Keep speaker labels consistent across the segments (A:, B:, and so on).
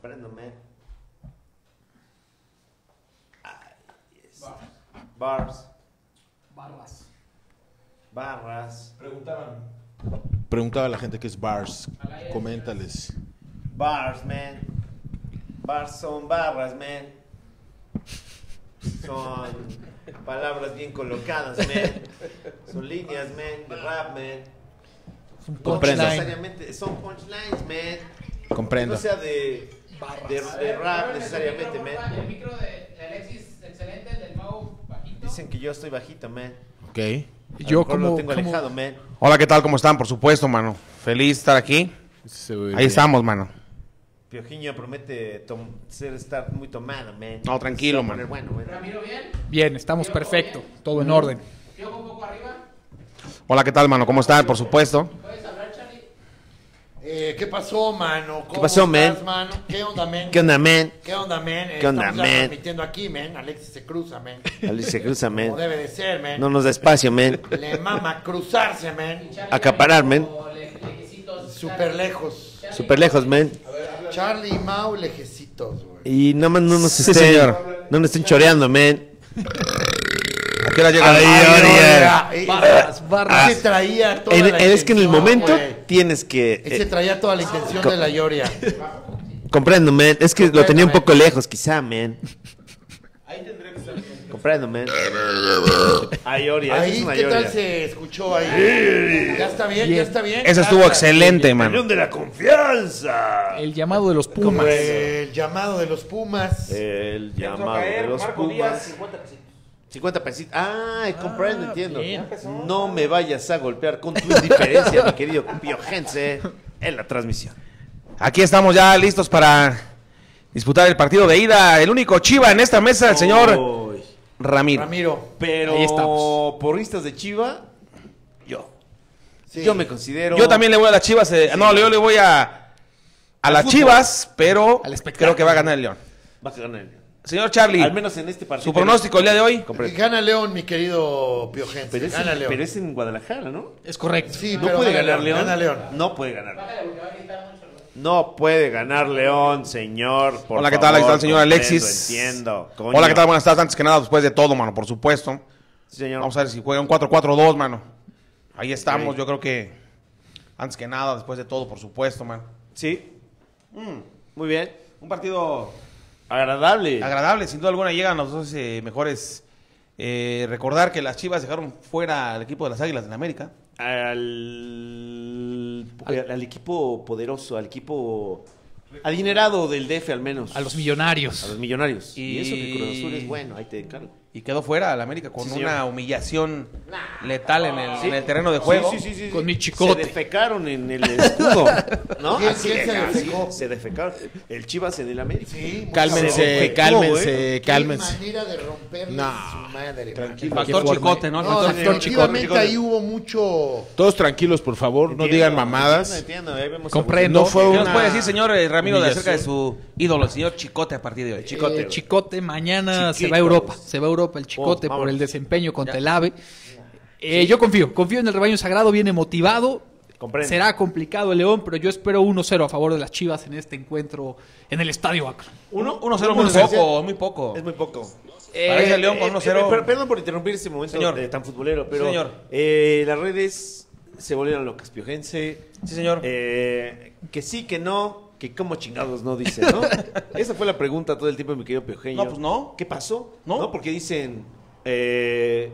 A: Préndome. Ay, yes. Bars,
B: Barbas.
A: barras.
C: Preguntaban. Preguntaba a la gente qué es bars. Coméntales.
A: Bars, man. Bars son barras, man. Son palabras bien colocadas, man. Son líneas, man. De rap, man.
D: Es un
A: No
D: punchline.
A: necesariamente son punchlines, man.
C: Comprendo.
A: No sea de,
B: Barras.
A: de, de rap necesariamente,
E: necesariamente,
A: man.
E: El micro de, de Alexis, excelente, el del Mau, bajito.
A: Dicen que yo estoy bajito, man.
C: Ok.
A: A lo
D: Yo
A: mejor
D: como,
A: lo tengo
D: como-
A: alejado, man.
F: Hola, ¿qué tal? ¿Cómo están? Por supuesto, mano. Feliz de estar aquí. Ahí estamos, mano.
A: Piojiño promete tom- ser estar muy tomado, man.
F: No, tranquilo,
A: Se va a poner
F: man.
A: Bueno, man.
E: Ramiro bien,
D: Bien, estamos perfecto, todo en orden.
E: yo un poco arriba.
F: Hola, ¿qué tal, mano? ¿Cómo están? Por supuesto.
E: ¿Puedes hablar, Charlie?
G: Eh, ¿Qué pasó, mano? ¿Cómo
A: pasó,
G: estás,
A: men?
G: mano? ¿Qué onda, men?
A: ¿Qué onda, man?
G: ¿Qué onda, men? Eh,
A: ¿Qué onda,
G: Estamos ya
A: men?
G: transmitiendo aquí, men. Alexis se cruza, men.
A: Alicia cruza,
G: Como
A: man.
G: debe de ser, men.
A: No nos da espacio, man.
G: Le mama cruzarse, men.
E: Charlie,
A: Acaparar,
E: ahí,
A: men.
E: o le- lejecitos,
G: Súper
E: Charlie.
G: lejos.
E: Charlie,
A: Súper lejos, man.
G: Charlie y Mau lejecitos, güey.
A: Y no, más no nos
F: Sí,
A: estén,
F: señor.
A: no nos estén choreando, man.
F: ¿A qué hora llegan?
A: Ay,
F: Ay,
A: ay,
F: ay.
G: Oiga, eh,
D: Barras, barras.
G: Ese traía toda
A: ah, En-
G: la
A: es que en el
G: intención,
A: momento
G: güey.
A: tienes que...
G: Ese
A: eh,
G: traía toda la intención
A: co-
G: de la Yoria.
A: comprendo, man. Es que lo
G: Comprendo,
A: tenía un
G: man.
A: poco lejos, quizá, man.
C: Ahí tendré que estar bien.
A: Comprendo, man. Ayoria,
G: Ahí,
A: es una
G: ¿qué tal
A: Ayoria.
G: se escuchó ahí? Ya está bien, ya está bien.
F: Eso estuvo
G: Habla.
F: excelente, mano.
A: de la confianza.
D: El llamado de los Pumas.
G: El llamado de los Pumas.
A: Eh. El llamado
C: caer,
A: de los
C: Marco
A: Pumas.
C: Díaz, 50 pesitos.
A: 50 pesitos. Ah, comprendo, entiendo.
D: bien.
A: No me vayas a golpear con tu indiferencia, mi querido piojense, en la transmisión.
F: Aquí estamos ya listos para disputar el partido de ida. El único chiva en esta mesa, el señor
A: Uy,
F: Ramiro.
G: Ramiro.
A: Pero
D: Ahí estamos.
A: porristas de Chiva, yo.
G: Sí.
A: Yo me considero.
F: Yo también le voy a las chivas. eh, No, yo le voy a, a las
A: fútbol.
F: chivas, pero
D: Al espectáculo.
F: creo que va a ganar el León.
A: Va a ganar el-
F: Señor Charlie,
A: Al menos en este partido.
F: su pronóstico el día de hoy.
A: Comprendo.
G: Eh, Gana León, mi querido Piojense.
A: Pero es,
G: gana
A: en,
G: León.
A: pero es en Guadalajara, ¿no?
D: Es correcto.
G: Sí,
A: No
G: pero
A: puede
G: gana
A: ganar León.
G: Gana León.
A: No puede ganar. No puede ganar León, señor. por
F: Hola, ¿qué tal? Ahí está el
A: favor,
F: señor
A: comprendo,
F: Alexis.
A: Entiendo. coño.
F: Hola, ¿qué tal? Buenas tardes. Antes que nada, después de todo, mano, por supuesto.
A: Sí, señor.
F: Vamos a ver si juega un 4-4-2, mano. Ahí estamos,
A: Ok.
F: yo creo que antes que nada, después de todo, por supuesto, mano.
A: Sí. Mm, Muy bien.
F: Un partido
A: Agradable.
F: agradable, sin duda alguna, llegan los dos eh, mejores. Eh, recordar que las Chivas dejaron fuera al equipo de las Águilas en América.
A: al, al, al equipo poderoso, al equipo adinerado del DF al menos.
D: A los
A: A
D: millonarios.
A: los millonarios. Y,
F: Y-
A: eso que Cruz Azul es bueno, ahí te encargo.
F: Y quedó fuera al América con
A: Sí, señor.
F: una humillación letal en el, en el terreno de
A: Sí,
F: juego.
A: sí, sí, sí, sí.
D: Con mi chicote.
A: Se defecaron en el escudo, ¿no?
G: ¿Quién-
A: Así
G: quién se
A: de- así,
G: defecó?
A: se defecaron. El Chivas en el América.
G: Sí, mucha
A: Se
D: Cálmense,
A: defecó,
D: cálmense,
G: ¿Qué
D: cálmense.
G: manera de romperle
C: No,
G: su madre.
C: tranquilo.
D: Factor chicote,
G: mano.
D: ¿no?
G: No,
D: Factor
G: definitivamente
A: chicote.
G: ahí hubo mucho...
C: Todos tranquilos, por favor. No
A: Entiendo,
C: digan mamadas.
A: Entiendo, entiendo, ahí vemos a-
D: Comprendo.
C: No fue
F: ¿Qué nos
C: una
F: puede decir, señor eh, Ramiro, de
C: humillación.
F: acerca de su ídolo, el señor Chicote, a partir de hoy?
A: Chicote,
D: El
A: güey.
D: chicote mañana se
A: Chiquitos.
D: va a Europa. Se va a Europa el chicote
A: Oh,
D: por el
A: vámonos.
D: desempeño contra el AVE. Eh, Yo confío, confío en el rebaño sagrado, viene motivado.
A: Comprendo.
D: Será complicado el León, pero yo espero 1-0 a favor de las Chivas en este encuentro en el Estadio Akron.
F: 1-0 muy
A: cero.
F: poco, muy poco.
A: Es muy poco.
F: Parece el León con
A: eh,
F: 1-0.
A: eh, per- perdón por interrumpir ese momento
F: Señor.
A: eh, tan futbolero, pero
F: Señor.
A: eh, las redes se volvieron locas, Piojense.
F: Sí, señor.
A: Eh, que sí, que no, que cómo chingados no dice, ¿no? Esa fue la pregunta todo el tiempo, mi querido Piojeño.
F: No, pues no.
A: ¿Qué pasó?
F: No.
A: porque dicen, eh,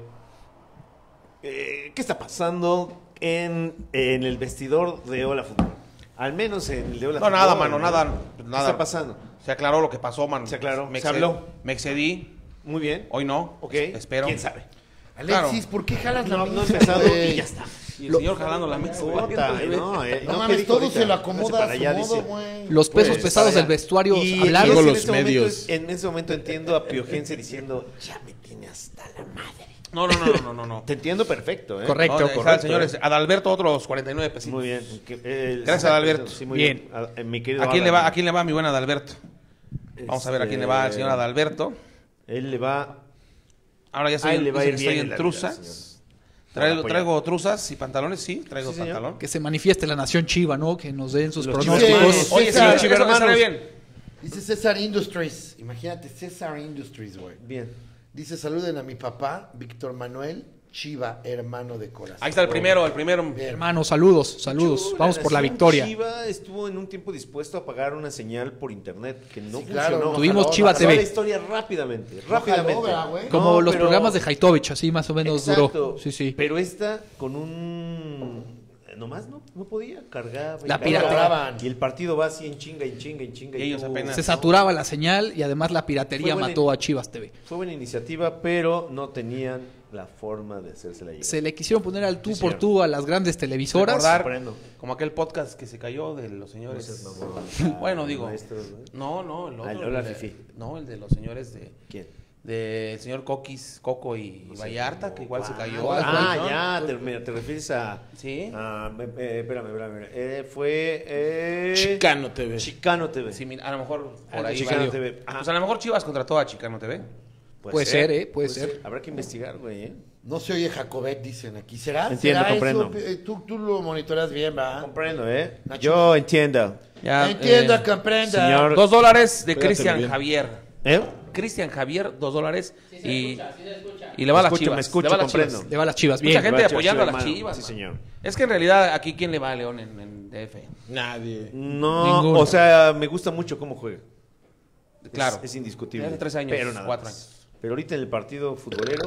A: eh, ¿qué está pasando en, en el vestidor de Hola Fútbol? Al menos en el de Hola
F: No,
A: Fútbol.
F: nada, mano, nada,
A: ¿Qué
F: nada.
A: está pasando?
F: Se aclaró lo que pasó, mano.
A: Se aclaró,
F: Me
A: se
F: exced-
A: habló.
F: Me excedí.
A: Muy bien.
F: Hoy no.
A: Ok.
F: Espero.
A: ¿Quién sabe?
G: Alexis, ¿por qué jalas la
A: No, no he
G: mesa,
A: empezado
G: güey?
A: y ya está.
F: Y el señor jalando la mesa. güey.
A: Puta, eh, no, eh,
G: No,
A: ¿qué
G: mames,
A: dijo
G: todo
A: ahorita?
G: se lo
A: Hágase
G: acomoda
A: para
G: a su
A: allá,
G: modo,
A: dice.
G: güey.
D: Los pesos
A: Pues, para
D: pesados del
A: allá.
D: vestuario
A: Y
D: hablaron.
C: luego
A: en
C: los
A: ese
C: medios.
A: Momento, en ese momento entiendo a Piojense diciendo, ya me tiene hasta la madre.
F: No, no, no, no, no, no, no.
A: Te entiendo perfecto, ¿eh?
D: Correcto,
F: No, ahí está el
D: correcto.
F: señor, es- Adalberto otros 49 pesitos.
A: Muy bien. Que, eh,
F: Gracias,
A: sí,
F: Adalberto.
A: Sí, muy
D: Bien.
A: bien. A- eh, mi querido
F: ¿A quién, le va, ¿A
A: Adalberto.
F: quién le va mi buen Adalberto? Vamos a ver a quién le va el señor
A: Este,
F: Adalberto.
A: Él le va...
F: Ahora ya
A: a
F: soy,
A: él le va a
F: dicen
A: ir
F: Ah,
A: bien
F: que estoy
A: en
F: en
A: la vida,
F: truzas.
A: señor.
F: Traigo,
A: Apoya.
F: traigo truzas y pantalones, sí, traigo
A: Sí, señor.
F: pantalón.
D: Que se manifieste la nación chiva, ¿no? Que nos den sus
A: Los
D: pronósticos.
G: chivas.
F: Oye,
G: Sí,
F: señor
G: sí,
F: Chivermanos,
A: hermanos.
F: bien.
G: Dice César Industries. Imagínate, César Industries, güey.
A: Bien.
G: Dice, saluden a mi papá, Víctor Manuel Chiva, hermano de corazón.
F: Ahí está el primero, el primero.
G: Bien.
D: Hermano, saludos, saludos.
A: Yo,
D: Vamos por la
A: nación
D: victoria.
A: Chiva estuvo en un tiempo dispuesto a pagar una señal por internet que no
G: Sí, claro,
A: funcionó.
G: no
D: Tuvimos
G: jaló,
A: Pasó
D: Chiva
G: no
A: la
D: TV.
A: historia rápidamente, rápidamente.
G: ¿verdad, güey?
D: Como
A: No,
D: los
A: pero-
D: programas de Haitovich, así más o menos
A: Exacto.
D: duró. Sí, sí.
A: Pero esta con un nomás no no podía cargar.
D: La
A: cargaba,
G: pirateaban.
A: Y el partido va así en chinga, en chinga, en chinga.
F: Y ellos apenas-
D: Se saturaba la señal y además la piratería
A: Fue buena-
D: mató a Chivas TV.
A: Fue buena iniciativa, pero no tenían la forma de hacérsela llegar.
D: Se le quisieron poner al tú
A: Sí,
D: por
A: señor.
D: tú a las grandes televisoras.
F: Recordar,
A: Comprendo.
F: como aquel podcast que se cayó de los
A: No
F: señores.
A: seas mamón.
F: bueno, digo.
A: Maestros, ¿no?
F: No, no, el otro.
A: Ah, el Hola,
F: el de-
A: Fifi.
F: no, el de los señores de
A: ¿Quién?
F: del señor Coquis, Coco y
A: No sé,
F: Vallarta,
A: no.
F: que igual se
A: Ah,
F: cayó.
A: Ah,
F: ¿no?
A: ya, te, me- te refieres a.
F: Sí.
A: a- eh, eh, espérame, espérame. espérame. Eh, fue. eh,
C: Chicano TV.
A: Chicano TV.
F: Sí, mira, a lo mejor por
A: Ah,
F: ahí
A: Chicano
F: varios.
A: TV. Ajá.
F: Pues a lo mejor Chivas contrató a Chicano TV.
D: Puede ser, ¿eh? Puede ser.
A: Pues Habrá que investigar, güey, ¿eh?
G: No se oye Jacobet, dicen aquí. ¿Será?
A: Entiendo,
G: ¿Será
A: comprendo.
G: eso? Eh, Tú, tú lo monitoreas bien, ¿va?
A: Comprendo, ¿eh?
G: Nacho.
A: Yo Ah, entiendo.
F: Ya,
G: Entiendo,
F: eh,
G: comprenda.
A: señor-
F: Dos dólares de
C: Espératelo
F: Cristian
C: bien.
F: Javier.
A: ¿Eh?
F: Cristian Javier, dos dólares.
E: Sí se
F: Y,
E: escucha, sí se escucha.
F: y le va a las
A: Escucho,
F: chivas.
A: me escucho,
F: le va a las
A: comprendo.
F: Chivas.
D: Le va a las Chivas, bien.
F: Mucha gente
A: va a
F: apoyando a
A: Chivas,
F: las
A: hermano.
F: chivas.
A: Sí,
F: man.
A: señor.
F: Es que en realidad aquí, ¿quién le va a León en, en DF?
C: Nadie.
A: No,
D: Ninguno.
A: o sea, me gusta mucho cómo juega. Es-
F: Claro.
A: Es, indiscutible.
F: Hace tres años,
A: pero nada
F: cuatro
A: más.
F: años.
A: Pero ahorita en el partido futbolero,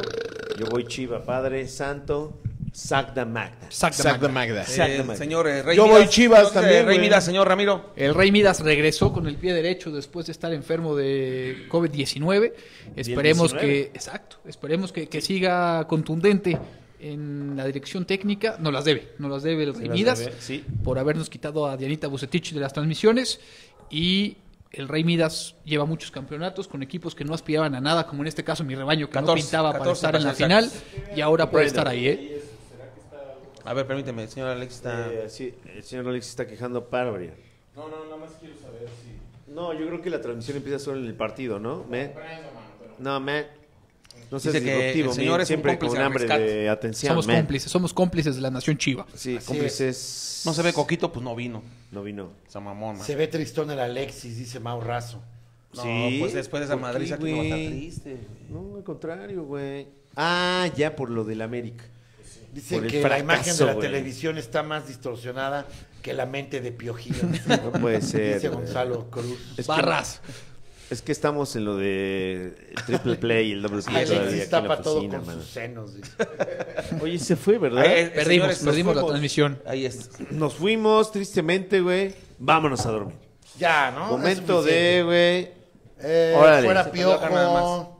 A: yo voy Chiva, Padre, Santo, Sagda Magda.
D: Exactamente.
C: Sac de Magda.
F: Eh, señor eh, Rey
C: Yo
F: Midas.
C: voy Chivas
F: Entonces,
C: también,
F: Rey
C: güey.
F: Midas, señor Ramiro.
D: El Rey Midas regresó con el pie derecho después de estar enfermo de COVID-19. Esperemos que,
A: 19.
D: exacto, esperemos que, que siga contundente en la dirección técnica. No las debe, no las debe el Rey Midas
A: Sí.
D: por habernos quitado a Dianita Bucetich de las transmisiones y el Rey Midas lleva muchos campeonatos con equipos que no aspiraban a nada, como en este caso mi rebaño que
F: 14,
D: no pintaba para
F: 14
D: estar en la final
F: ocasiones
D: y ahora puede estar ahí, ¿eh?
F: A ver, permíteme, señor Alex está.
A: Eh, sí, el señor Alex está quejando Parvia.
B: No, no, nada más quiero saber si.
A: No, yo creo que la transmisión empieza solo en el partido, ¿no? Me- No, me. No sé
F: Dice
A: si
F: que
A: disruptivo,
F: el señor
A: me-
F: es un
A: siempre
F: cómplice
A: con
F: al
A: hambre
F: rescate.
A: de atención.
D: Somos
A: me.
D: cómplices, somos cómplices de la Nación Chiva.
A: Sí,
G: Así
A: cómplices.
F: No se ve Coquito, pues no vino.
A: No vino.
F: Esa mamona.
G: Se ve tristón el Alexis, dice Mau Razo.
F: No,
A: Sí.
F: pues después de esa
A: ¿Por qué,
F: madriza que no va a estar
A: güey?
F: triste. güey.
A: No, al contrario, güey. Ah, ya por lo del América.
G: Dicen
A: Por el
G: que la
A: fracaso,
G: imagen de la
A: güey.
G: televisión está más distorsionada que la mente de Piojillo.
A: No puede ser.
G: Dice
A: güey.
G: Gonzalo Cruz.
A: Es que-
D: Barras.
A: es que estamos en lo de triple play y el doble play todavía
G: Alexis
A: aquí en la
G: tapa todo
A: oficina,
G: con
A: mano.
G: sus senos. dice.
A: Oye, se fue, ¿verdad?
F: Ahí es-
D: Perdimos,
F: eh, señores, nos
D: perdimos la
F: fuimos.
D: transmisión.
F: Ahí está.
A: Nos fuimos, tristemente, güey. Vámonos a dormir.
G: Ya, ¿no? Es
A: Momento de,
G: suficiente.
A: güey.
G: Eh,
A: Órale. Se
G: fuera
F: peleó acá nada más.
G: Piojo.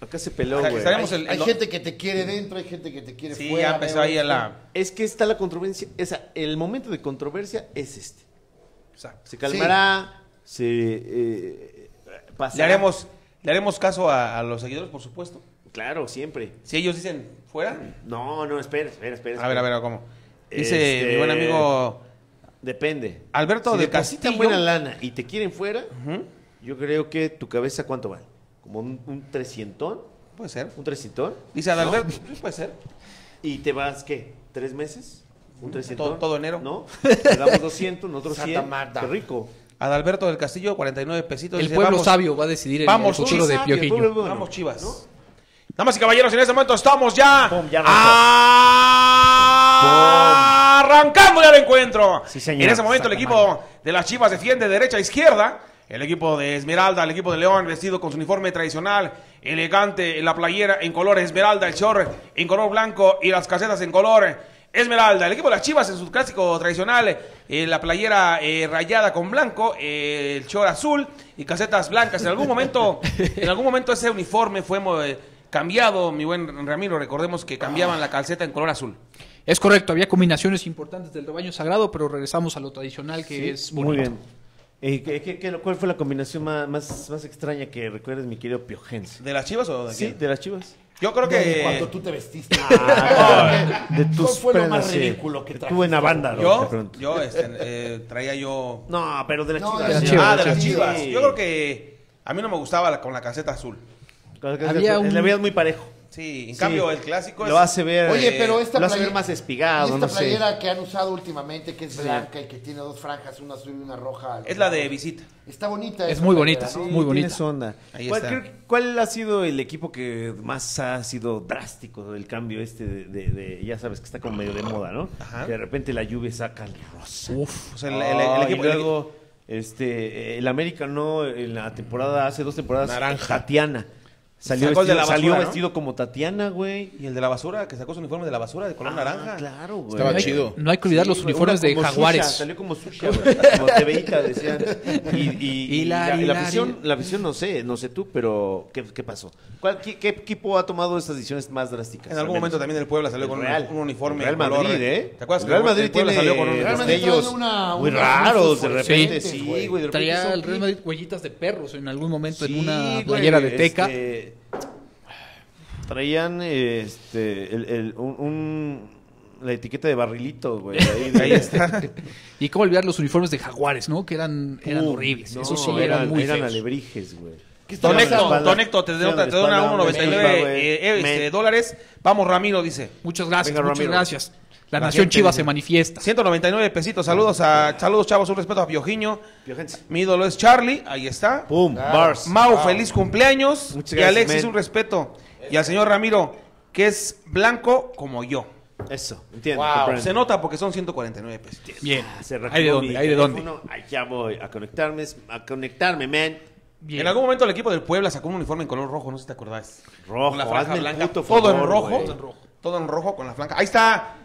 A: Acá se peló,
F: O sea, que
A: güey.
F: estaremos-
G: Hay,
F: el-
G: hay
F: el-
G: gente que te quiere dentro, hay gente que te quiere
F: Sí,
G: fuera.
F: ya empezó
G: güey.
F: ahí a la.
A: Es que está la controversia. Esa, el momento de controversia es este.
F: Exacto.
A: Se calmará, se eh, pasará.
F: Le haremos, le haremos caso a, a los seguidores, por supuesto.
A: Claro, siempre.
F: Si ellos dicen fuera.
A: No, no, espera, espera, espera.
F: A ver, a ver, ¿cómo? Dice
A: Este-
F: mi buen amigo.
A: Depende.
F: Alberto
A: si
F: del
A: depositan
F: Castillo.
A: buena lana y te quieren fuera, yo creo que tu cabeza, ¿cuánto vale? ¿Como un, un trescientón?
F: Puede ser.
A: ¿Un trescientón?
F: Dice al Alberto. Puede ser.
A: ¿Y te vas, qué? ¿Tres meses? ¿Un trescientón?
F: Todo- todo enero.
A: ¿No? Te damos 200, nosotros
G: Santa
A: 100.
G: Marta.
A: Qué rico.
F: Adalberto del Castillo, 49 pesitos.
D: El
F: dice,
D: pueblo
F: vamos,
D: sabio va a decidir el,
F: vamos,
D: el futuro de
A: sabio,
D: Piojillo.
A: pueblo bueno.
F: Vamos, Chivas.
A: ¿No?
F: Damas y caballeros, en este momento estamos ya,
A: Pum, ya arrancó.
F: arrancando ya el encuentro.
A: Sí, señor.
F: En ese momento el equipo de las Chivas defiende derecha a izquierda. El equipo de Esmeralda, el equipo de León, vestido con su uniforme tradicional, elegante, la playera en color esmeralda, el short en color blanco y las casetas en color esmeralda. El equipo de las Chivas en su clásico tradicional, eh, la playera eh, rayada con blanco, eh, el short azul y casetas blancas. En algún momento, en algún momento ese uniforme fue mo- eh, cambiado, mi buen Ramiro. Recordemos que cambiaban la calceta en color azul.
D: Es correcto, había combinaciones importantes del rebaño sagrado, pero regresamos a lo tradicional que es bonito.
A: Muy bien. Eh, ¿qué- qué- qué- cuál fue la combinación más, más, más extraña que recuerdes, mi querido Piojense?
F: ¿De las Chivas o de
A: Sí,
F: quién?
A: de las chivas.
F: Yo creo
G: De Cuando
F: que
G: tú te vestiste.
A: de tus
G: ¿Cuál fue lo
A: prendas,
G: más
A: sí.
G: ridículo que
A: De
G: trajiste?
A: Tu enabándaro, de
F: yo,
A: pronto.
F: yo este, eh, traía yo
A: No, pero de las
G: No,
A: chivas.
G: de las
A: sí.
D: Chivas,
F: ah, de las
G: sí.
F: Chivas. Yo creo que a mí no me gustaba la- con la calceta azul.
A: Con la que-
D: Había
A: Le
D: un-
A: veías muy parejo.
F: Sí, en
A: Sí.
F: cambio el clásico es...
A: Lo hace ver.
G: Oye,
A: eh,
G: pero esta
A: Lo hace
G: playe-
A: ver más despigado,
G: esta
A: no sé.
G: playera que han usado últimamente, que es blanca y que tiene dos franjas, una azul y una roja.
F: Es la de visita.
G: Está bonita.
D: Es
G: esa
D: muy
G: playera,
D: bonita,
G: ¿no?
D: sí. Muy bonita.
A: tienes onda.
F: Ahí
A: ¿Cuál,
F: está.
A: creo que- cuál ha sido el equipo que más ha sido drástico del cambio este de, de- de- ya sabes que está como medio de moda, ¿no?
F: Ajá.
A: Que de repente la lluvia saca el rosa.
F: O sea, el, el- el
A: Ah,
F: equipo...
A: y
F: el
A: luego, este, el América no, en la temporada, hace dos temporadas,
F: Naranja.
A: Tatiana. Salió,
F: Sacó el de
A: vestido,
F: la basura,
A: salió
F: ¿no?
A: vestido como Tatiana, güey.
F: equi- y el de la basura, que sacó su uniforme de la basura de color
A: Ah,
F: naranja.
A: Claro, güey.
C: Estaba
D: No hay-
C: chido.
D: No hay que olvidar los
A: Sí, güey,
D: uniformes
A: una
D: de
A: como
D: Jaguares.
A: Sucia, salió como sucia, güey, como tebeita, decían. Y, y- y la,
D: Hilari,
A: y la
D: hilari.
A: afición, la afición, no sé, no sé tú, pero ¿qué, qué pasó? ¿Cuál- qué, qué equipo ha tomado estas decisiones más drásticas?
F: En algún
A: al menos?
F: momento también el Puebla salió
A: El
F: con un-
A: Real.
F: un uniforme.
A: El Real
F: color-
A: Madrid, ¿eh?
F: ¿Te acuerdas
A: el
F: que
A: Real
F: el
A: Madrid
F: Puebla
A: tiene
F: salió con un
G: Real Madrid
A: destellos
G: trae una-
A: muy
G: unos
A: raros
G: buzos
A: de repente.
G: fluorescentes,
A: Sí,
G: güey.
A: güey. de repente
D: Traía
A: son
D: el Real
A: pink.
D: Madrid huellitas de perros en algún momento
A: Sí,
D: en una
A: güey,
D: playera de Teca.
A: este, traían este, el- el- un- un- la etiqueta de barrilito, güey. ahí de-
F: Ahí está.
D: Y cómo olvidar los uniformes de Jaguares, ¿no? Que eran, eran
A: Uh,
D: horribles.
A: no,
D: Eso sí, eran, muy
A: eran
D: feos.
A: alebrijes, güey.
F: Don Héctor,
A: espalda.
F: Don Héctor, te
A: Estaba
F: dona-
A: de
F: te dona
A: espalda,
F: 1.99
A: güey.
F: eh, eh, este,
A: Me-
F: dólares. Vamos, Ramiro, dice.
D: Muchas gracias,
A: Venga,
D: muchas
A: Ramiro.
D: gracias. La,
A: La
D: nación
A: gente
D: chiva
A: dice-
D: se manifiesta.
F: "Ah, 199 pesitos. Saludos a saludos chavos, un respeto a Piojiño.
A: Fíjense.
F: Mi ídolo es Charlie, ahí está.
A: Pum,
G: Ah.
A: bars.
F: Mau, feliz cumpleaños.
A: Muchas
F: y
A: gracias,
F: Alexis,
A: men.
F: un respeto. Y al señor Ramiro, que es blanco como yo.
A: Eso, entiendo.
G: Wow,
A: comprendo.
F: Se nota porque son 149 pesitos.
D: Bien.
A: Se reactivó
D: Hay de
A: mi
D: dónde, hay de dónde.
A: teléfono. Allá voy a conectarme, a conectarme, man.
D: Bien.
F: En algún momento el equipo del Puebla sacó un uniforme en color rojo, no sé si te acordás.
A: Rojo,
F: Con la franja
A: hazme el
F: blanca.
A: puto
F: todo en
A: favor,
F: rojo.
A: güey.
F: Todo en rojo con la flanca. Ahí está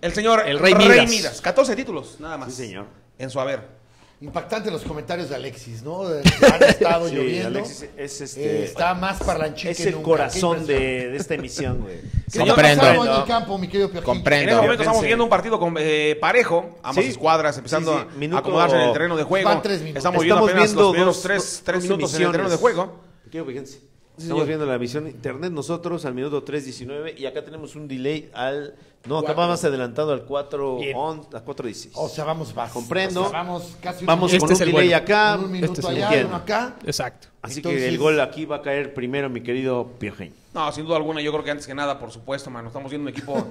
F: el señor
D: El Rey Midas.
F: 14 títulos, nada más.
A: Sí, señor.
F: En su haber.
G: Impactante los comentarios de Alexis, ¿no? De- Han estado
A: Sí,
G: lloviendo.
A: Alexis es este-
G: Eh, está más parlanchín
A: Es
G: que
A: el
G: nunca.
A: corazón
G: Qué impresión.
A: de, de esta emisión, güey.
G: ¿Qué está
C: Comprendo.
G: pasando en el campo, mi querido Piojillo?
F: En
C: Comprendo.
F: este momento estamos
A: Fíjense.
F: viendo un partido con, eh, parejo, ambas
A: Sí.
F: escuadras empezando
A: Sí, sí.
F: a-
A: Minuto-
F: a acomodarse en el terreno de juego.
G: Van tres minutos.
F: Estamos viendo
A: Estamos
F: apenas
A: viendo
F: los primeros
A: dos-
F: tres,
A: dos
F: tres minutos en el
A: emisiones.
F: terreno de juego.
A: Quiero fíjense. Estamos
F: señor.
A: viendo la emisión internet nosotros al minuto 3.19 y acá tenemos un delay al... No, acá va más adelantado al 4...
D: Bien.
A: on- a 4.16.
G: O sea, vamos más.
A: Comprendo.
G: O sea, vamos casi un
A: Vamos
D: Este
A: con
D: es
A: un
D: el
A: delay
D: bueno.
A: acá.
G: con un minuto
D: este es el
G: allá,
A: Entiendo.
G: uno acá.
D: Exacto.
A: Así que
G: Entonces-
A: el gol aquí va a caer primero, mi querido Piojeño.
F: No, sin duda alguna, yo creo que antes que nada, por supuesto, mano, estamos viendo un equipo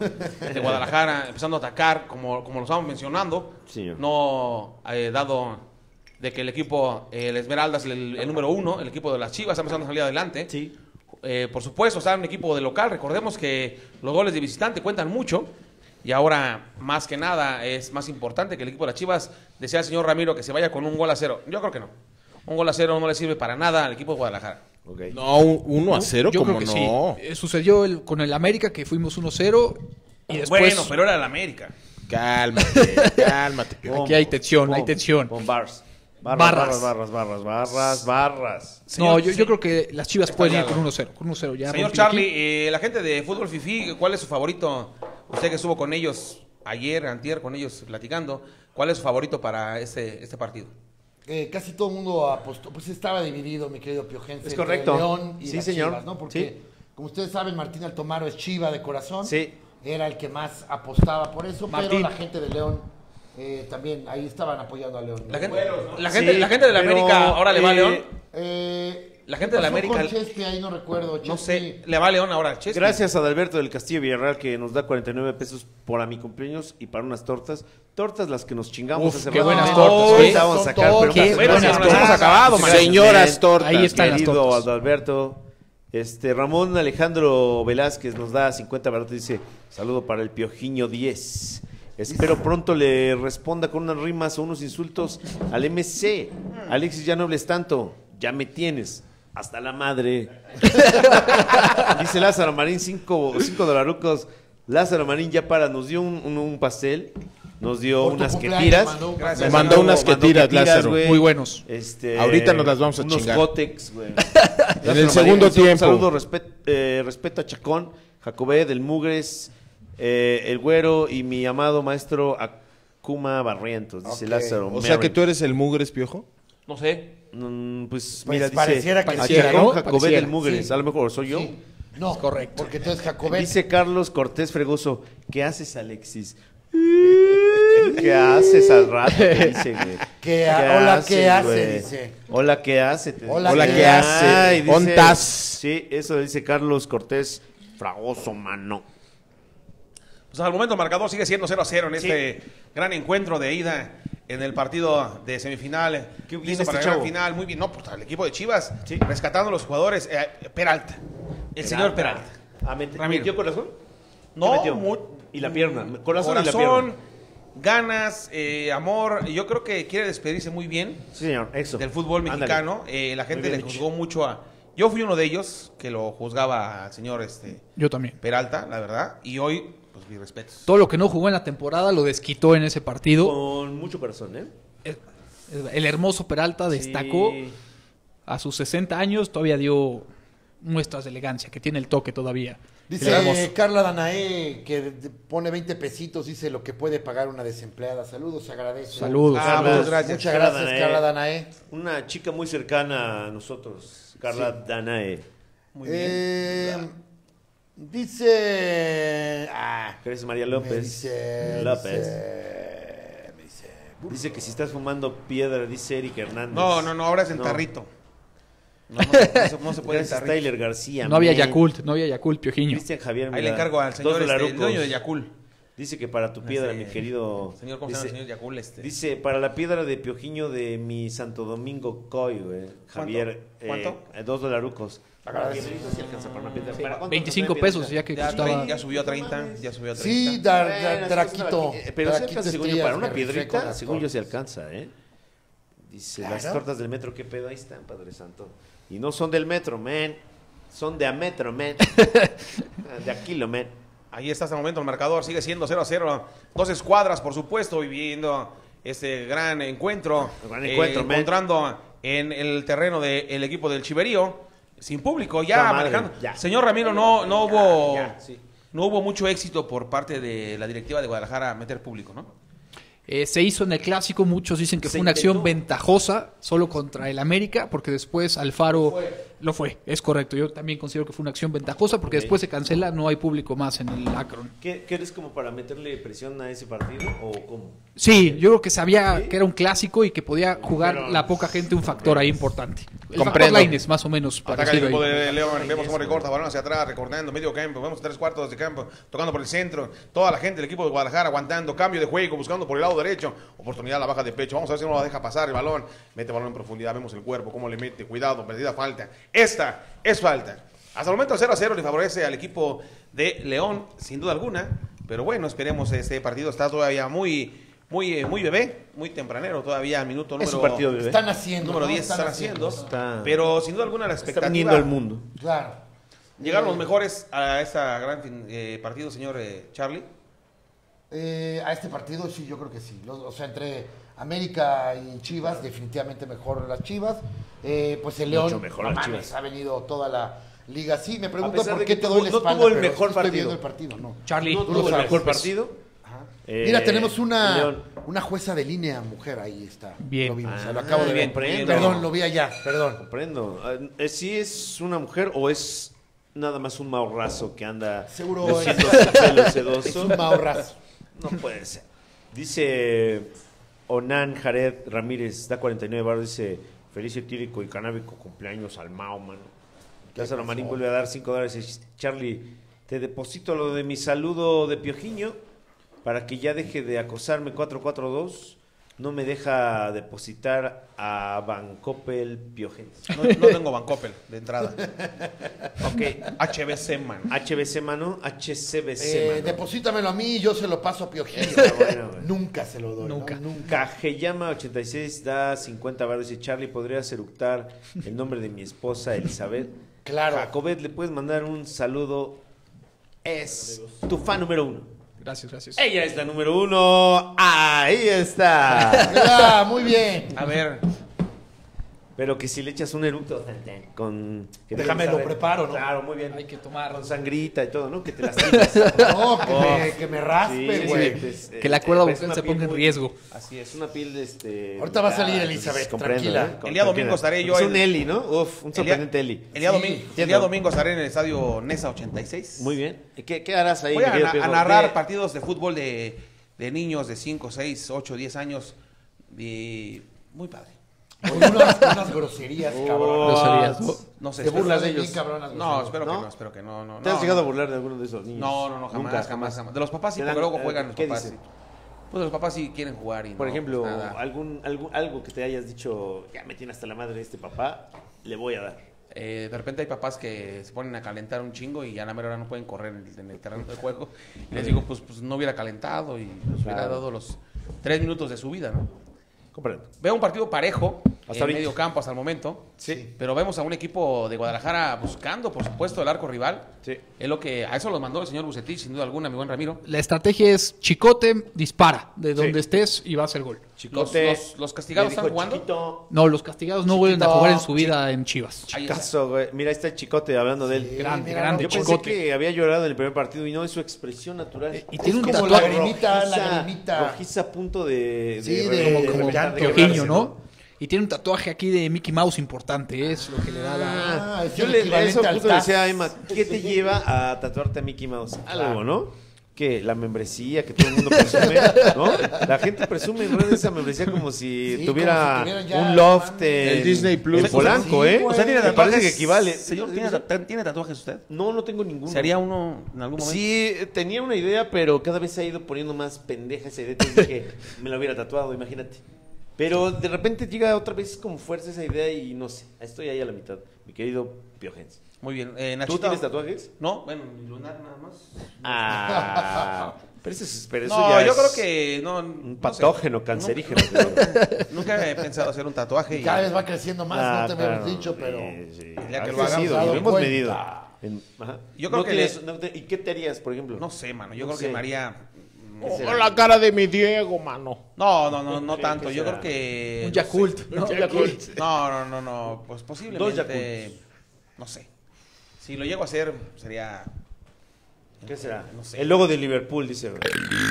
F: de Guadalajara empezando a atacar, como, como lo estábamos mencionando.
A: Señor.
F: No, eh, dado de que el equipo, eh, el Esmeralda es el, el número uno, el equipo de las Chivas está empezando a salir adelante.
A: Sí.
F: Eh, por supuesto, está un equipo de local. Recordemos que los goles de visitante cuentan mucho. Y ahora, más que nada, es más importante que el equipo de las Chivas desea al señor Ramiro que se vaya con un gol a cero. Yo creo que no. Un gol a cero no le sirve para nada al equipo de Guadalajara.
A: Ok.
C: No, 1 a 0,
D: Yo
C: como
D: creo que
C: no.
D: sí. Eh, Sucedió el- con el América que fuimos 1-0 y después
F: Ah, bueno, pero era el América.
C: Cálmate, cálmate. Piojo.
D: Aquí hay tensión, hay tensión.
A: Con bars.
D: Barras.
A: Barras, barras, barras, barras, barras.
D: no,
F: Señor-
D: yo, yo creo que las Chivas
F: Está
D: pueden ir
F: ya,
D: con
F: güey.
D: 1-0. Con 1-0 ya. pues,
F: Señor
D: rompí
F: Charlie,
D: aquí.
F: eh, la gente de Fútbol Fifi, ¿cuál es su favorito? Usted que estuvo con ellos ayer, antier, con ellos platicando, ¿cuál es su favorito para este, este partido?
G: Eh, casi todo el mundo apostó, pues estaba dividido, mi querido Piojense.
A: Es
G: entre
A: correcto.
G: León y
A: Sí,
G: las
A: señor.
G: Chivas, ¿no? Porque,
A: Sí.
G: como ustedes saben, Martín Altomaro es chiva de corazón.
A: Sí.
G: Era el que más apostaba por eso,
D: Martín.
G: pero la gente de León eh, también, ahí estaban apoyando a León.
F: La
G: Eh,
F: gente, la
A: Sí,
F: gente, la gente de la
A: pero,
F: América ahora le va a
A: eh,
F: León.
G: eh,
F: La gente de la
G: ¿qué pasó
F: América-
G: Con Chespe, ahí no recuerdo.
F: No sé,
G: Chespe,
F: le va a León ahora al Chespi.
A: Gracias a Adalberto del Castillo Villarreal que nos da 49 pesos por a mi cumpleaños y para unas tortas. Tortas las que nos chingamos
D: Uf,
A: hace
D: qué
A: rato.
D: buenas
A: No,
D: tortas,
A: ahorita
D: ¿eh?
A: vamos a
G: Son
A: sacar, pero
G: tortas,
A: unas
F: Bueno,
A: buenas
F: si no las hemos
A: tortas.
F: acabado, man.
C: Señoras tortas.
D: Ahí está. están las
A: Querido
D: tortas.
A: Adalberto. Este, Ramón Alejandro Velázquez nos da 50 baratos y dice, saludo para el Piojiño 10. Espero pronto le responda con unas rimas o unos insultos al MC. Alexis, ya no hables tanto, ya me tienes. Hasta la madre. Dice Lázaro Marín, 5 dolarucos. Lázaro Marín ya para, nos dio un, un- un pastel, nos dio
G: por tu
A: unas que
G: cumpleaños,
A: tiras.
G: Manu.
F: Gracias.
C: Me mandó unas que tiras, Lázaro.
A: güey.
D: Muy buenos.
A: Este,
C: Ahorita nos las vamos a
A: unos
C: chingar.
A: cótex, güey.
C: En el segundo
A: Un saludo,
C: tiempo.
A: Un saludo, respet- eh, respeto a Chacón, Jacobé del Mugres, eh, el Güero y mi amado maestro Akuma Barrientos, dice
G: Ok.
A: Lázaro.
C: O sea que
A: Merritt.
C: tú eres el mugres piojo.
F: No sé.
A: Mm, pues,
G: Pues
A: mira, dice.
G: pareciera que
A: a
G: sí,
A: Chacón,
D: ¿no?
A: Jacobé
D: Pareciera.
A: del Mugres.
G: Sí.
A: A lo mejor soy yo.
G: Sí. No,
D: correcto.
G: Porque tú eres Jacobet.
A: Dice Carlos Cortés Fregoso, ¿qué haces, Alexis? ¿Qué haces al rato? Te Dice, güey.
G: ¿Qué ha- hola, ¿qué hace?
A: güey?
G: Dice.
A: Hola, ¿qué hace? Te
G: Hola,
A: dice.
G: ¿qué
A: Ay,
C: hace?
A: dice-
C: ¿Ontas?
A: Sí, eso dice Carlos Cortés Fragoso, mano.
F: Pues al momento el marcador sigue siendo 0 a 0 en
A: Sí.
F: este gran encuentro de ida en el partido de semifinal.
A: Qué bien
F: Listo
A: este
F: para la gran
A: chavo.
F: final, muy bien. No, pues el equipo de Chivas
A: Sí.
F: rescatando a los jugadores. eh, Peralta, el señor Peralta.
A: Ah, met-
F: Ramiro.
A: ¿Metió corazón? ¿Qué
F: No,
A: metió?
F: mu-
A: y la pierna. Corazón,
F: Corazón,
A: y la pierna.
F: ganas, eh, amor. Yo creo que quiere despedirse muy bien
A: Sí, señor, eso.
F: del fútbol
A: Ándale.
F: mexicano. Eh, la gente
A: Muy bien
F: le
A: dicho.
F: juzgó mucho a. Yo fui uno de ellos que lo juzgaba al señor este,
D: Yo también.
F: Peralta, la verdad. Y hoy, pues mis respetos.
D: Todo lo que no jugó en la temporada lo desquitó en ese partido.
A: Con mucho corazón, ¿eh?
D: El, el hermoso Peralta destacó
A: Sí.
D: a sus 60 años, todavía dio muestras de elegancia, que tiene el toque todavía.
G: Dice
D: El hermoso.
G: Carla Danae que de- de- pone 20 pesitos, dice lo que puede pagar una desempleada. Saludos, agradezco.
D: Saludos.
F: Ah,
A: Carla,
F: muchas gracias.
G: Muchas
A: Carla
G: gracias,
A: Danae.
G: Carla Danae.
A: Una chica muy cercana a nosotros, Carla Danae.
F: Muy bien.
G: Eh, dice. Ah,
A: Gracias, María
G: me
A: López.
G: dice.
A: López.
G: dice- me dice,
A: Dice que si estás fumando piedra, dice Eric Hernández.
F: No, no, no, ahora es en
A: No.
F: tarrito. No, no, se- no se- no se puede en
A: Gracias,
F: tarrito.
A: Tyler García.
D: No había
A: man.
D: Yakult, no había Yakult, Piojiño.
A: Cristian Javier.
F: Ahí
A: mira,
F: le encargo al
A: dos
F: señor, este, el
A: dolarucos.
F: dueño de Yakul.
A: Dice que para tu piedra, mi querido.
F: Señor, ¿cómo se
A: dice,
F: llama el señor Yakul? Este?
A: dice, para la piedra de Piojiño de mi Santo Domingo Coy, güey. Javier. eh,
F: ¿Cuánto?
A: eh, dos dolarucos. Ah,
G: Agradezco.
A: Porque si alcanza para una piedra. ¿Para cuánto
D: 25
A: nos da de
D: pesos,
A: piedra?
D: ya que
F: ya,
D: costaba.
F: trein- ya subió a 30, ya subió a 30.
G: Sí,
A: Bueno,
G: dar, dar-
A: sí,
G: Draquito.
A: es una- Pero sí
G: Draquito
A: alcanza, según yo,
G: Estrellas,
A: para una
G: me rifé con
A: piedrita,
G: las
A: según yo, se
G: tortas.
A: alcanza, ¿eh? Dice, las
G: Claro.
A: tortas del metro, ¿qué pedo? Ahí están, Padre Santo. Y no son del metro, man. Son de a metro, man. de a kilo, man.
F: Ahí está hasta el momento el marcador, sigue siendo 0 a 0. Dos escuadras, por supuesto, viviendo este gran encuentro. eh,
A: Gran encuentro, man.
F: encontrando en el terreno del equipo del Chiverío, sin público, ya
A: Esta madre,
F: manejando.
A: ya.
F: Señor Ramiro, no, no hubo.
A: Ya, ya, sí.
F: No hubo mucho éxito por parte de la directiva de Guadalajara meter público, ¿no?
D: Eh, se hizo en el clásico, muchos dicen que
A: Se
D: fue una acción
A: intentó.
D: ventajosa solo contra el América, porque después Alfaro lo fue, es correcto. Yo también considero que fue una acción ventajosa, porque
A: Ok.
D: después se cancela, no hay público más en el Akron.
A: ¿Qué, qué eres como para meterle presión a ese partido? ¿O cómo?
D: Sí, yo creo que sabía que era un clásico y que podía jugar
A: Pero-
D: la poca gente un factor ahí importante. El factor
H: Comprendo.
D: Lainez, más o menos.
F: Ataca el
D: parecido
F: equipo
D: ahí.
F: de León, vemos cómo recorta, balón hacia atrás, recortando medio campo, vemos tres cuartos de campo, tocando por el centro, toda la gente del equipo de Guadalajara aguantando, cambio de juego, buscando por el lado derecho, oportunidad la baja de pecho, vamos a ver si no la deja pasar el balón, mete balón en profundidad, vemos el cuerpo, cómo le mete, cuidado, perdida falta, esta es falta. Hasta el momento 0 a 0 le favorece al equipo de León, sin duda alguna, pero bueno, esperemos este partido, está todavía muy, muy, eh, muy bebé, muy tempranero, todavía minuto
A: Es
F: número...
A: un partido, bebé.
G: Están haciendo.
F: Número
G: ¿no?
F: 10 están haciendo,
A: Está-
F: pero sin duda alguna la
A: Está
F: expectativa
A: uniendo al mundo.
G: Claro.
F: Llegaron los
G: Eh,
F: mejores a este gran fin- eh, partido, señor eh, Charlie.
G: Eh, a este partido sí, yo creo que sí. Los- o sea, entre América y Chivas, definitivamente mejor las Chivas. Eh, pues el León
A: Mucho mejor
G: no
A: las
G: mames,
A: Chivas.
G: ha venido toda la liga. Sí, me
A: A
G: pregunto
A: pesar
G: por
A: de
G: qué
A: que
G: te
A: tuvo-
G: doy la
A: no
G: espalda.
A: tuvo el
G: pero
A: mejor
G: sí estoy viendo
A: partido.
G: el partido, no.
D: Charlie,
A: No
G: tú
A: tuvo
G: lo
A: el
G: sabes.
A: mejor partido. Eh,
G: Mira, tenemos una,
A: León.
G: una jueza de línea mujer ahí está.
D: Bien.
G: Lo vimos,
A: Ah,
G: lo acabo de
A: bien,
G: ver.
A: bien.
G: Perdón, lo vi allá, perdón.
A: Comprendo. Ah, eh, ¿Sí es una mujer o es nada más un mahorrazo que anda
G: Seguro
A: de
G: es-
A: siendo celoso, sedoso?
G: Es un mahorrazo.
A: No puede ser. Dice Onan Jared Ramírez, da 49 baros, dice feliz etílico y canábico cumpleaños al Mao, mano. Lázaro Marín vuelve a dar 5 dólares. Dice, Charlie, te deposito lo de mi saludo de Piojiño para que ya deje de acosarme 442. No me deja depositar a Bancopel Piojense.
F: No, no tengo Bancoppel de entrada.
A: Ok.
F: HBC, man.
A: HBC, mano. HCBC,
G: Eh,
A: mano.
G: deposítamelo a mí y yo se lo paso a Piojillo.
A: Está bueno, güey.
G: Nunca se lo doy. ¿no?
D: Nunca.
A: Cajeyama86 da 50 baros. Dice Charlie, ¿podrías eructar el nombre de mi esposa Elizabeth?
G: Claro.
A: Jacobet, le puedes mandar un saludo. Es tu fan número uno.
D: Gracias, gracias.
A: Ella es la número uno. Ahí está.
G: Ah, muy bien.
F: A ver,
A: Pero que si le echas un eructo tan, tan, con... que te
G: Déjame,
A: dejes
G: lo
A: saber.
G: preparo, ¿no?
A: Claro, muy bien.
D: Hay que tomar.
A: Con sangrita y todo, ¿no? Que te lastimas.
G: No, que, me, que me raspe,
A: Oh. Sí,
G: güey.
A: sí, es-
D: Que la cuerda
A: es Pues, este, una
D: vocal se
A: piel
D: ponga en
A: muy-
D: riesgo.
A: Así es, una piel de este.
G: Ahorita va a
A: delicada,
G: salir Elizabeth,
A: entonces, comprendo,
G: tranquila.
A: ¿eh?
F: El día domingo estaré yo
A: Es
F: en-
A: un Eli, ¿no? Uf, un
F: el día,
A: sorprendente Eli.
F: el día
G: Sí,
F: domingo, el
A: entiendo.
F: día domingo estaré en el estadio Nesa 86.
A: Muy bien. ¿Y ¿Qué, qué harás ahí?
F: Voy
A: mi
F: a,
A: querido
F: na-
A: Pedro?
F: a narrar
A: Ve-
F: partidos de fútbol de, de niños de 5, 6, 8, 10 años. Y muy padre.
G: Con unas, unas groserías,
A: Oh.
G: cabrón.
D: Groserías, ¿no?
F: No sé,
G: Te
F: espero-
G: burlas de
F: ellos.
G: mí, cabronas,
F: No,
G: groseros.
F: espero que
A: ¿No?
F: no, espero que no. no
A: ¿Te
F: no,
A: has llegado a
F: no.
A: burlar de alguno de esos niños?
F: No, no, no, jamás,
A: Pues, Nunca,
F: jamás, jamás. De los papás sí,
A: Te
F: porque
A: dan-
F: luego
A: eh,
F: juegan los
A: ¿qué
F: papás.
A: dice?
F: sí. Pues los papás sí quieren jugar y
A: Por
F: no,
A: ejemplo,
F: pues nada.
A: algún, algún- algo que te hayas dicho, ya me tiene hasta la madre este papá, le voy a dar.
F: Eh, de repente hay papás que se ponen a calentar un chingo y a la mera hora no pueden correr en el, en el terreno de juego. Y les digo, pues, pues no hubiera calentado y les hubiera
A: Claro.
F: dado los tres minutos de su vida, ¿no?
A: Comprendo.
F: Veo un partido parejo en
A: ahorita.
F: medio campo hasta el momento.
A: Sí.
F: Pero vemos a un equipo de Guadalajara buscando, por supuesto, el arco rival.
A: Sí.
F: Es lo que a eso los mandó el señor Bucetich, sin duda alguna, mi buen Ramiro.
D: La estrategia es chicote, dispara de donde
A: Sí.
D: estés y vas al gol.
F: Los,
A: Chicote,
F: los- los castigados
A: le
F: están
A: dijo,
F: jugando.
A: "Chiquito,
D: No, los castigados no vuelven a jugar en su vida en Chivas.
F: Ahí está.
A: Caso, güey. Mira, ahí está el chicote hablando de él.
D: grande,
G: mira,
D: grande,
A: Yo pensé
D: chicote.
A: que había llorado en el primer partido y no es su expresión natural.
D: Y tiene un
G: como
D: tatuaje
G: la lagrimita,
A: rojiza,
G: lagrimita.
A: rojiza a punto de.
G: Sí, de-
A: reventar,
G: como llanto,
A: quebrarse,
D: Jorginho, ¿no? Y tiene un tatuaje aquí de Mickey Mouse importante, es lo que le da la...
G: Ah, es
A: Yo
G: el
A: le a
G: equivalente
A: eso
G: al
A: justo le
G: Taz.
A: decía a Emma, ¿qué te lleva a tatuarte a Mickey Mouse? Algo, ¿no? Que la membresía que todo el mundo presume, ¿no? La gente presume en redes esa membresía como si
G: Sí,
A: tuviera
G: como si tuvieran ya-
A: un loft en,
C: El Disney Plus.
A: en Polanco,
G: Sí,
A: ¿eh?
G: güey.
A: Me
F: Pues,
A: parece que equivale.
F: Señor, ¿tiene, ta- tiene tatuajes usted?
A: No, no tengo ninguno.
F: ¿Se haría uno en algún momento?
A: Sí, eh, tenía una idea, pero cada vez se ha ido poniendo más pendeja esa idea. Entonces dije, me la hubiera tatuado, imagínate. Pero de repente llega otra vez con fuerza esa idea y no sé, estoy ahí a la mitad, mi querido Piojense.
F: Muy bien. Eh,
A: ¿Tú
F: Nachito.
A: tienes tatuajes?
F: No, bueno, mi lunar nada más.
A: Ah, pero eso, es- pero eso
F: No,
A: ya
F: yo
A: es
F: creo que no.
A: un
F: no sé.
A: patógeno cancerígeno. creo.
F: Nunca he pensado hacer un tatuaje. y-
G: Cada vez va creciendo más,
A: Ah,
G: no te habíamos
A: claro.
G: dicho, pero.
A: Sí, sí.
F: Ya que
A: Ha
F: lo hagamos,
A: crecido,
G: dado
A: lo hemos
G: cuenta.
A: medido. En- ajá.
F: Yo creo
A: No
F: que
A: tienes-
F: les-
A: no te- ¿Y qué te harías, por ejemplo?
F: No sé, Oh, mano. Yo
A: No
F: creo que
A: sé.
F: María.
A: ¿Qué será?
C: la cara de mi Diego, mano.
F: No, no, no, no tanto.
A: ¿Qué
F: Yo
A: será?
F: creo que.
D: Un
F: no
D: Yakult,
F: sé.
D: ¿no?
F: Un Yakult. No, no, no, no. Pues posiblemente. No sé. Si lo llego a hacer, sería.
A: ¿Qué será?
F: No sé.
A: El logo de Liverpool, dice.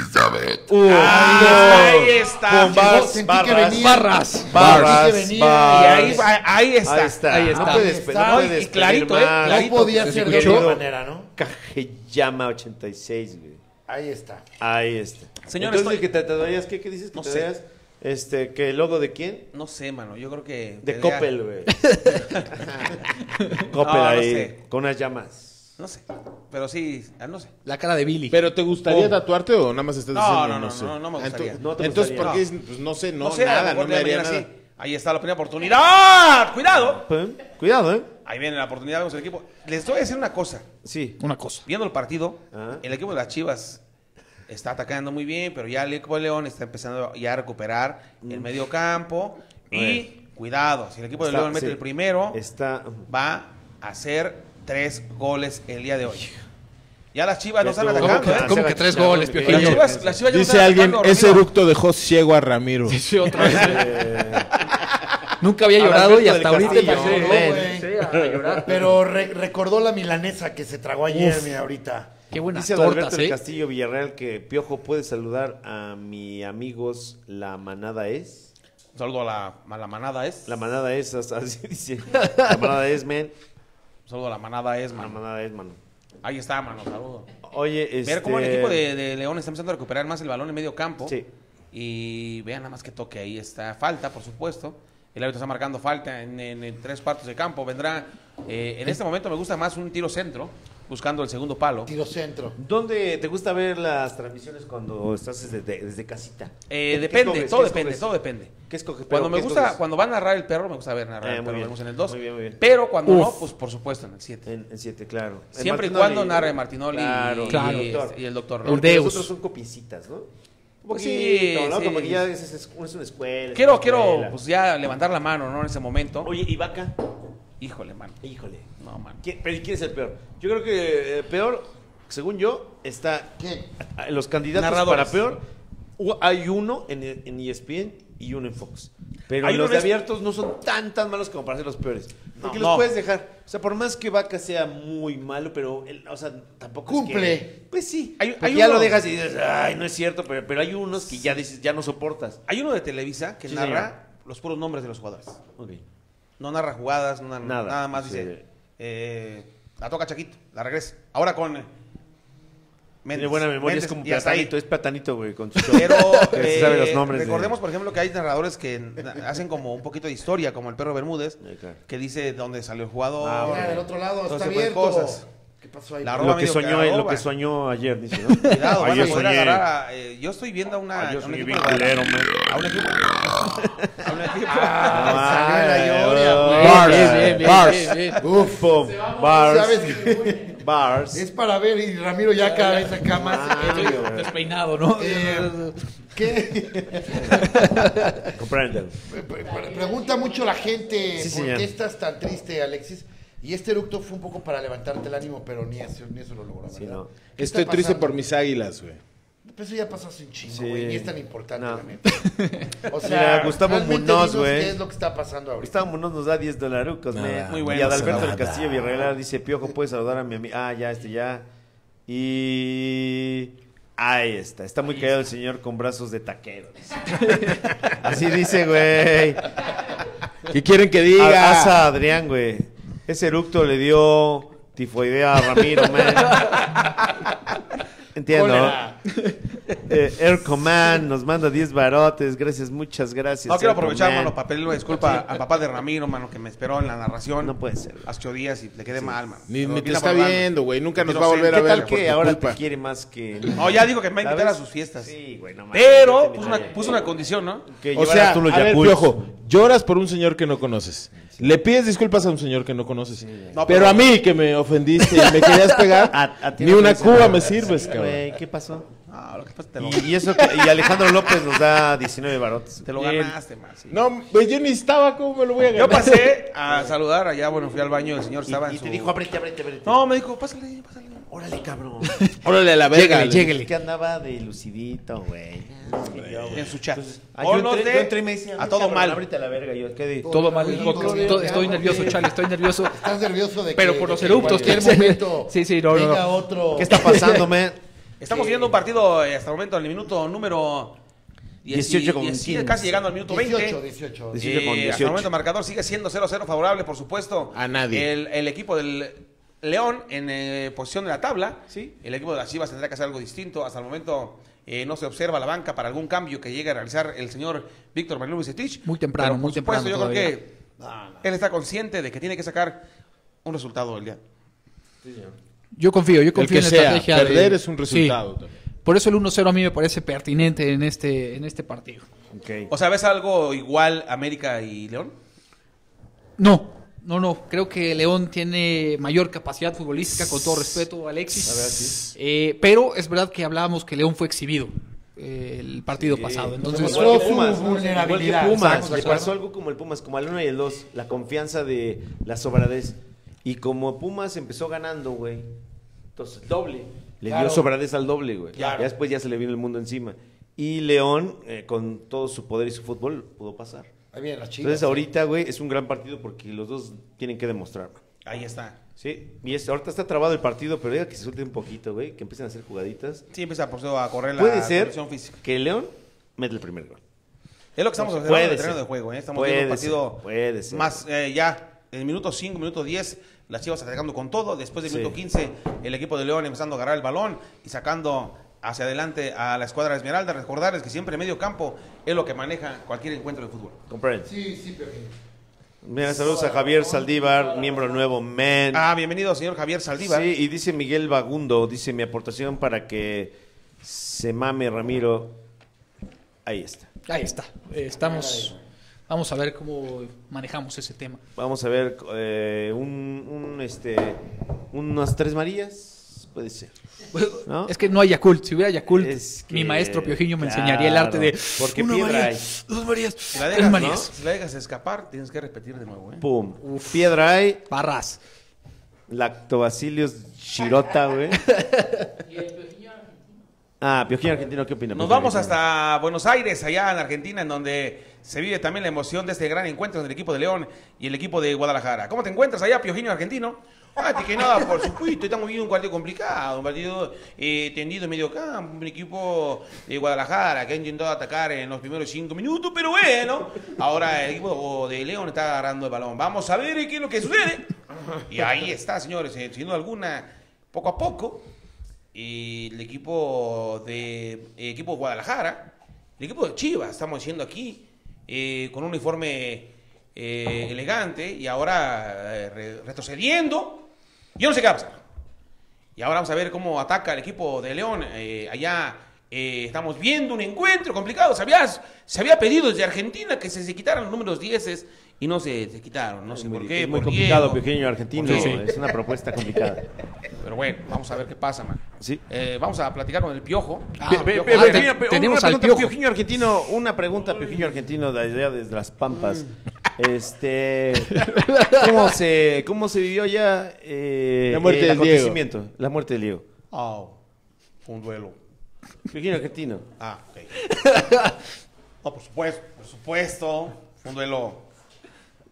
A: Elizabeth.
F: Ah, Ahí está.
A: Con Bars,
G: Sentí que
A: barras,
G: venía.
D: Barras.
A: barras,
G: Sentí que venía
F: Y
A: barras.
F: ahí, ahí está.
A: Ah, Ahí está.
D: Ahí
A: No
D: está.
A: puedes,
G: Ahí
A: pe-
G: está.
A: no puedes
F: Y clarito,
A: pedir
F: ¿eh?
A: más.
G: No
F: Clarito.
G: podía
D: ¿Se
G: ser de
D: escuchó?
G: otra manera, ¿no?
A: Cajellama 86, güey.
G: Ahí está.
A: Ahí está.
F: Señor,
A: Entonces,
F: estoy-
A: que te tatuarías, ¿qué, qué dices que
F: No
A: te
F: sé.
A: harías? Este, ¿que el logo de quién?
F: No sé, mano. Yo creo que.
A: De
F: tendría-
A: Coppel, güey. Coppel
F: No, no
A: ahí,
F: sé.
A: con unas llamas.
F: No sé. Pero sí, ah, no sé.
D: La cara de Billy.
C: ¿Pero te gustaría
A: Oh.
C: tatuarte o nada más estás
F: No,
C: diciendo
F: no, no,
C: sé?
F: no, no me gustaría.
C: Entonces,
A: No te
C: entonces, ¿por qué
F: gustaría.
C: dices, pues, no sé, no,
F: No, sé,
C: nada,
F: a lo
C: no
F: mejor
C: me
F: de
C: haría
F: mañana
C: nada?
F: sí. Ahí está la primera oportunidad. ¡Cuidado!
A: Pum. Cuidado, ¿eh?
F: Ahí viene la oportunidad vemos el equipo. Les voy a decir una cosa.
A: Sí.
D: Una cosa.
F: Viendo el partido,
A: Ah.
F: el equipo de las Chivas está atacando muy bien, pero ya el equipo de León está empezando ya a recuperar el medio campo. Y cuidado, si el equipo de
A: Está-
F: León mete
A: sí.
F: el primero,
A: Está.
F: va a hacer tres goles el día de hoy. Ya las Chivas no están
A: Estuvo-
F: atacando.
D: ¿Cómo que-
F: ¿eh?
D: cómo que tres goles,
F: Las
D: Piojiño?
F: Chivas, las Chivas ya no
C: Dice
F: están
C: alguien,
F: atacando,
C: ese
F: Ramiro.
C: eructo dejó ciego a Ramiro.
D: Sí, otra vez.
A: Eh,
D: Nunca había
A: Al
D: llorado y
A: Alberto
D: hasta
A: del
D: ahorita
A: Castillo,
D: pasé.
A: ¿no,
D: Ven.
G: güey?
D: Sí, a llorar.
G: Pero re- recordó la milanesa que se tragó ayer, mira, ahorita.
D: Qué buenas
A: Dice Alberto
D: tortas,
A: del
D: ¿eh?
A: Castillo Villarreal que Piojo puede saludar a mi amigos La Manada Es.
F: Saludo a la, a la manada, ¿es?
A: La Manada Es, hasta así dice. La Manada Es, men.
F: Saludo a la manada, ¿es,
A: La
F: mano?
A: Manada Es, mano.
F: Ahí está, mano, saludo.
A: Oye, este...
F: Ver cómo el equipo de, de León está empezando a recuperar más el balón en medio campo.
A: Sí.
F: Y vean nada más que toque ahí está falta, por supuesto. El árbitro está marcando falta en, en- en tres cuartos de campo. Vendrá. eh, en este momento me gusta más un tiro centro, buscando el segundo palo. Eh,
G: Tiro centro.
A: ¿Dónde te gusta ver las transmisiones cuando estás desde, desde casita? ¿Qué-
F: Eh,
A: qué
F: depende,
A: escoges?
F: todo
A: ¿Qué
F: depende,
A: escoges?
F: todo depende.
A: ¿Qué escoges? Pero,
F: Cuando me
A: ¿qué
F: gusta,
A: escoges?
F: cuando va a narrar el perro, me gusta ver narrar
A: Eh,
F: el
A: muy
F: perro,
A: bien.
F: vemos en el 2.
A: Muy bien, muy bien.
F: Pero cuando no, pues por supuesto en el 7.
A: En, en siete, claro. El
F: Siempre y
A: Martinoli.
F: cuando narre Martinoli
A: Claro,
F: y,
D: Claro.
F: y- y el doctor
D: El
F: Raúl.
A: Porque los
D: Deus.
A: otros son copiecitas, ¿no? Un
F: Pues sí,
A: poquito, ¿no?
F: sí.
A: Como que ya es, es- es una escuela. es
F: Quiero,
A: una
F: quiero
A: escuela.
F: pues ya levantar la mano, ¿no? En ese momento.
A: Oye, ¿y Vaca?
F: Híjole, mano.
A: Híjole.
F: No, mano.
A: ¿Quién- pero ¿quién es el peor? Yo creo que eh, peor, según yo, está
G: ¿Qué?
A: a- los candidatos
F: Narradores.
A: para peor. u- Hay uno en, en E ESPN y uno en Fox. Pero
F: Hay
A: los
F: uno
A: de
F: en E es-
A: abiertos no son tan tan malos como para ser los peores. Porque
F: No,
A: los
F: no.
A: puedes dejar. O sea, por más que Vaca sea muy malo, pero él, o sea, tampoco es
G: Cumple.
A: que- pues sí.
F: Hay-
A: Porque
F: hay
A: ya
F: uno-
A: lo dejas y dices, ay, no es cierto, pero, pero hay unos que ya dices, ya no soportas.
F: Hay uno de Televisa que
A: Sí,
F: narra
A: señor.
F: los puros nombres de los jugadores. No narra jugadas, no narra- nada,
A: Nada,
F: más
A: sí.
F: dice. eh, la toca Chaquito, la regresa. Ahora con. eh,
A: Tiene buena memoria,
F: Méndez,
A: es como
F: y hasta ahí.
A: platanito, es platanito, güey, con chichón.
F: Pero
A: Que
F: eh,
A: se sabe los nombres de-
F: recordemos, por ejemplo, que hay narradores que na- hacen como un poquito de historia, como el perro Bermúdez,
A: Eh, claro.
F: que dice dónde salió el jugador.
A: Ah,
G: Mira, del otro lado,
F: Todo
G: está
F: ese tipo de
G: abierto.
F: cosas.
G: ¿Qué pasó ahí?
F: La
A: Lo
F: arroba
A: que
F: medio
A: soñó,
F: que
A: eh, lo
F: arroba.
A: que soñó ayer, dice, ¿no?
F: Cuidado, van a
A: ayer
F: poder
A: soñé.
F: agarrar a, eh, yo estoy viendo a una.
A: Ayer
F: a un
A: soñé
F: equipo
A: bien
F: de Guadalajara.
A: culero, man.
F: A un equipo. A un equipo.
A: Ah,
F: Ah.
G: salió en la
A: Ay,
G: lloria,
A: oh,
G: güey.
A: Bars,
D: Bien, bien, bien,
A: bars.
D: bien, bien.
A: Uf, pum,
G: ¿Sabes
A: bars,
G: qué? Es
A: bars.
G: para ver, y Ramiro ya cada vez acá más.
A: Ah,
G: serio.
A: güey.
D: Despeinado, ¿no?
G: Eh, ¿Qué?
A: Comprendo.
G: Pre- pre- Pregunta mucho la gente
A: Sí,
G: por
A: señor.
G: qué estás tan triste, Alexis. Y este eructo fue un poco para levantarte el ánimo, pero ni eso, ni eso lo logró.
A: Sí,
G: ¿verdad?
A: no.
G: ¿Qué
C: Estoy
G: está
C: triste
G: pasando?
C: por mis águilas, güey.
G: Pero eso ya pasó hace un chingo,
A: Sí.
G: güey. Ni es tan importante,
A: No.
G: la neta. O
A: Mira, Gustavo
G: realmente
A: Muñoz,
G: dinos
A: güey.
G: ¿Qué es lo que está pasando ahorita?
A: Gustavo Munoz nos da 10 dolarucos,
C: Nada,
A: man.
F: Muy
A: Y
F: bueno,
A: Adalberto del
C: nada.
A: Castillo Villarreal dice, Piojo, ¿puedes saludar a mi amigo? Ah, ya, este ya. Y... Ahí está. Está muy callado el señor con brazos de taquero. dice. Así dice, güey.
C: ¿Qué quieren que
A: A- Asa Adrián, güey. Ese eructo le dio tifoidea a Ramiro, man. Entiendo.
G: Cólera.
A: Eh, Air Command nos manda 10 barotes. Gracias, muchas gracias.
F: No quiero
A: Air
F: aprovechar,
A: Command.
F: mano, para pedirle una disculpa al papá de Ramiro, mano, que me esperó en la narración.
A: No puede ser.
F: Hace ocho días y le quedé mal, mano.
C: Ni,
F: Pero
C: ni
F: aquí
C: te
F: la
C: está
F: verdad,
C: viendo, güey. Nunca nos
F: Yo
C: va a
F: sé,
C: volver a
A: ¿Qué
C: ver. pues.
A: tal
C: por
A: que
C: tu
A: ahora
C: culpa.
A: te quiere más que...
F: No, ya dijo que me va a invitar
A: ¿Sabes?
F: a sus fiestas.
A: Sí, güey, no mames.
F: Pero
A: Que
F: puso
A: me
F: una,
A: vaya.
F: puso una condición, ¿no?
A: Que
C: O
A: llevaras
C: sea,
A: tú los
C: a ver,
A: Yakults.
C: Piojo, lloras por un señor que no conoces. Le pides disculpas a un señor que no conoces.
F: No,
C: pero,
F: pero-
C: a mí, que me ofendiste y me querías pegar,
A: A- a ti
C: ni
A: no
C: una
A: te
C: cuba
A: dicen
C: me
A: nada.
C: sirves,
A: Sí,
C: cabrón.
A: Güey, ¿qué pasó?
F: No, lo que pasa es que te lo,
A: Y, y eso que- y Alejandro López nos da 19 barotes.
F: te lo
D: Bien.
F: ganaste, man. sí.
C: No, güey, yo ni estaba, ¿cómo me lo voy a ganar?
F: Yo pasé a saludar allá, bueno, fui al baño, el señor estaba en
A: Y, y
F: su...
A: te dijo, ábrete, ábrete, ábrete.
F: No, me dijo, pásale, pásale.
A: Órale, cabrón.
C: Órale a la
D: Lléguele,
C: verga. le-
D: lléguele.
A: que andaba de lucidito, güey.
F: En su chat.
A: Ah,
F: O
A: yo
F: los
A: entré,
F: de-
A: yo entré y me dice,
F: a
A: "Ábrete,
F: todo
A: cabrón,
F: mal.
A: Ábrete a la verga. Yo, ¿qué di?
D: Todo mal.
G: Oye,
D: Estoy-
G: todo bien,
D: estoy- estoy
G: ya,
D: nervioso,
G: porque-
D: Chale, estoy nervioso.
G: Estás nervioso de que.
D: Pero por los
G: de que
D: eructos,
G: en
D: tiene-
G: cualquier momento
D: Sí, sí, no, no,
G: venga
D: no.
G: otro.
A: ¿Qué está pasando, man?
F: Estamos viendo un partido eh, hasta el momento, en el minuto número...
A: 18 con 15.
F: Casi llegando al minuto 20.
G: 18, 18.
A: Dice-
F: Eh,
A: 17 con
F: Hasta el
A: 18.
F: momento el marcador sigue siendo 0-0 favorable, por supuesto.
C: A nadie.
F: El, el equipo del León en eh, posición de la tabla. El equipo de las Chivas tendrá que hacer algo distinto. Hasta el momento eh, no se observa la banca para algún cambio que llegue a realizar el señor Víctor Manuel Bucetich.
D: Muy temprano,
F: Pero, por
D: muy
F: supuesto,
D: temprano
F: Yo creo
D: todavía.
F: que él está consciente de que tiene que sacar un resultado el día.
D: Yo confío, yo
C: El
D: confío
C: que
D: en la
C: sea,
D: estrategia. de-
C: perder es un
D: Sí.
C: resultado. también.
D: Por eso el 1-0 a mí me parece pertinente en este, en este partido.
A: Ok.
F: O sea, ¿ves algo igual América y León?
D: No, no, no. Creo que León tiene mayor capacidad futbolística, con todo respeto, Alexis. Eh, pero es verdad que hablábamos que León fue exhibido eh, el partido pasado. Entonces,
G: Mostró
A: Igual
G: su
A: que Pumas, ¿no?
G: vulnerabilidad.
A: Igual que Pumas,
G: Estamos de
A: le
G: acuerdo.
A: pasó algo como el Pumas, como al 1 y el 2, la confianza de la sobradez. Y como Pumas empezó ganando, güey, entonces doble. Le
G: Claro.
A: dio sobradez al doble, güey.
F: Claro.
A: Ya después ya se le vino el mundo encima. Y León, eh, con todo su poder y su fútbol, pudo pasar.
G: Ahí vienen las chicas.
A: Entonces ahorita, güey, es un gran partido porque los dos tienen que demostrar, man.
F: Ahí está.
A: Sí, y es- ahorita está trabado el partido, pero diga que se suelte un poquito, güey, que empiecen a hacer jugaditas.
F: Sí, empieza por eso a correr la
A: Puede ser
F: condición física.
A: que León meta el primer gol.
F: Es lo que estamos observando
A: Puede
F: en el terreno
A: ser.
F: de juego. ¿eh? Estamos
A: Puede
F: viendo un
A: ser,
F: partido
A: puede ser.
F: más eh, ya en el minuto 5, minuto 10. Las Chivas atacando con todo. Después del
A: Sí.
F: minuto 15, el equipo de León empezando a agarrar el balón y sacando hacia adelante a la escuadra Esmeralda. Recordarles que siempre medio campo es lo que maneja cualquier encuentro de fútbol.
A: Comprende.
G: Sí, sí, pero.
A: Mira, saludos a Javier Saldívar, miembro nuevo, man.
F: Ah, bienvenido, señor Javier Saldívar.
A: Sí, y dice Miguel Bagundo, dice mi aportación para que se mame Ramiro. Ahí está.
D: ahí está. Eh, estamos. Vamos a ver cómo manejamos ese tema.
A: Vamos a ver eh, un, un, este, unas tres Marías, puede ser. ¿No?
D: Es que no hay Yakult. Si hubiera Yakult,
A: Es que-
D: mi maestro Piojiño me
A: claro,
D: enseñaría el arte de.
A: porque
D: una
A: piedra
D: María,
A: hay.
D: dos Marías,
F: Si la
D: tres
F: dejas, ¿no?
D: Marías.
F: Si la dejas escapar, tienes que repetir de nuevo. ¿eh?
A: Pum. Piedra hay,
D: Barras.
A: lactobacillus chirota, güey. Ah, Piojín Argentino, ¿qué opina?
F: Nos
A: Piojín
F: vamos
A: Argentino?
F: hasta Buenos Aires, allá en Argentina, en donde se vive también la emoción de este gran encuentro entre el equipo de León y el equipo de Guadalajara. ¿Cómo te encuentras allá, Piojiño Argentino? Ah, que nada, por supuesto, estamos viviendo un partido complicado, un partido eh, tendido en medio campo, un equipo de Guadalajara que ha intentado atacar en los primeros cinco minutos, pero bueno, ahora el equipo de León está agarrando el balón. Vamos a ver qué es lo que sucede. Y ahí está, señores, eh, sin duda alguna, poco a poco eh, el equipo de eh, equipo de Guadalajara, el equipo de Chivas, estamos diciendo aquí, eh, con un uniforme eh, elegante y ahora eh, re- retrocediendo. Yo no sé qué va a pasar. Y ahora vamos a ver cómo ataca el equipo de León. Eh, allá eh, estamos viendo un encuentro complicado. Se había, se había pedido desde Argentina que se, se quitaran los números 10 y no se, se quitaron. No sé
A: es muy,
F: por qué.
A: es muy
F: por
A: complicado,
F: Diego.
A: pequeño argentino.
F: ¿Por qué?
A: Es una propuesta complicada.
F: Pero bueno, vamos a ver qué pasa, man.
A: Sí.
F: Eh, vamos a platicar con el piojo.
A: Pe- pe- pe-
D: Ah, te-
A: Piojo, una
D: tenemos al
A: pregunta,
D: Piojo.
A: Piojinho argentino, una pregunta, Piojinho argentino, de allá desde las Pampas. Este, ¿cómo se, cómo se vivió ya eh,
C: La muerte
A: el
C: del Diego.
A: acontecimiento? La muerte del Diego.
F: Oh, fue un duelo.
A: Piojinho argentino.
F: Ah, ok. no, por supuesto, por supuesto. Fue un duelo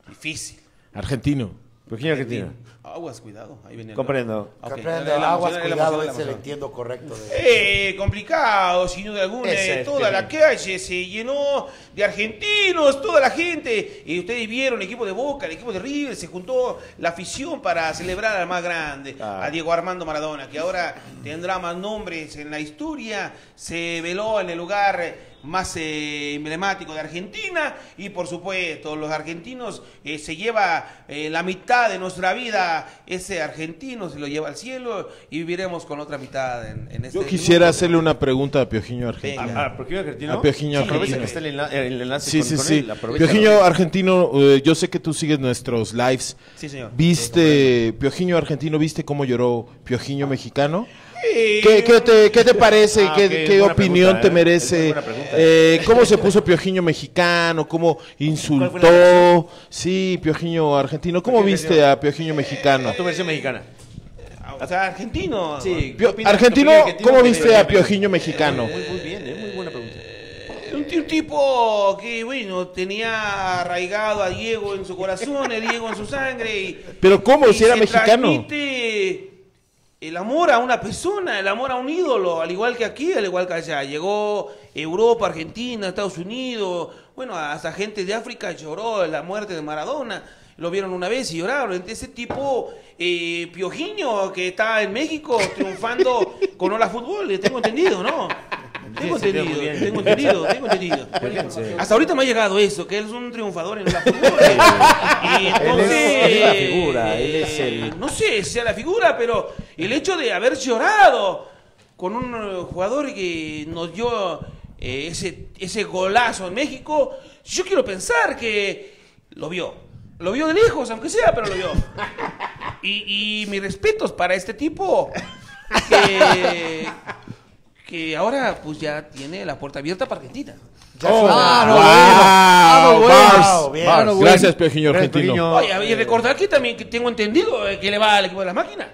F: difícil.
C: Argentino.
A: Piojinho argentino.
F: Aguas, cuidado. Ahí venía el-
A: Comprendo.
F: Ok,
G: Comprendo,
F: la- la emoción,
G: aguas,
F: la emoción,
G: cuidado,
F: la
G: ese le
F: emoción.
G: entiendo correcto. de-
F: Eh, complicado, sin duda alguna.
A: Ese
F: eh,
A: es
F: toda la
A: Piolín.
F: calle se llenó de argentinos, toda la gente. Y ustedes vieron el equipo de Boca, el equipo de River, se juntó la afición para celebrar al más grande,
A: Ah.
F: a Diego Armando Maradona, que ahora tendrá más nombres en la historia. Se veló en el lugar más eh, emblemático de Argentina y por supuesto los argentinos eh, se lleva eh, la mitad de nuestra vida ese argentino se lo lleva al cielo y viviremos con otra mitad en, en este
C: Yo quisiera
F: mundo.
C: hacerle una pregunta a Piojiño Argentino.
F: Venga.
A: ¿A, a Piojinho argentino?
C: A Piojinho
A: Sí, aprovecha
C: argentino.
A: que está el, enla- el enlace
C: Ah, Sí,
A: con,
C: sí,
A: con
C: sí.
A: él, aprovechalo.
C: Piojiño Argentino, eh, yo sé que tú sigues nuestros lives.
F: Sí, señor.
C: ¿Viste, Piojiño Argentino, viste cómo lloró Piojiño Mexicano?
F: Sí.
C: ¿Qué, qué te, qué te parece?
A: Ah,
C: ¿Qué,
A: ok,
C: qué
A: buena
C: opinión
A: pregunta,
C: te
A: ¿eh? Es
C: merece?
A: buena pregunta.
C: Eh, ¿Cómo se puso Piojiño Mexicano? ¿Cómo insultó?
A: reacción?
C: Sí, Piojiño Argentino. ¿Cómo
A: Piojiño
C: viste
A: Argentino.
C: a Piojiño Mexicano?
A: Tu versión mexicana.
F: O sea, argentino.
A: Sí.
C: Pio-
A: ¿Qué opinas?
C: argentino,
A: ¿Qué opinas?
C: ¿cómo
A: ¿Qué
C: viste
A: opinas?
C: a Piojiño Mexicano?
A: Muy, muy bien, eh, muy buena pregunta.
F: Un, ti- un tipo que, bueno, tenía arraigado a Diego en su corazón, a Diego en su sangre. Y,
C: Pero ¿cómo?
F: y
C: Si era
F: se
C: mexicano.
F: transmite El amor a una persona, el amor a un ídolo, al igual que aquí, al igual que allá. Llegó Europa, Argentina, Estados Unidos, bueno, hasta gente de África lloró la muerte de Maradona. Lo vieron una vez y lloraron. Ese tipo eh, Piojiño que está en México triunfando con Hola Fútbol, eh, tengo entendido, ¿no? Tengo
A: Sí, se vio
F: entendido,
A: muy bien.
F: tengo entendido, tengo entendido.
A: Fíjense.
F: Hasta ahorita me ha llegado eso, que él es un triunfador en Hola Fútbol. Y entonces,
A: él es la figura, él es
F: eh,
A: el-
F: no sé si sea la figura, pero el hecho de haber llorado con un eh, jugador que nos dio eh, ese, ese golazo en México, yo quiero pensar que lo vio. Lo vio de lejos, aunque sea, pero lo vio. Y, y mis respetos para este tipo que, que ahora pues ya tiene la puerta abierta para Argentina.
G: Ya suena-
C: Ah, no,
D: wow,
C: bueno. Ah, no,
D: bars,
C: bueno.
G: bien.
C: Bars.
D: Ah, no, bueno.
C: Gracias, Piojiño Argentino.
A: Piojiño,
F: Oye, y recordar que también que tengo entendido eh, que le va al equipo de la máquina.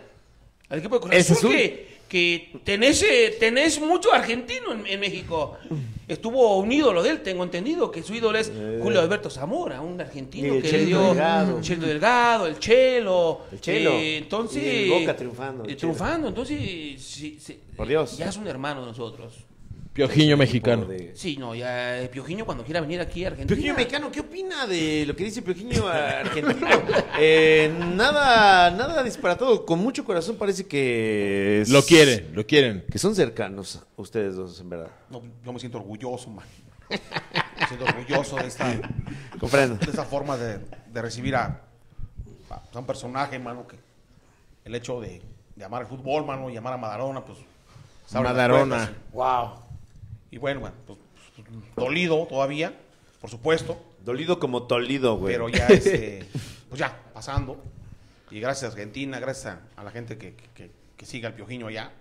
F: Al equipo de Cruz
A: ¿Ese
F: Azul,
A: azul?
F: que, que tenés, eh, tenés mucho argentino en, en México. Estuvo un ídolo de él, tengo entendido, que su ídolo es Julio Alberto Zamora, un argentino
A: Eh. Y el
F: que le
A: Chelo
F: dio
A: Delgado.
F: Chelo Delgado, el Chelo.
A: El Chelo.
F: Eh, entonces,
A: Y el Boca triunfando, el
F: eh, triunfando, entonces sí, sí,
A: Por Dios.
F: ya es un hermano de nosotros.
C: Piojiño Mexicano.
A: de-
F: Sí, no, ya eh, Piojiño cuando quiera venir aquí a Argentina.
A: Piojiño mexicano, ¿qué opina de lo que dice Piojiño argentino? Eh, nada, nada disparatado, con mucho corazón parece que es-
C: Lo quieren, lo quieren.
A: que son cercanos ustedes dos, en verdad.
F: No, yo me siento orgulloso, man. Me siento orgulloso de esta
A: Comprendo.
F: de esa forma de, de recibir a, a- a un personaje, hermano, que el hecho de, de amar el fútbol, mano, y amar a Madarona, pues. se abren las
C: Madarona.
F: puertas.
G: Wow.
F: Y bueno, man, pues, pues, dolido todavía, por supuesto,
A: Dolido como Tolido, güey.
F: pero ya, este, pues ya, pasando. Y gracias a Argentina, gracias a- a la gente que, que, que- que sigue al Piojiño allá.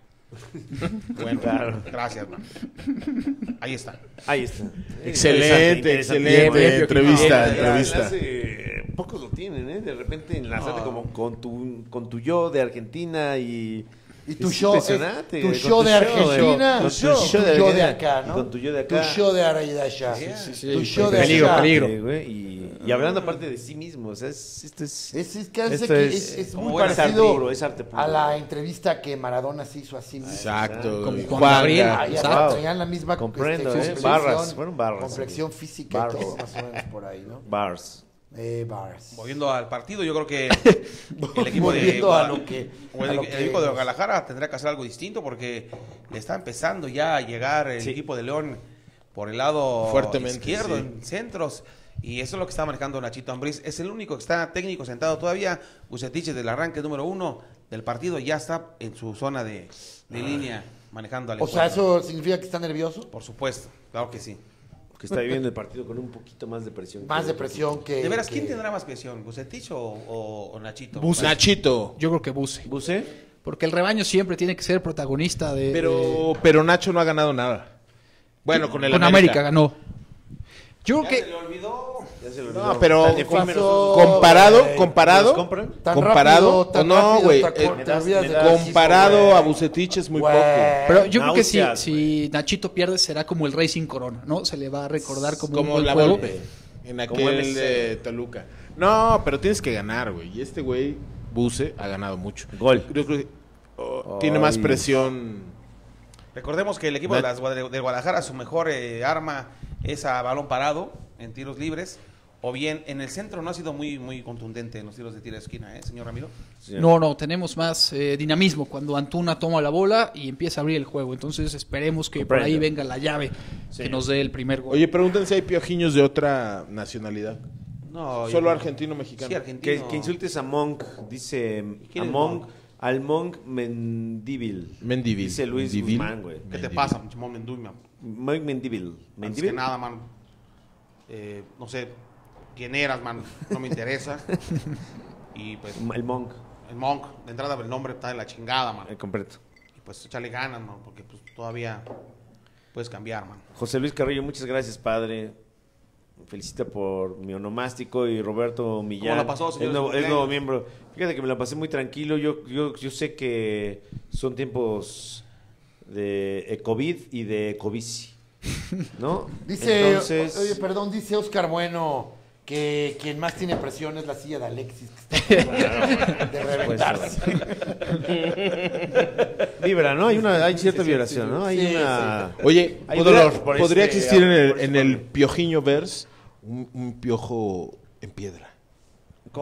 F: Bueno,
A: Claro.
F: gracias, man. Ahí está.
A: Ahí está.
C: Excelente, excelente entrevista, entrevista.
A: entrevista. Pocos lo tienen, ¿eh? De repente enlazarte como con tu, con tu yo de Argentina y...
G: Y tu
A: es
G: show, es-
A: pues, impresionante,
G: tu
A: güey, con
G: show de
A: show, güey,
G: Argentina,
A: con tu show de
G: yo de
A: Argentina,
G: acá, ¿no?
A: y Con tu yo de acá.
G: Tu show de Araidasha. Tu show de
D: Peligro,
G: allá.
D: peligro.
A: Sí, güey, y, y hablando aparte de sí mismo, o sea, es- esto es...
G: Es, es que hace
A: Esto
G: que
A: es-
G: es, es
A: como
G: muy
A: buen arte
G: parecido
A: puro, es arte puro.
G: a la entrevista que Maradona se hizo a sí mismo.
C: Exacto.
D: Con- con
C: Juanga.
D: Gabriel.
G: Ah, ya
A: Wow.
G: traían la misma
A: Comprendo,
G: este,
A: ¿eh? Barras, fueron barras.
G: complexión física
A: Barras.
G: y todo, más o menos por ahí, ¿no?
A: Bars.
G: Eh, Bars.
H: Volviendo al partido, yo creo que el equipo de,
G: Volviendo a
H: Guadal-
G: lo que-
H: o el-
G: a lo
H: el
G: que-
H: equipo de Guadalajara tendrá que hacer algo distinto porque le está empezando ya a llegar el
A: Sí.
H: equipo de León por el lado
C: Fuertemente,
H: izquierdo
C: sí.
H: en centros y eso es lo que está marcando Nachito Ambriz. Es el único que está técnico sentado todavía. Bucetich del arranque número uno del partido ya está en su zona de, de línea manejando al
G: Ah. O sea,
H: encuentro.
G: ¿eso significa que está nervioso?
H: por supuesto, claro que sí.
A: Que está viviendo el partido con un poquito más de presión.
G: Más depresión
A: Eh,
G: que...
H: De veras, ¿quién
G: que-
H: tendrá más presión, Bucetich o, o- o Nachito?
C: Nachito.
D: Yo creo que Buse.
A: ¿Buse?
D: Porque el rebaño siempre tiene que ser protagonista de. de-
C: Pero, pero Nacho no ha ganado nada. Bueno, con el
D: con América. ganó. Yo creo
H: Ya
D: que.
H: se le olvidó.
A: Ya se le
C: No,
A: olvidó.
C: pero
A: Tan efímeros son sus-
C: comparado,
A: Güey,
C: comparado,
A: ¿los compran?
G: Tan
C: comparado,
G: rápido, tan
C: no,
G: rápido,
C: güey,
G: tan
C: eh,
G: corto,
A: me das-
G: olvidas
A: me
G: de-
A: das-
C: comparado
A: güey.
C: a Bucetich es muy
G: Güey.
C: poco.
D: Pero yo creo que si,
A: náuseas,
D: si Nachito pierde será como el rey sin corona, ¿no? Se le va a recordar como, un
C: Como
D: buen
C: la
D: juego.
C: golpe en
A: Como
C: aquel
A: MC.
C: de Toluca. No, pero tienes que ganar, güey. Y este güey, Buse, ha ganado mucho.
A: Gol.
C: Yo creo que oh, tiene más
A: Ay.
C: presión.
H: Recordemos que el equipo de, las, Guada- de Guadalajara, su mejor eh, arma es a balón parado en tiros libres. O bien, en el centro no ha sido muy, muy contundente en los tiros de tiro de esquina, ¿eh, señor Ramiro?
A: Sí.
D: No, no, tenemos más eh, dinamismo cuando Antuna toma la bola y empieza a abrir el juego. Entonces esperemos que por ahí
A: Comprendo.
D: venga la llave que nos dé el primer gol.
C: Oye, pregúntense, ¿hay piojiños de otra nacionalidad?
H: No,
C: Solo argentino-mexicano.
H: Sí,
A: Que,
H: argentino.
A: que insultes a Monk, dice
H: quién
A: a
H: es
A: Monk,
H: Monk?
A: al Monk Mendivil.
C: Mendívil.
A: Dice Luis
C: Mendívil.
A: Guzmán, güey.
H: ¿Qué te pasa, Chimón Menduima?
A: Monk Mendivil.
H: Antes que
A: Mendivil.
H: nada, mano. Eh, no sé quién eras, mano. No me interesa. y pues,
A: El Monk,
H: el Monk, de entrada, el nombre está de la chingada, mano.
A: el completo.
H: Y pues, échale ganas, mano, porque pues, todavía puedes cambiar, mano.
A: José Luis Carrillo, muchas gracias, padre. Felicita por mi onomástico y Roberto Millán.
H: la pasó, señor?
A: Es nuevo,
H: Cumpleaños.
A: es nuevo miembro. Fíjate que me la pasé muy tranquilo. Yo, yo, yo sé que son tiempos de eh, COVID y de COVID. ¿No?
G: Dice,
A: Entonces,
G: oye, perdón, dice Oscar Bueno que quien más tiene presión es la silla de Alexis, que está de
A: Pues,
G: reventarse.
A: vibra, ¿no? Hay una, hay cierta vibración, ¿no? Hay
G: Sí,
A: una.
C: Oye,
A: Hay
C: podrá,
A: dolor por
C: podría
A: este-
C: existir en el,
A: por
C: en
A: este
C: el
A: hombre.
C: piojiño verse un, un piojo en piedra.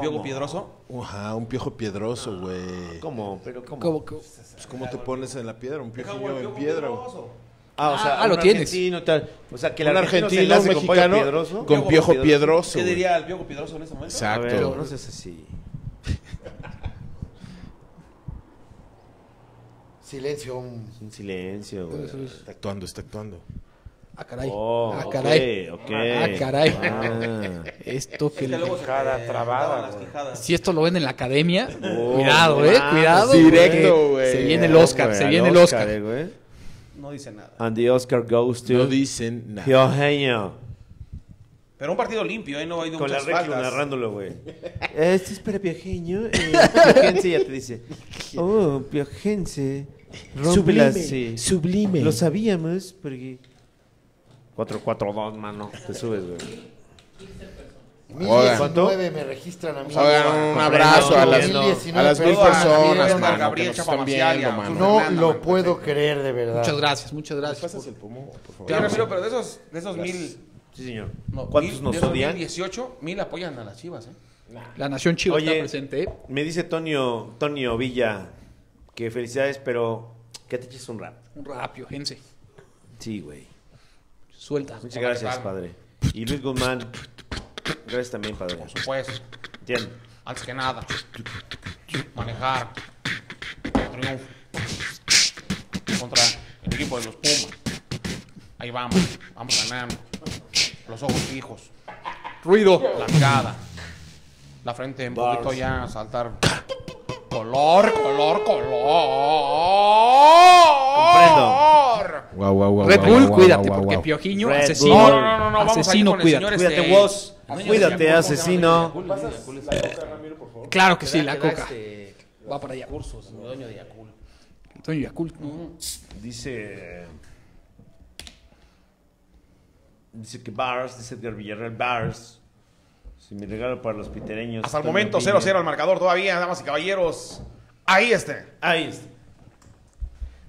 H: Diego Piedroso.
C: Ajá, un piojo piedroso, güey.
A: ¿Cómo? Pero cómo.
D: Como que-
C: Pues, ¿Cómo te pones en la piedra? Un piojillo en piedra, güey.
A: Ah, o sea,
D: Ah, lo
A: un
D: tienes.
A: argentino, tal. O sea, que el
C: Un
A: argentino, se
C: argentino, un
A: enlace con Pollo
C: mexicano
A: Piedroso.
C: con piojo piedroso.
H: ¿Qué
C: güey.
H: diría el Diego Piedroso en ese momento?
A: A ver,
C: Exacto.
A: no seas así.
G: Silencio. un-
A: Un silencio, güey.
D: Eso es-
C: Está actuando, está actuando.
D: Ah, caray.
A: Oh,
D: ah,
A: ok,
D: caray.
A: ok.
D: Ah, caray.
A: Ah.
D: Esto que
H: Es que
D: le-
H: luego se
G: Cara
H: te
G: trabada,
H: juntaban Pues, eh, las
G: güey.
H: quijadas.
D: Si esto lo ven en la academia,
A: Oh,
D: cuidado,
A: no
D: eh,
A: mames.
D: cuidado.
C: Directo,
D: porque
C: güey.
D: Se viene el Oscar,
A: Güey,
D: se
A: al
D: viene el Oscar.
A: eh, güey.
H: No dice nada.
A: And the Oscar goes to
C: No dicen nada.
A: Piojeño.
H: Pero un partido limpio, ¿eh? No ha ido
A: Con la
H: muchas
A: regla
H: faltas.
A: narrándolo, güey. Esto Este es para Piojeño. Eh, piojense ya te dice. Oh, Piojense. Rómpela, sí.
C: sublime.
A: Lo sabíamos porque... 4-4-2, mano. Te subes, güey.
C: Oigan.
G: 1019 me registran a mí.
C: Oigan, un
A: Comprendo,
C: abrazo a las,
G: comprendo.
C: a las mil
G: Saludos a
C: personas,
G: Gabriel,
C: mano, que
H: Gabriel,
C: nos
H: Chapa
C: están
H: Marcialia.
C: viendo, mano.
G: No
H: Fernando,
G: lo
H: perfecto.
G: puedo creer, de verdad.
D: Muchas gracias, muchas gracias.
C: ¿Pasas el pomo, por favor?
H: Oye, Ramiro, pero de esos, de esos mil...
A: Sí, señor.
H: no,
A: ¿Cuántos
H: mil-
A: nos
H: de esos
A: odian?
H: 18, mil apoyan a las chivas, ¿eh?
D: La Nación Chiva
A: Oye.
D: está presente. ¿eh?
A: Me dice Tonio, Tonio Villa que felicidades, pero que te eches un rap.
D: Un rapio, gente.
A: Sí, güey.
D: Suelta.
A: Muchas gracias, padre. Y Luis Guzmán, gracias también, padre.
H: Pues,
A: Entiendo.
H: antes que nada, manejar el triunfo contra el equipo de los Pumas. Ahí vamos, vamos ganando. Los ojos fijos.
D: Ruido.
H: la mirada, la frente un poquito ya a saltar. Color, color, Oh, color.
C: Guau, guau, guau,
D: Red
C: guau,
D: Bull,
C: guau,
D: cuallate,
C: guau,
D: porque
C: guau.
D: Piojiño,
A: Red
D: asesino.
A: Bull.
H: oh. No, no, no, no, vamos
D: asesino,
H: a ir con el
D: cuídate.
H: señor este-
A: Cuídate, vos.
H: Dueño de
A: Cuídate,
H: Yakult, ¿cómo se llama?
A: asesino.
D: Claro que sí, la
H: Que da
D: coca.
H: este,
D: Va para allá.
H: Cursos, mi dueño de Yakult.
D: Toño Yakult. ¿no?
A: Dice. Dice que Bars, dice Edgar Villarreal Bars. Si mi regalo para los pitereños.
H: Hasta el
A: Tonio
H: momento
A: Villa.
H: 0-0 al marcador todavía, damas y caballeros. Ahí este.
A: Ahí está.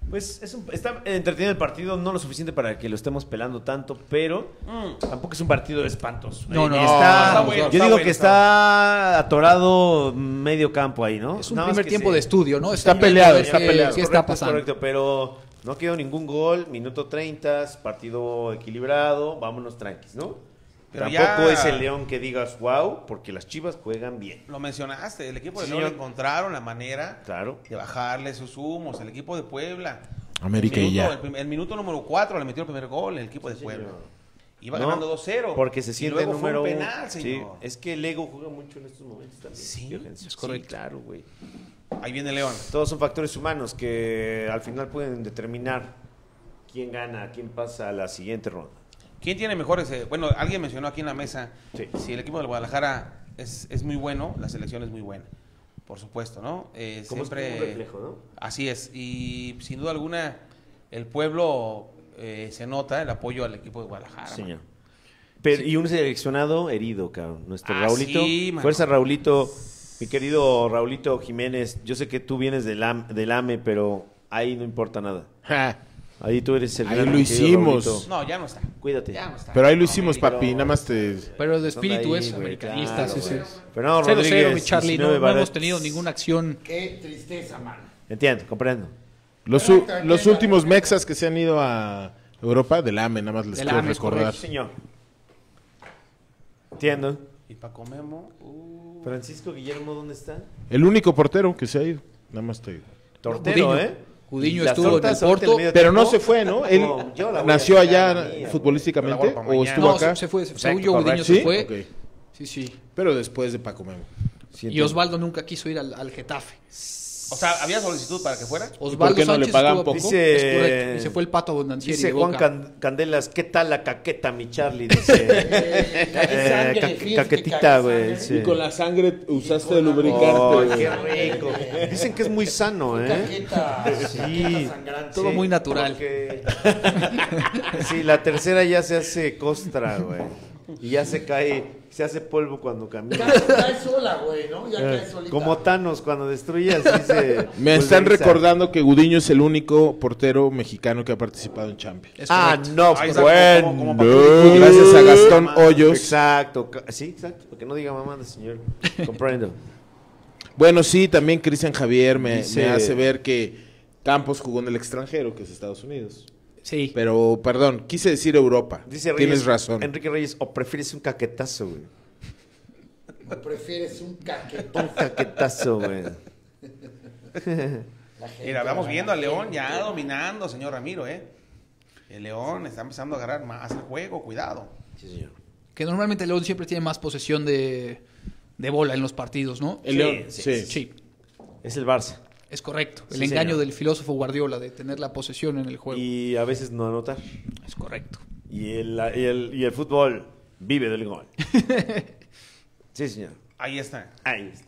A: Pues es un- está entretenido el partido, no lo suficiente para que lo estemos pelando tanto, pero tampoco es un partido espantoso.
D: No,
A: Eh,
D: no,
A: está,
F: está bueno,
A: yo
F: está
A: digo
F: bueno,
A: que está
F: está
A: atorado medio campo ahí, ¿no?
D: Es un
A: Nada más
D: primer
A: que
D: tiempo
A: se-
D: de estudio, ¿no?
A: Está
D: Están viendo
A: peleado,
D: a ver
A: está
D: qué-
A: peleado.
D: qué está
A: Correcto, es
D: pasando.
A: Correcto, pero no quedó ningún gol, minuto 30, partido equilibrado, vámonos tranquis, ¿no?
F: Pero
A: Tampoco
F: ya-
A: es el León que digas wow, porque las Chivas juegan bien.
F: Lo mencionaste, el equipo de
A: Sí,
F: León
A: señor.
F: encontraron la manera
A: Claro.
F: de bajarle sus humos, el equipo de Puebla.
C: América
F: el
C: y
F: minuto,
C: ya.
F: El, prim- el minuto número 4 le metió el primer gol el equipo de Puebla.
A: señor.
F: Iba
A: ¿no?
F: ganando 2-0.
A: Porque se
F: y
A: siente
F: luego
A: número
F: fue un
A: uno.
F: penal,
A: Sí,
F: señor.
A: es que el ego juega mucho en estos momentos también.
F: Sí,
A: Fíjense.
F: es correcto.
A: Sí, claro, güey.
F: Ahí viene León.
A: Todos son factores humanos que al final pueden determinar quién gana, quién pasa a la siguiente ronda.
F: ¿Quién tiene mejores? eh, bueno, alguien mencionó aquí en la mesa
A: Sí.
F: si el equipo del Guadalajara es, es muy bueno, la selección es muy buena. Por supuesto, ¿no? Eh,
A: Como es
F: siempre.
A: como un reflejo, ¿no?
F: Así es. Y sin duda alguna, el pueblo eh, se nota el apoyo al equipo de Guadalajara.
A: Señor. Pero, Y un seleccionado herido, cabrón. Nuestro
F: Ah,
A: Raulito.
F: sí, mano.
A: Fuerza, Raulito. Mi querido Raulito Jiménez, yo sé que tú vienes del, am- del AME, pero ahí no importa nada.
C: Ja.
A: Ahí tú eres el
C: Ahí
A: gran,
C: lo
A: mi querido
C: hicimos.
A: Raulito.
F: No, ya no está.
A: Cuídate.
F: Ya pues, no está.
C: Pero ahí lo hicimos,
F: América.
C: papi. Nada más te.
D: Pero el
A: Son de
D: espíritu
A: ahí,
D: es
A: güey,
D: americanista,
A: claro,
D: sí, sí.
A: güey. Pero no,
D: 0-0,
A: Rodríguez,
D: mi
A: 19
D: Charlie, no, no hemos
A: varas.
D: tenido ninguna acción.
G: Qué tristeza, mano.
A: Entiendo, comprendo.
C: Los, u- los últimos mexas que se han ido a Europa, del AME, nada más les
D: Del
C: quiero
D: AME, es
C: recordar.
A: Sí, señor. Entiendo.
F: Y Paco Memo. uh,
A: Francisco Guillermo, ¿dónde está?
C: El único portero que se ha ido, nada más te
A: Tortero,
D: Gudiño.
A: ¿eh?
D: Gudiño
A: Y las
D: estuvo en el
A: tortas ahorita
D: Porto,
A: medio
C: Pero
A: tiempo,
C: no se fue, ¿no? Él
A: como yo la voy a
C: nació
A: sacar,
C: allá
A: mía,
C: futbolísticamente
F: Yo la voy a
C: o
F: poner
C: estuvo
D: No,
C: acá.
D: se, se fue, se-
A: Exacto,
D: según yo, Gudiño
A: correcto.
D: se
C: ¿Sí?
D: fue.
C: Ok.
D: Sí, sí.
C: Pero después de Paco Memo.
A: Sí,
D: Y
A: entiendo.
D: Osvaldo nunca quiso ir al, al Getafe.
F: O sea, ¿había solicitud para que fuera?
D: Osvaldo
C: qué no le
D: Sánchez
C: pagan
D: estuvo a
C: poco?
D: Dice- Es correcto. Y se fue el pato Bondancieri
A: Dice
D: de
A: Juan
D: Boca.
A: Can- Candelas, ¿qué tal la caqueta, mi Charlie? Dice. Eh, ca- caquetita, güey. sí.
C: la sangre usaste de
A: Oh, qué rico. Dicen que es muy sano, ¿eh?
G: Caqueta,
A: Sí.
D: Todo muy natural.
A: porque- Sí, la tercera ya se hace costra, güey. Y ya se cae, se hace polvo cuando camina. Eh,
G: Cae sola, güey, ¿no? Ya cae solita.
A: Como Thanos cuando destruye, así se.
C: Me están
A: pulveriza.
C: recordando que Gudiño es el único portero mexicano que ha participado en Champions.
D: Es
A: Ah,
D: correcto.
A: no,
F: Ahí
A: pues,
F: está,
A: bueno.
F: como- como Paco
C: Y Gracias a Gastón Hoyos.
A: Exacto, ca- sí, exacto. Porque no diga mamada, señor. Comprendo.
C: Bueno, sí, también Cristian Javier me,
A: Dice-
C: me hace ver que Campos jugó en el extranjero, que es Estados Unidos.
D: Sí.
C: Pero, perdón, quise decir Europa.
A: Dice Reyes,
C: Tienes razón.
A: Enrique Reyes, o prefieres un caquetazo, güey.
G: Prefieres un caquetón.
A: Un caquetazo, güey.
G: La gente,
F: Mira, vamos
G: la
F: viendo a León
G: gente.
F: ya dominando, señor Ramiro, ¿eh? El León está empezando a agarrar más el juego, cuidado.
A: Sí, señor.
D: Que normalmente León siempre tiene más posesión de, de bola en los partidos, ¿no?
C: El León, sí.
D: Sí,
A: Es el Barça.
D: es correcto. El
A: Sí,
D: engaño
A: señor.
D: del filósofo Guardiola de tener la posesión en el juego.
A: Y a veces no anotar.
D: Es correcto.
A: Y el, y el, y el fútbol vive del gol. Sí, señor.
F: Ahí está.
A: Ahí está.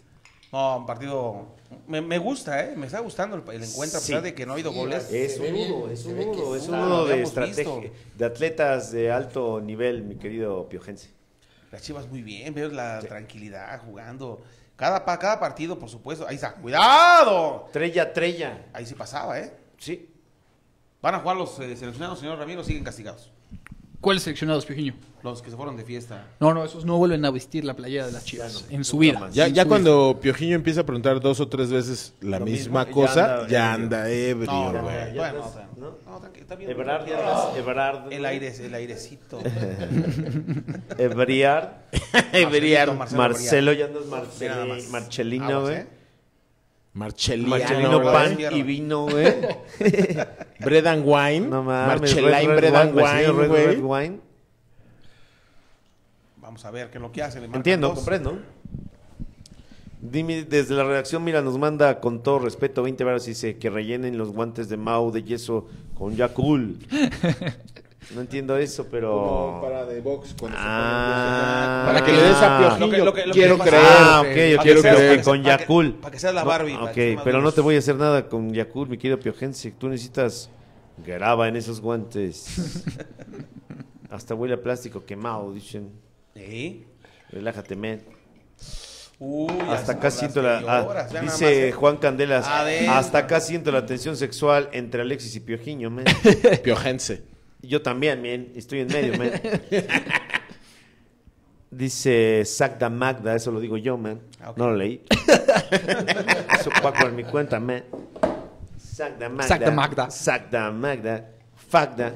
F: No, un partido. Me, me gusta, ¿eh? Me está gustando el, el encuentro, a
A: Sí.
F: pesar de que no ha habido
G: Sí,
F: goles.
G: eh.
A: Es
G: Se ve
A: un
G: bien,
A: nudo, es
G: se
A: un
G: ve que
A: nudo,
G: es
A: es
F: un-
A: un
F: Ah, lo
A: nudo de
F: habíamos
A: estrategia,
F: visto.
A: de atletas de alto nivel, mi querido Piojense.
F: Las chivas muy bien, veo la tranquilidad jugando. Cada, pa- cada partido, por supuesto. Ahí está, cuidado.
A: Trella, trella.
F: Ahí sí pasaba, ¿eh?
A: Sí.
F: Van a jugar los eh, seleccionados, señor Ramiro, siguen castigados.
D: ¿Cuáles seleccionados, Piojiño?
F: Los que se fueron de fiesta.
D: No, no, esos no vuelven a vestir la playera de las chivas en su vida.
C: Ya,
D: En
C: ya
D: su
C: cuando Piojiño empieza a preguntar dos o tres veces la
A: Lo
C: misma
A: mismo, ya
C: cosa,
A: anda
C: ya
A: ebrio.
C: anda ebrio,
F: No, no,
C: güey.
F: no, ya no,
A: estás,
F: no,
A: ¿no?
F: no, tranqui- está bien.
A: Ebrard, ya andas- Ebrard.
F: El aire, el airecito.
A: Ebriar.
F: Ebriar.
A: Marcelo, ya andas
F: Mira nada más.
A: Marceli- Marcelino,
F: Aguas,
A: güey.
F: ¿eh?
C: Marchelino,
A: Marcelino
C: güey.
A: Pan
F: Mierda.
A: y Vino, güey.
C: Bread and Wine.
A: No mames.
C: Marchelain
A: Red, Red
C: Bread and
A: Wine, Marcelino
C: Wine,
A: Red,
C: güey.
A: Red Wine.
F: Vamos a ver qué es lo que hace. le marcan
A: Entiendo,
F: dos.
A: comprendo. Dime, desde la redacción, mira, nos manda con todo respeto 20 varos y dice que rellenen los guantes de Mau de yeso con Yakul. No entiendo eso, pero.
C: Como para de box cuando se
A: Ah.
C: ponen box. Para que le des a Piojillo.
F: Lo que- lo que- lo que
C: quiero
F: pasa-
C: creer.
A: Ah, ok, yo quiero
F: Para que seas- para
A: creer
F: que-
A: con
F: para que-
A: Yakul.
F: para que seas la Barbie,
A: No,
F: para
A: ok,
F: que seas más
A: pero no
F: dulce.
A: te voy a hacer nada con Yakul, mi querido Piojense. Tú necesitas graba en esos guantes. Hasta huele a plástico quemado, dicen.
F: Sí.
A: Relájate, men.
H: Uy, ya
A: Hasta
H: son
A: acá
H: las
A: siento
H: que
A: la. ah,
H: lloras, vean nada más,
A: dice
H: eh.
A: Juan Candelas.
H: Adentro.
A: Hasta acá siento la tensión sexual entre Alexis y Piojiño, men.
C: Piojense.
A: Yo también, men. Estoy en medio, men. Dice Sagda Magda, eso lo digo yo, man.
H: Ah, ok.
A: No lo leí. eso Paco en mi cuenta, man. Sagda Magda.
D: Sagda Magda.
A: Sagda Magda. Fagda.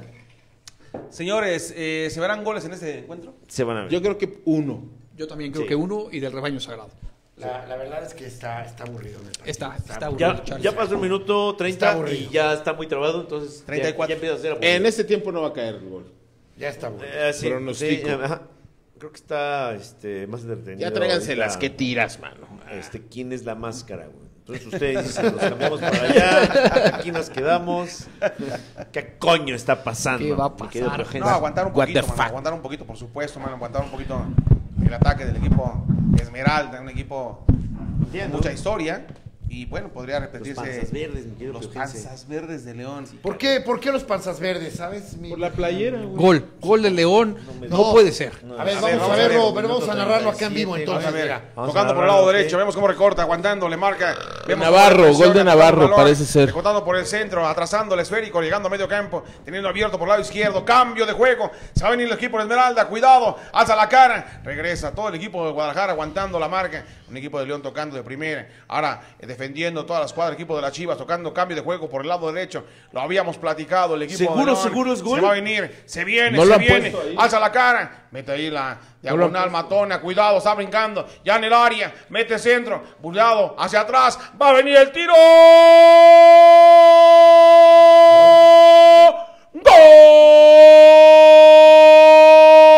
H: Señores, eh, ¿se verán goles en este encuentro?
A: Se van a ver.
C: Yo creo que uno.
D: Yo también creo
A: Sí.
D: que uno y del rebaño sagrado.
G: La, la verdad es que está, está aburrido. me parece.
D: Está, está aburrido,
A: Ya,
D: Charles.
A: ya pasó el minuto
G: Está
A: 30 y
G: aburrido.
A: ya está muy trabado, entonces ya-
H: 34.
A: ya, empieza a ser aburrido.
C: En este tiempo no va a caer el gol.
G: Ya está aburrido.
A: Eh, sí,
C: Pronostico.
A: sí, ajá. creo que está este, más entretenido.
C: Ya tráiganse las que
A: ahorita,
C: tiras, mano.
A: Este, ¿Quién es la máscara, güey? Entonces ustedes dicen, nos cambiamos para allá, aquí nos quedamos. ¿Qué coño está pasando?
D: ¿Qué va a
A: mi querido
D: pasar?
A: Eugenio?
H: No, aguantar un
C: What
H: poquito,
C: the
H: mano,
C: fuck?
H: aguantar un poquito, por supuesto, mano, aguantar un poquito el ataque del equipo Esmeralda, un equipo con
A: Entiendo.
H: mucha historia y bueno, podría
A: Los
H: repetirse
A: panzas verdes, mi querido
H: los
A: Eugenio.
H: panzas verdes de León.
G: ¿Por qué, ¿Por qué los panzas verdes, sabes? Mi-
C: Por la playera, güey.
D: Gol, gol del León.
A: me-
D: No,
G: No.
D: puede ser.
A: No,
G: A ver,
H: A
G: vamos
H: ver,
G: a
H: vamos a
G: verlo,
H: ver,
G: pero vamos a
A: minuto
G: narramos acá en vivo
A: 37,
H: Vamos
G: entonces.
H: a ver,
G: mira.
A: Vamos
H: tocando
A: a
H: por el lado
A: agarrarlo,
H: derecho,
A: ¿sí?
H: vemos cómo recorta, aguantando, le marca. Vemos cómo
C: Navarro,
H: presiona,
C: gol de
H: atrás
C: Navarro,
H: del balón,
C: parece ser.
H: Recortando por el centro, atrasando el esférico, llegando a medio campo, teniendo abierto por el lado izquierdo, cambio de juego, se va a venir el equipo de Esmeralda, cuidado, alza la cara, regresa todo el equipo de Guadalajara aguantando la marca, un equipo de León tocando de primera, ahora eh, defendiendo todas las cuadras, el equipo de las Chivas tocando cambio de juego por el lado derecho, lo habíamos platicado, el equipo de
A: Seguro,
H: León
A: seguro es gol.
H: se va a venir, se viene,
C: No lo
H: se
C: han
H: viene,
C: puesto ahí.
H: alza la cara, mete ahí la diagonal matona, cuidado, está brincando, ya en el área, mete centro, burlado, hacia atrás, va a venir el tiro.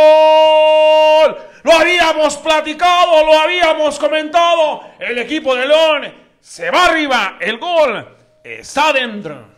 H: ¡Gol! Lo habíamos platicado, lo habíamos comentado. El equipo de León se va arriba. El gol está adentro.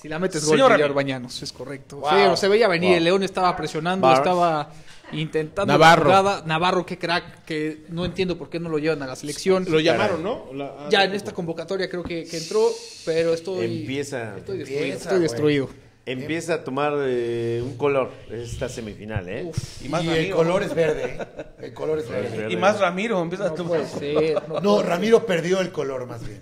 D: Si la metes gol,
H: Señor
D: sería
H: Ramírez.
D: Orbañanos, es correcto.
G: Wow.
D: Sí, pero se veía venir,
A: Wow.
D: el León estaba presionando,
A: Bars.
D: estaba intentando
C: Navarro.
D: la jugada. Navarro, qué crack, que no entiendo por qué no lo llevan a la selección.
C: Lo llamaron, ¿no? La-
D: ya en esta convocatoatoria creo que, que entró, pero estoy,
A: Empieza,
D: estoy destruido.
G: empieza,
D: estoy
G: güey.
D: destruido.
A: empieza a tomar eh, un color esta semifinal, ¿eh?
G: Y,
H: más
G: el
H: Ramiro.
G: color es verde. ¿eh? El color es verde.
A: verde.
H: Y más Ramiro empieza a
D: No puede ser, no
G: No,
D: puede
G: Ramiro perdió el color más bien.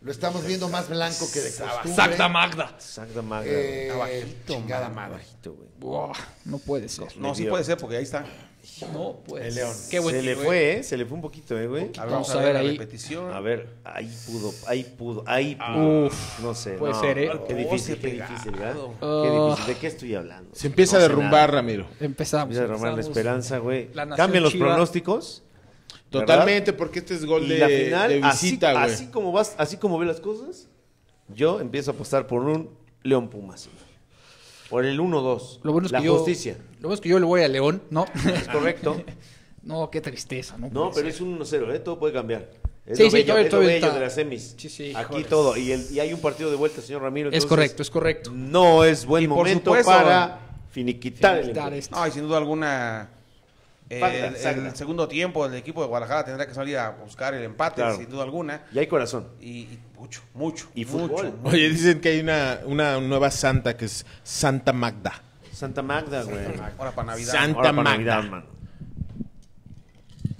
G: Lo estamos viendo más blanco que de costumbre.
D: Exacta Magda.
A: Santa Magda.
G: Eh,
H: Abajito,
G: chingada madre.
A: Bajito, güey.
D: Buah, no puede ser.
H: No, sí puede ser porque ahí está.
D: No puede
G: El
D: ser.
G: León.
D: Qué buen
A: Se le
D: tiro, eh.
A: fue, ¿eh? Se le fue un poquito, ¿eh, güey?
H: A ver,
D: Vamos
H: vamos,
D: a
H: a
D: ver
H: ver la
D: ahí.
H: repetición.
A: A ver, ahí pudo, ahí pudo, ahí
D: Ah.
A: pudo. no sé.
D: puede
A: no.
D: ser, ¿eh?
A: Qué
H: Oh,
A: difícil,
H: qué
A: qué difícil, ¿verdad?
D: Ah.
A: Qué difícil. ¿De qué estoy hablando?
C: Se
A: No
C: empieza a
A: sé
C: derrumbar,
A: nada.
C: Ramiro.
D: Empezamos.
A: Empieza a derrumbar la
D: empezamos.
A: esperanza, güey.
D: La nación
A: Cambian los
D: chiva.
A: pronósticos. ¿verdad?
C: Totalmente, porque este es gol
A: Y
C: de,
A: la final,
C: de
A: así-
C: visita,
A: así,
C: güey.
A: como vas, así como ve las cosas, yo empiezo a apostar por un León Pumas. güey. Por el 1-2.
D: Lo bueno es
A: la
D: que yo,
A: justicia.
D: Lo bueno es que yo le voy a León, ¿no?
A: Es correcto.
D: no, qué tristeza, ¿no?
A: No,
D: puede
A: pero
D: ser.
A: es un 1-0, ¿eh? Todo puede cambiar. Es
D: Sí,
A: lo
D: sí,
A: bello,
D: todavía-
A: es lo
D: todavía
A: bello
D: está.
A: de las semis.
D: Sí, sí,
A: Aquí
D: híjoles.
A: todo. Y, el- y hay un partido de vuelta, señor Ramiro.
D: es
A: entonces,
D: correcto, es correcto.
A: No es buen
H: Y por
A: momento
H: supuesto,
A: para finiquitar el
D: Dar
A: encuentro.
D: este-
H: No, y sin duda alguna. eh,
A: Falta,
H: el,
A: exacta.
H: el segundo tiempo el equipo de Guadalajara tendrá que salir a buscar el empate,
A: Claro.
H: sin duda alguna.
A: Y hay corazón.
H: Y, y mucho, mucho.
A: Y
H: mucho,
A: fútbol.
H: mucho.
C: Oye, dicen que hay una, una nueva santa que es Santa Magda.
A: Santa Magda, güey.
H: Ahora para Navidad.
C: San-
A: Ahora para
C: Magda.
A: Navidad, mano.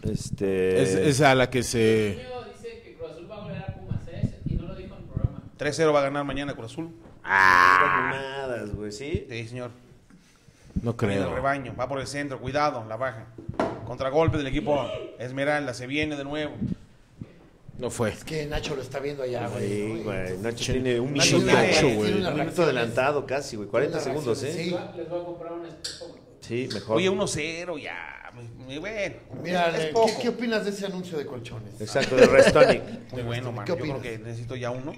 A: Este.
C: Es, es a la que se...
I: Antonio dice que Cruz Azul va a golear a Pumas, ¿eh? Y no lo dijo en el programa.
H: 3-0 va a ganar mañana Cruz Azul.
A: Mamadas, güey, ¿sí?
H: Sí, señor.
C: No
H: El
C: creo.
H: rebaño. Va por el centro. Cuidado, la baja. Contragolpe del equipo Esmeralda. Se viene de nuevo.
C: No fue.
G: Es que Nacho lo está viendo allá, güey.
A: Sí,
G: ¿no?
A: güey. Nacho tiene un
C: Nacho
A: minuto.
C: tiene-
A: ocho,
C: tiene
A: güey.
G: unas
A: Un minuto
G: reacciones.
A: adelantado casi, güey. 40 segundos, ¿eh?
G: Sí.
I: Les voy a comprar un espejo.
A: Sí, mejor.
H: Oye, 1-0, ya. Muy, muy bueno.
G: Mira,
H: es
G: ¿qué,
H: poco.
G: qué opinas de ese anuncio de colchones?
A: Exacto, de Restonic.
H: Muy bueno, mano.
G: ¿Qué
H: Yo creo
G: opinas?
H: que necesito ya uno.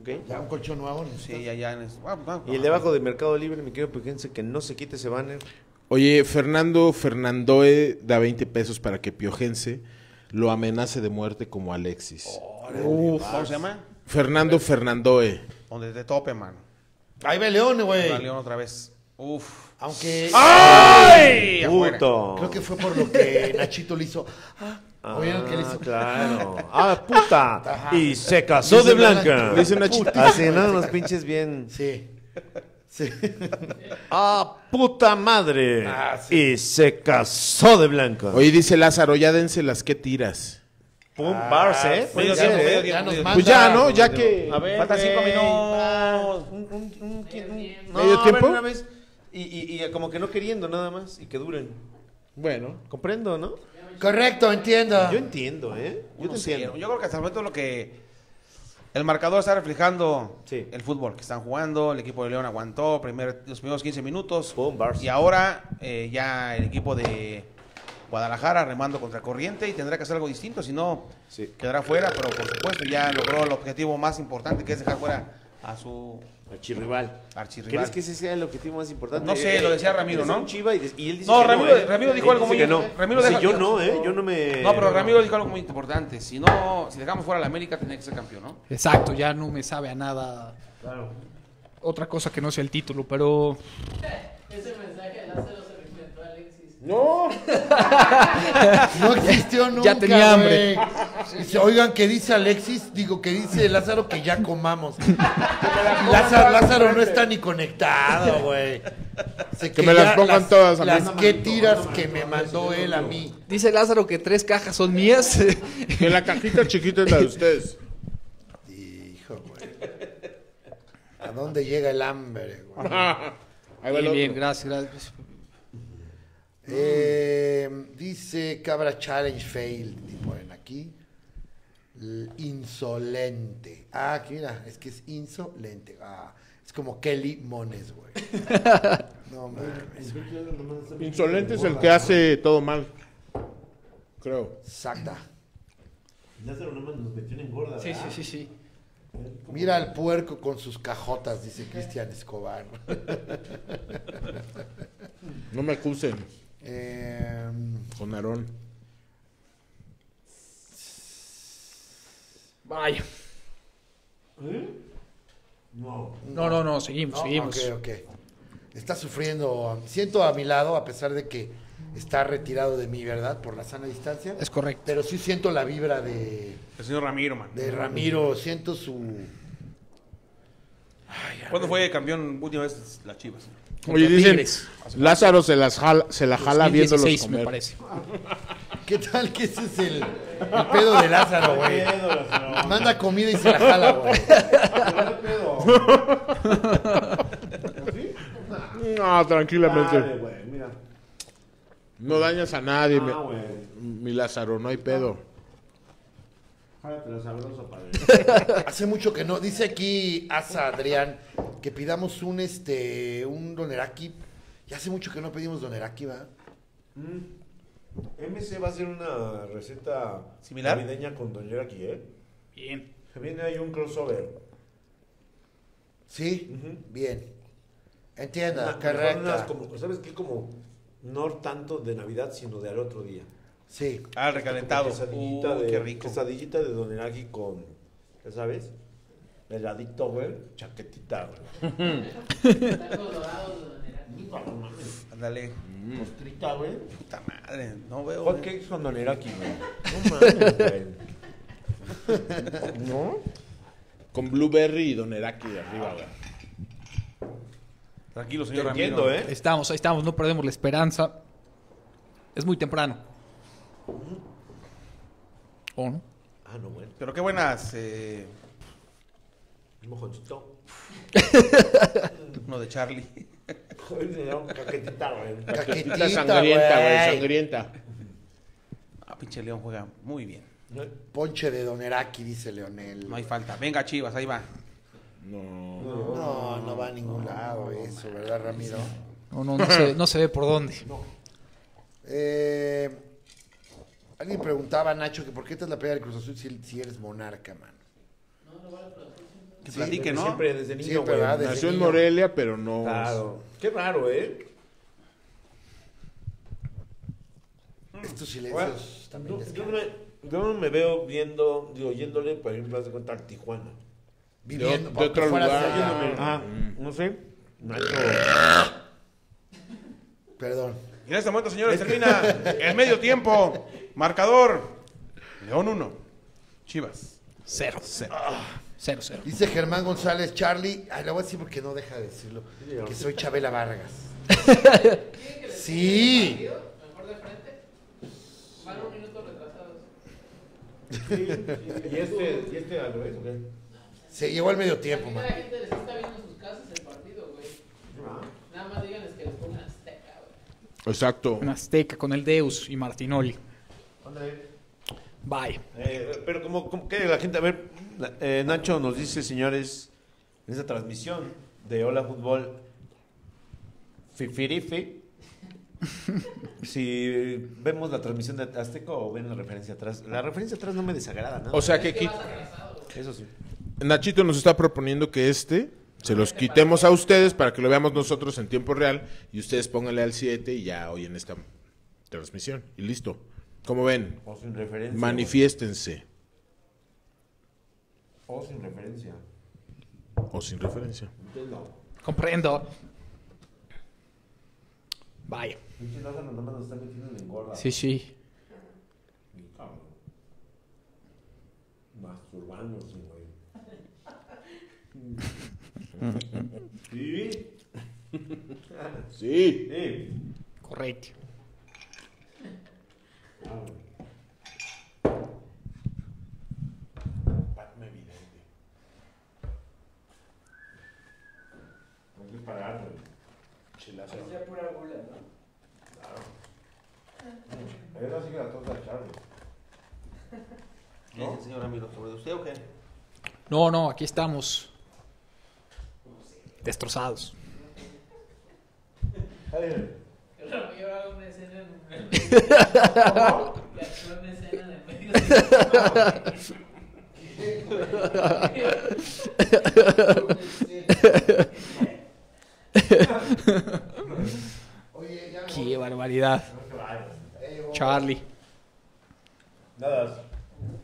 A: ¿Ok?
G: Ya un colchón nuevo. ¿no?
H: Sí, ya, ya. neces- ah, ah,
A: Y el
H: ah.
A: debajo de Mercado Libre, mi querido Pujense, que no se quite ese banner.
C: Oye, Fernando Fernandoe da 20 pesos para que Piojense lo amenace de muerte como Alexis.
H: Uf. ¿Cómo se llama?
C: Fernando Fernandoe.
H: Donde te tope, mano.
G: Ahí va León,
H: Ahora
G: güey.
H: León otra vez. Uf.
G: Aunque
H: ¡Ay! Afuera.
A: ¡Puto!
G: creo que fue por lo que Nachito le hizo. Ah,
A: Ah,
G: ¿oyeron que le hizo?
A: claro. ¡Ah, puta!
G: Ajá.
A: Y se casó
G: Dice
A: de blanca.
G: Blanca.
C: Dice Nachito.
A: Así, no, unos pinches bien.
G: Sí.
A: ¡Ah, puta madre! Y se casó de blanca.
C: Oye, dice Lázaro, ya dense las que tiras.
A: Pum, bars, ¿eh? Puede
H: medio
A: ser,
H: tiempo,
A: ¿eh?
H: medio
G: Ya
H: tiempo,
G: nos
H: medio
G: manda.
C: Pues ya, ¿no? Ya que...
A: A ver,
H: Faltan cinco
A: güey.
H: minutos.
A: Ah, Un, un- un- un- un- no,
C: ¿Medio
A: a
C: tiempo?
A: ver, una vez. Y, y- y como que no queriendo nada más y que duren.
C: Bueno.
A: Comprendo, ¿no?
G: Correcto, entiendo.
A: Yo entiendo, ¿eh? Yo te
H: Uno cero.
A: entiendo.
H: Yo creo que hasta el momento lo que. El marcador está reflejando
A: Sí.
H: el fútbol que están jugando. El equipo de León aguantó primer- los primeros 15 minutos.
A: Boom, Barça.
H: Y ahora eh, ya el equipo de Guadalajara remando contra corriente y tendrá que hacer algo distinto. Si no,
A: Sí.
H: quedará fuera. Pero por supuesto, ya logró el objetivo más importante que es dejar fuera a su
A: Archirrival.
H: archirrival.
A: ¿Crees que ese sea el objetivo más importante? Eh,
H: No sé, lo decía Ramiro,
A: Es
H: ¿no?
A: un chiva y, de- y él dice
H: No,
A: que
H: Ramiro-
A: ¿eh?
H: Ramiro dijo
A: Él
H: algo
A: dice
H: muy-
A: que no.
H: Ramiro
A: Dice,
H: deja-
A: yo no, ¿eh? Yo no me...
H: No, pero Ramiro dijo algo muy importante. Si no, si dejamos fuera a la América, tenía que ser campeón, ¿no?
D: Exacto, ya no me sabe a nada. Otra cosa que no sea el título, pero
J: Ese mensaje de Lázaro se lo inventó Alexis.
G: No existió nunca.
D: Ya tenía
G: güey.
D: hambre.
G: Dice, Oigan, ¿qué dice Alexis? Digo, que dice Lázaro que ya comamos. Lázaro, Lázaro no está ni conectado, güey. Dice
C: Que me las pongan todas a mí.
G: Las que tiras que me mandó él a mí.
D: dice Lázaro que tres cajas son mías.
C: Que la cajita chiquita es la de ustedes.
G: Hijo, güey. ¿A dónde llega el hambre, güey?
C: Ahí va el
D: Bien,
C: otro.
D: bien, gracias, gracias.
G: Eh, dice Cabra Challenge Fail, ponen aquí. L- Insolente. Ah, aquí mira, es que es insolente. Ah, es como Kelly Mones, güey. No
A: Ah,
G: mames.
C: Insolente es el que hace todo mal. Creo.
G: Exacta.
A: Lázaro nomás nos metió en engorda,
D: Sí, sí, sí, sí.
G: Mira al puerco con sus cajotas, dice Cristian Escobar.
C: No me acusen
G: Eh,
C: con Aarón.
D: Vaya.
A: No.
D: No, no, no, seguimos,
G: no,
D: seguimos.
G: Ah, ok, ok. Está sufriendo. Siento a mi lado, a pesar de que está retirado de mí, ¿verdad? Por la sana distancia.
D: Es correcto.
G: Pero sí siento la vibra de,
H: El señor Ramiro, man.
G: de Ramiro, siento su...
H: ¿Cuándo fue campeón última vez las Chivas?
C: Oye, dicen,
D: Tigres.
C: Lázaro se, las jala- se la jala
D: 2016,
C: viéndolos
D: me
C: comer.
D: parece.
G: ¿Qué tal que ese es el, el pedo de Lázaro, güey? Manda comida y se la jala, güey.
C: No, tranquilamente.
A: Dale, güey, mira.
C: No dañas a nadie, mi-
A: Ah, güey.
C: mi Lázaro, no hay pedo.
A: Jálatela sabroso, padre.
G: Hace mucho que no. Dice aquí Asa Adrián que pidamos un este un doneraki. Ya hace mucho que no pedimos doneraki, ¿va?
A: MC Mm. va a hacer una receta
H: ¿Similar?
A: navideña con Doñera aquí, ¿eh?
D: Bien.
A: Se viene ahí un crossover.
G: Sí, bien. Entienda,
A: Una- mejor unas
G: correcta.
A: como- ¿Sabes qué? Como no tanto de Navidad, sino de al otro día.
G: Sí,
H: Ah, el recalentado.
A: Como Quesadillita,
H: Uy,
A: de,
H: qué rico.
A: quesadillita de Doneraki con, ¿ya sabes? Heladito, güey. Chaquetita, güey.
J: Tacos dorados, don Erasmo.
H: Ándale.
A: Mostrita, güey.
H: Puta madre, no veo. eh.
A: Hot
H: güey.
A: cakes con Doneraki, güey. No mames, güey. ¿No?
C: Con Blueberry y Doneraki de arriba, güey.
H: Tranquilo,
A: Te
H: señor Ramiro.
A: entiendo, ¿eh?
D: Ahí Estamos, ahí estamos, no perdemos la esperanza. Es muy temprano. ¿O no?
A: Ah, no, bueno.
H: Pero qué buenas. eh,
A: Un mojoncito.
H: uno de Charlie.
A: Joder, me da un Chaquetita, güey.
G: caquetita,
C: Está sangrienta, güey,
G: güey.
C: sangrienta.
H: Ah, pinche León juega muy bien.
G: Ponche de doneraki, dice Leonel.
H: No hay falta. Venga, Chivas, ahí va.
C: No.
G: No, no va a ningún lado eso, ¿verdad, Ramiro?
D: No, no, no se, no se ve por dónde.
G: Eh, alguien preguntaba, Nacho, que por qué te la pega del Cruz Azul si, si eres monarca, mano.
H: Que
G: Sí,
H: platique,
A: Desde
H: ¿no?
A: Siempre desde niño,
G: Siempre,
A: güey.
G: ¿verdad? Desde
C: Nació en
G: niño.
C: Morelia, pero no.
A: Claro. Qué raro, ¿eh?
G: Estos silencios
A: Bueno,
G: también
A: yo,
G: les
A: yo
G: caen.
A: no me, yo no me veo viendo, digo, yéndole, pues, por ejemplo, haz de cuenta, a Tijuana.
G: Viviendo,
C: de
G: aunque
C: otro
G: fueras
C: lugar.
G: allá.
C: Yo no me-
A: Ah, no sé. Nacho.
G: Perdón.
H: Y en este momento, señores, termina el medio tiempo. Marcador. León 1. Chivas.
J: Cero. Cero. Cero, cero.
G: Dice Germán González, Charlie, ay, lo voy a decir porque no deja de decirlo, que soy Chabela Vargas. sí.
D: Mejor de frente. Van un minuto retrasados.
H: ¿Y este, y este al revés, o qué?
G: Se llegó al medio tiempo,
D: Aquí
G: man.
D: la gente les está viendo en sus casas el partido, güey. Nada más díganles que les pongan azteca, güey.
C: Exacto.
J: En Azteca con el Deus y Martinoli. Bye.
A: Eh, pero como, como que la gente, a ver, la- eh, Nacho nos dice, señores, en esta transmisión de Hola Fútbol, Fifirifi, si vemos la transmisión de Azteco o ven la referencia atrás. La referencia atrás no me desagrada nada.
C: O sea que aquí
A: Eso sí.
C: Nachito nos está proponiendo que este se los quitemos a ustedes para que lo veamos nosotros en tiempo real y ustedes pónganle al 7 y ya hoy en esta transmisión. Y listo. Como ven,
A: O sin referencia.
C: manifiéstense
A: o sin referencia.
C: o sin referencia.
J: Comprendo. Bye.
A: Pinche Lázaro nada más nos está metiendo en engorda.
J: Sí, sí.
A: Cabrón. Masturbanos, güey. Sí,
C: Sí.
A: sí.
J: Correcto.
A: Hay que parar, güey.
D: Sea pura bola, ¿no? Ah.
A: Era así que la tonta Charlie.
H: ¿No? Señor amigo, ¿sobre usted o qué?
J: No, no, aquí estamos. Destrozados.
D: Que la mayor haga una escena en el medio. Y actúa una escena en el medio.
G: Oye, ya me
J: Qué barbaridad.
G: ya llegó,
J: Charlie.
A: Nada.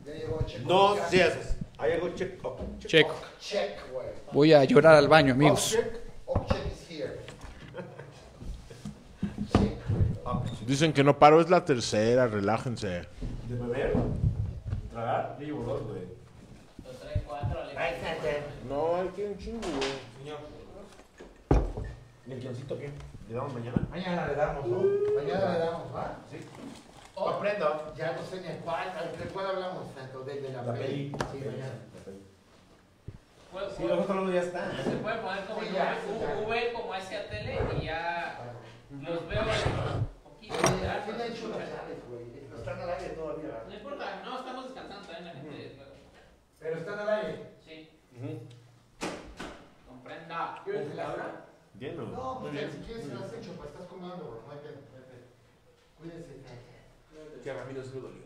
G: ya llegó Checo.
A: No
G: Ya.
A: seas. Hay algo checo.
J: Checo.
G: Check, güey.
J: Voy a llorar al baño, amigos.
G: Object, object is here.
C: Dicen que no paro, es la tercera, relájense.
A: De beber, tragar, yo llevo dos, güey.
D: Lo trae cuatro, le
C: No, hay que un chingo,
A: ¿Y el guioncito qué? ¿Le damos mañana?
G: Mañana le damos, ¿no? Uh, Mañana le damos, ¿va? Oh,
A: Sí. Aprendo.
G: Ya no sé ni a cuál, ¿de cuál hablamos? Tanto de, de la,
A: La peli.
G: peli. Sí, mañana.
D: Puede-
A: Sí, los otros no ya están.
D: Se puede poner como
G: Sí, ya,
D: en
G: ya.
D: un V, como hacia tele y ya los veo en poquito.
G: Oye,
D: ya,
G: ¿a ¿Quién ha hecho las
D: pues,
G: llaves, güey?
A: Están al aire todavía.
D: No importa, no, estamos descansando también la gente.
G: Pero están al aire.
D: Sí. Comprenda.
G: ¿Quieres la hora?
A: Lleno.
G: No, pues si quieres se las hecho, pues estás comiendo, bro. No hay pedo. Cuídense.
H: Que a Ramiro se lo dolió.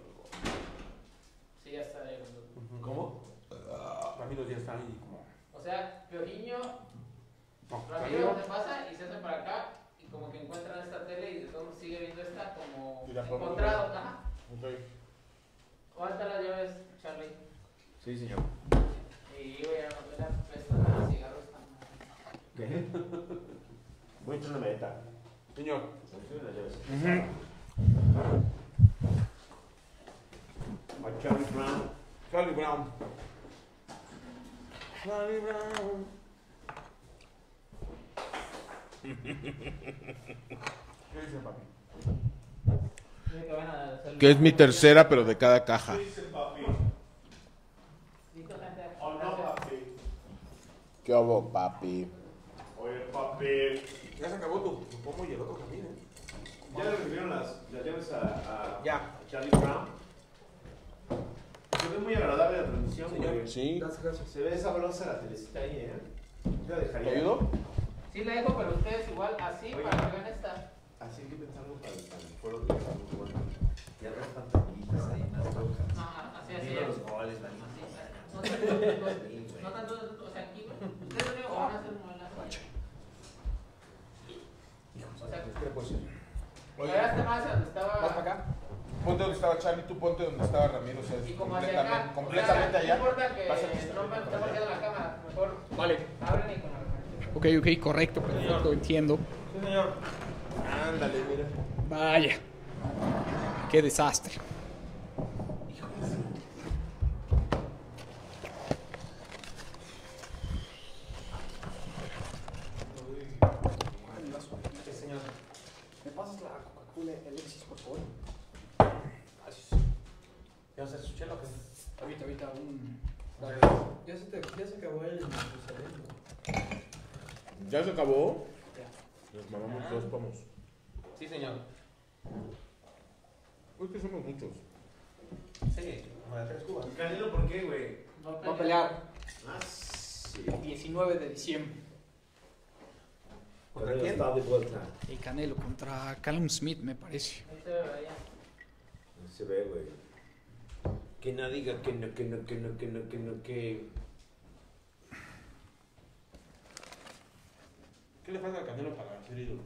D: Sí, ya está ahí.
H: ¿Cómo? Ah, Ramiro ya está ahí como...
D: O sea, Piojiño,
H: No,
D: Ramiro te pasa y se hacen para acá y como que encuentran esta tele y de todo sigue viendo esta como
H: Y la forma-
D: encontrado. Ajá. ¿Cuántas las llaves, Charlie?
A: Sí, señor.
D: Y voy a romper la pesta de los cigarros.
A: ¿Qué? Voy a echar una maleta.
H: Señor.
A: Funciona las llaves. A Charlie Brown.
H: Charlie Brown. Charlie Brown. ¿Qué dice papi?
D: Dice que van a hacer-
C: Que es mi tercera, pero de cada caja.
D: Dijo gente,
C: ¿Qué hago, papi?
A: Oye, papi.
H: Ya se acabó tu, tu pomo y el otro también, ¿eh?
A: ¿Ya le recibieron las, las llaves a, a,
H: Ya.
A: a Charlie Brown? Se ve muy agradable la transmisión, güey.
C: Sí.
A: Se ve sabrosa la telecita ahí, ¿eh? Yo la dejaría.
C: ¿Te ayudo?
D: Sí, la dejo para ustedes igual, así, para que vean esta.
A: Así que pensamos para el para el foro de los goles. Ya no están tablitas ahí, las hojas.
D: Ajá, así, así.
A: Viendo
D: así.
A: los goles, la
D: Sí,
A: misma.
D: No tanto, no tanto, o sea, aquí, güey. Ustedes lo único que van a hacer no es la O sea, llegaste más a donde
C: Más para
D: estaba.
C: acá. Ponte donde estaba Charlie, tú ponte donde estaba Ramiro. O sea,
D: Y
C: es
D: como hacia acá.
C: completamente, completamente
D: o sea,
C: allá.
D: No importa que
C: Vas a estar
D: rompan, está marcada la cámara. Mejor
J: Vale.
D: abren y con la referencia.
J: Ok, ok, correcto, perfecto, entiendo.
H: Sí, señor.
C: Ándale, mira.
J: Vaya. Qué desastre.
E: con. Ya se, te, ya se acabó el Jerusalén, ¿no?
C: ¿Ya se acabó? Les mamamos dos pomos.
H: Sí, señor.
C: Pues Es que somos muchos.
H: Sí, como de tres cubas.
A: Canelo, ¿por qué, güey?
H: Va a pelear
A: Ah, sí.
H: el 19 de diciembre. ¿Contra
A: Canelo
H: quién?
A: está de vuelta.
D: El Canelo contra Callum Smith, me parece.
E: Ahí se ve, allá.
A: No se ve, güey. Que no diga que no, que no, que no, que no, que no, que...
F: ¿Qué le falta al Canelo para ser ídolo?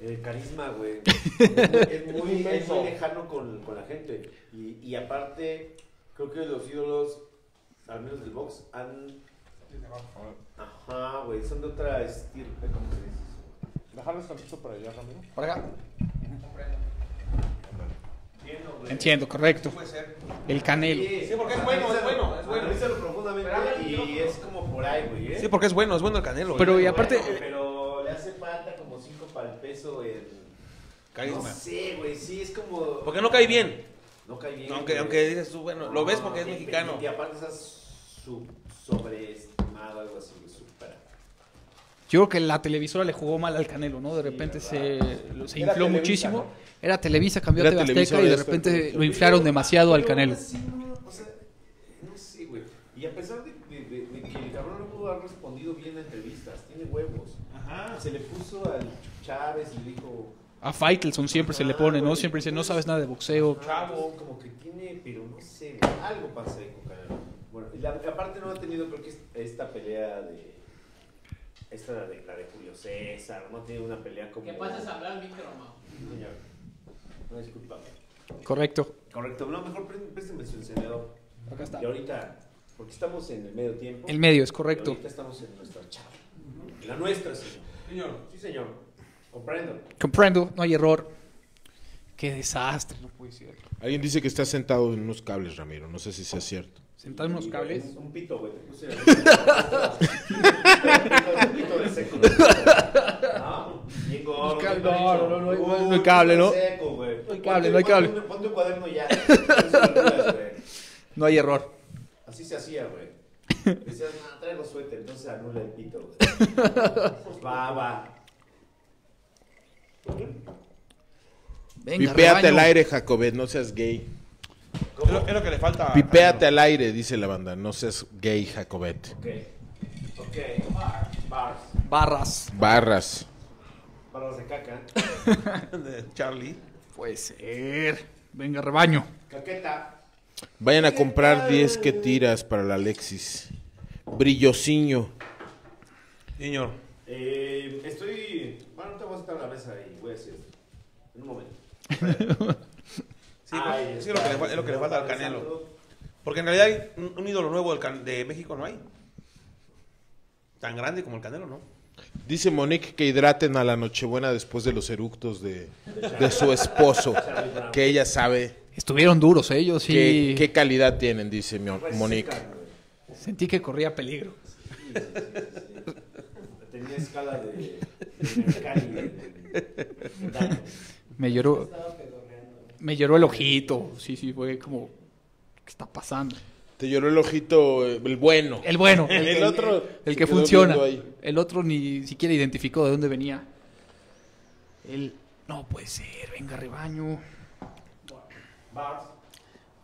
A: El carisma, güey. es, muy, es
F: inmenso.
A: muy lejano con, con la gente. Y, y aparte, creo que los ídolos, al menos del box, han. Ajá, güey, son de otra estirpe, ¿cómo se dice eso?
F: Dejarles tantito para allá, Ramiro.
D: Por acá.
A: Entiendo, güey.
D: Entiendo, correcto.
H: Puede ser.
D: El Canelo.
H: Sí, porque es bueno, es bueno, es bueno.
A: Analízalo profundamente y es como por ahí, güey, ¿eh?
H: Sí, porque es bueno, es bueno el Canelo. ¿eh?
D: Pero y
A: Bueno,
D: aparte.
A: pero le hace falta como 5 para el peso el.
H: Carisma.
A: No sé, güey, sí, es como.
H: Porque no cae bien.
A: No cae bien.
H: Aunque,
A: güey.
H: aunque dices tú, bueno, lo ves porque es
A: Y-
H: mexicano.
A: Y aparte estás su- sobreestimado, algo así, güey, súper.
D: Yo creo que la televisora le jugó mal al Canelo, ¿no? De repente se, lo- se
F: Era
D: infló
F: Televisa,
D: muchísimo.
F: ¿no?
D: Era Televisa, cambió a
C: Era
D: TV Azteca
C: Televisa,
D: y de
C: ahora es
D: repente
C: Televisa.
D: lo inflaron demasiado al
A: Pero aún
D: Canelo.
A: así, no, o sea, no sé, güey. Y a pesar de, de- de- de que el cabrón no pudo haber respondido bien a entrevistas, tiene huevos. Ajá. Se le puso al Chávez y le dijo.
D: A Faitelson siempre se le pone, ¿no? Siempre dice, no sabes nada de boxeo.
A: Chavo, como que tiene, pero no sé, güey, algo pasa ahí con Canelo. Bueno, y la, aparte no ha tenido, creo que es- esta pelea de. Esta la de, la de Julio César, no ha tenido una pelea como.
E: Que pases a hablar al micro, Mau.
A: Sí, señor. No, discúlpame.
D: Correcto.
A: Correcto, no, mejor pré- présteme su encendedor.
D: Acá está.
A: Y ahorita, porque estamos en el medio tiempo.
D: El medio, es
A: Y
D: correcto.
A: ahorita estamos en nuestra chava. La nuestra, señor.
F: Señor.
A: Sí, señor. Comprendo.
D: Comprendo, no hay error. Qué desastre, no puede ser.
C: Alguien dice que está sentado en unos cables, Ramiro. No sé si sea cierto.
D: Sentar unos
A: Y,
D: cables.
A: Un, un pito, güey. te puse- un pito de seco. No, bien gordo,
D: cable,
A: bien
D: Pues no,
A: dicho.
D: no, no, no hay- no hay-
A: Uy,
D: no hay cable, ¿no?
A: seco, güey.
D: No hay
A: Ponte-
D: cable, no hay
A: ponte
D: cable.
A: un- Ponte un cuaderno ya. güey.
D: No hay error.
A: Así se hacía, güey. Decías, no, traigo suéter, entonces anula el pito, güey. Va, va.
D: Venga,
C: Pipéate
D: rebaño.
C: al aire, Jacobet, no seas gay.
F: Es lo, es lo que le falta. a
C: Pipéate al aire, dice la banda. No seas gay, Jacobet.
A: Ok. Ok. Bars.
D: Barras.
C: Barras.
A: Barras de caca.
F: Canelo. De Charlie.
D: Puede ser. Venga, rebaño.
A: Caqueta.
C: Vayan a comprar 10 que tiras para la Alexis. Brillosiño.
F: Señor.
A: Eh, estoy. Bueno, te voy a sentar a la mesa y voy a decir esto. En un momento.
F: Sí,
A: Ay,
F: pues, sí,
A: está,
F: lo que le fal- es lo que le falta al Canelo.
A: pensando.
F: Porque en realidad hay un, un ídolo nuevo del can- de México no hay. Tan grande como el Canelo, ¿no?
C: Dice Monique que hidraten a la Nochebuena después de los eructos de, de su esposo. Que ella sabe
D: Estuvieron duros ellos
C: qué,
D: sí.
C: qué calidad tienen, dice Mio- Monique.
A: Resica, güey.
D: Sentí que corría peligro.
A: Tenía escala de. de Mercalli, de- de- de datos.
D: Me lloró. Me lloró el ojito. Sí, sí, fue como. ¿Qué está pasando?
C: Te lloró el ojito, eh, el bueno.
D: El bueno.
C: El otro
D: El
C: se
D: que
C: quedó
D: funciona.
C: viendo ahí.
D: El otro ni siquiera identificó de dónde venía. El. No puede ser. Venga, rebaño.
A: Bars.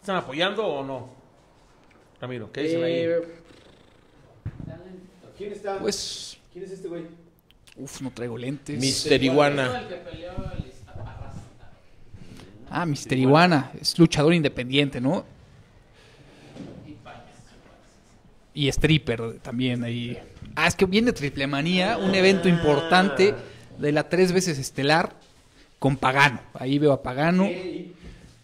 F: ¿Están apoyando o no? Ramiro, ¿qué dicen ahí?
D: Eh,
A: ¿Quién está?
D: pues.
A: ¿Quién es este güey?
D: Uf, no traigo lentes.
C: Mister Iguana.
E: El que peleó el Iztaparrasta.
D: Ah, Mister Iguana. Es luchador independiente, ¿no?
E: Y Pañas.
D: Y stripper también ahí. Ah, es que viene Triplemanía, un evento
C: Ah.
D: importante de la tres veces estelar con Pagano. Ahí veo a Pagano.
A: Ey,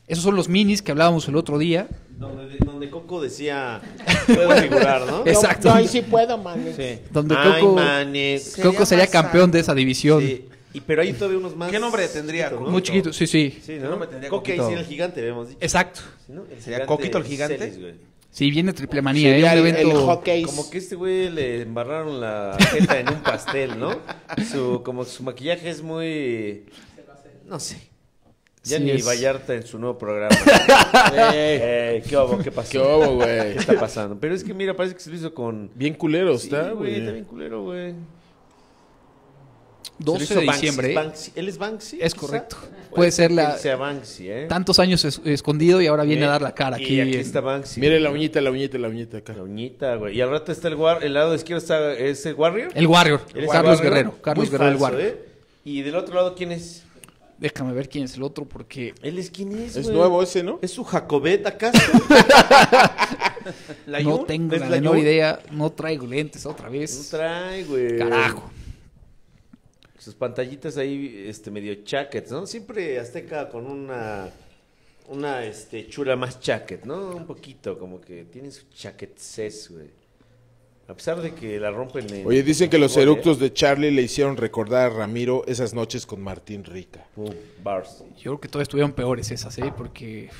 D: Esos son los minis que hablábamos el otro día.
A: Donde, donde Coco decía. Puedo figurar, ¿no?
D: Exacto.
C: puedo, man.
A: Sí.
D: Donde
A: Ay,
D: Coco-
A: manes.
D: Creo que sería campeón de esa división.
A: Sí. Y, pero hay todavía unos más.
F: ¿Qué nombre tendría
A: chiquitos,
F: Coco?
A: ¿no?
D: Muy chiquito, sí, sí.
A: Sí,
F: Yo
A: ¿no?
F: no me tendría
A: Coco ahí
F: Coquito.
A: sí era el gigante, habíamos dicho.
D: Exacto.
A: Sí, ¿no? El
F: ¿Sería
A: gigante
F: Coquito el gigante?
A: Celis, güey.
D: Sí, viene Triplemanía, ¿eh? Un evento-
A: Como que este güey le embarraron la jeta en un pastel, ¿no? Su, como su maquillaje es muy... No sé. Ya
D: Sí
A: ni
D: es.
A: Vallarta en su nuevo programa. Eh, ¿Qué hubo? ¿Qué pasó?
C: ¿Qué hubo, güey?
A: ¿Qué está pasando? Pero es que mira, parece que se lo hizo con...
C: Bien culero
A: Sí,
C: está,
A: güey,
C: güey.
A: está bien culero, güey. Se lo
D: 12
A: hizo
D: de
A: Banksy,
D: diciembre. ¿eh?
A: Banksy. ¿Él es Banksy?
D: Es
A: quizá?
D: correcto. Puede ser la-
A: que sea Banksy, ¿eh?
D: Tantos años es- escondido y ahora viene
A: Eh,
D: a dar la cara
A: y
D: aquí. en-
A: está Banksy.
C: Mire la uñita, la uñita, la uñita acá.
A: La uñita, güey. Y al rato está el War... El lado izquierdo está... ¿Es el Warrior?
D: El Warrior.
A: Él es
D: Carlos
A: Warrior.
D: Guerrero. Carlos
A: Muy
D: Guerrero, el
A: falso,
D: Warrior.
A: ¿eh? Y del otro lado, ¿quién es?
D: Déjame ver quién es el otro porque
A: Él es quién es,
C: Es
A: güey?
C: nuevo ese, ¿no?
A: ¿Es su Jacobet acaso?
D: no tengo
A: ¿Es
D: la
A: la
D: menor
A: Yun?
D: idea. No traigo lentes otra
A: no
D: vez.
A: trae, güey.
D: Carajo.
A: Sus pantallitas ahí, este, medio chaquets, ¿no? Siempre Azteca con una, una, este, chula más chaquet, ¿no? Un poquito, como que tienen su chaquetses, güey. A pesar de que la rompen en...
C: Oye, dicen que los
A: Oye,
C: eructos de Charlie le hicieron recordar a Ramiro esas noches con Martín Rica.
A: Boom, bars.
D: Yo creo que todas estuvieron peores esas, ¿eh? Porque.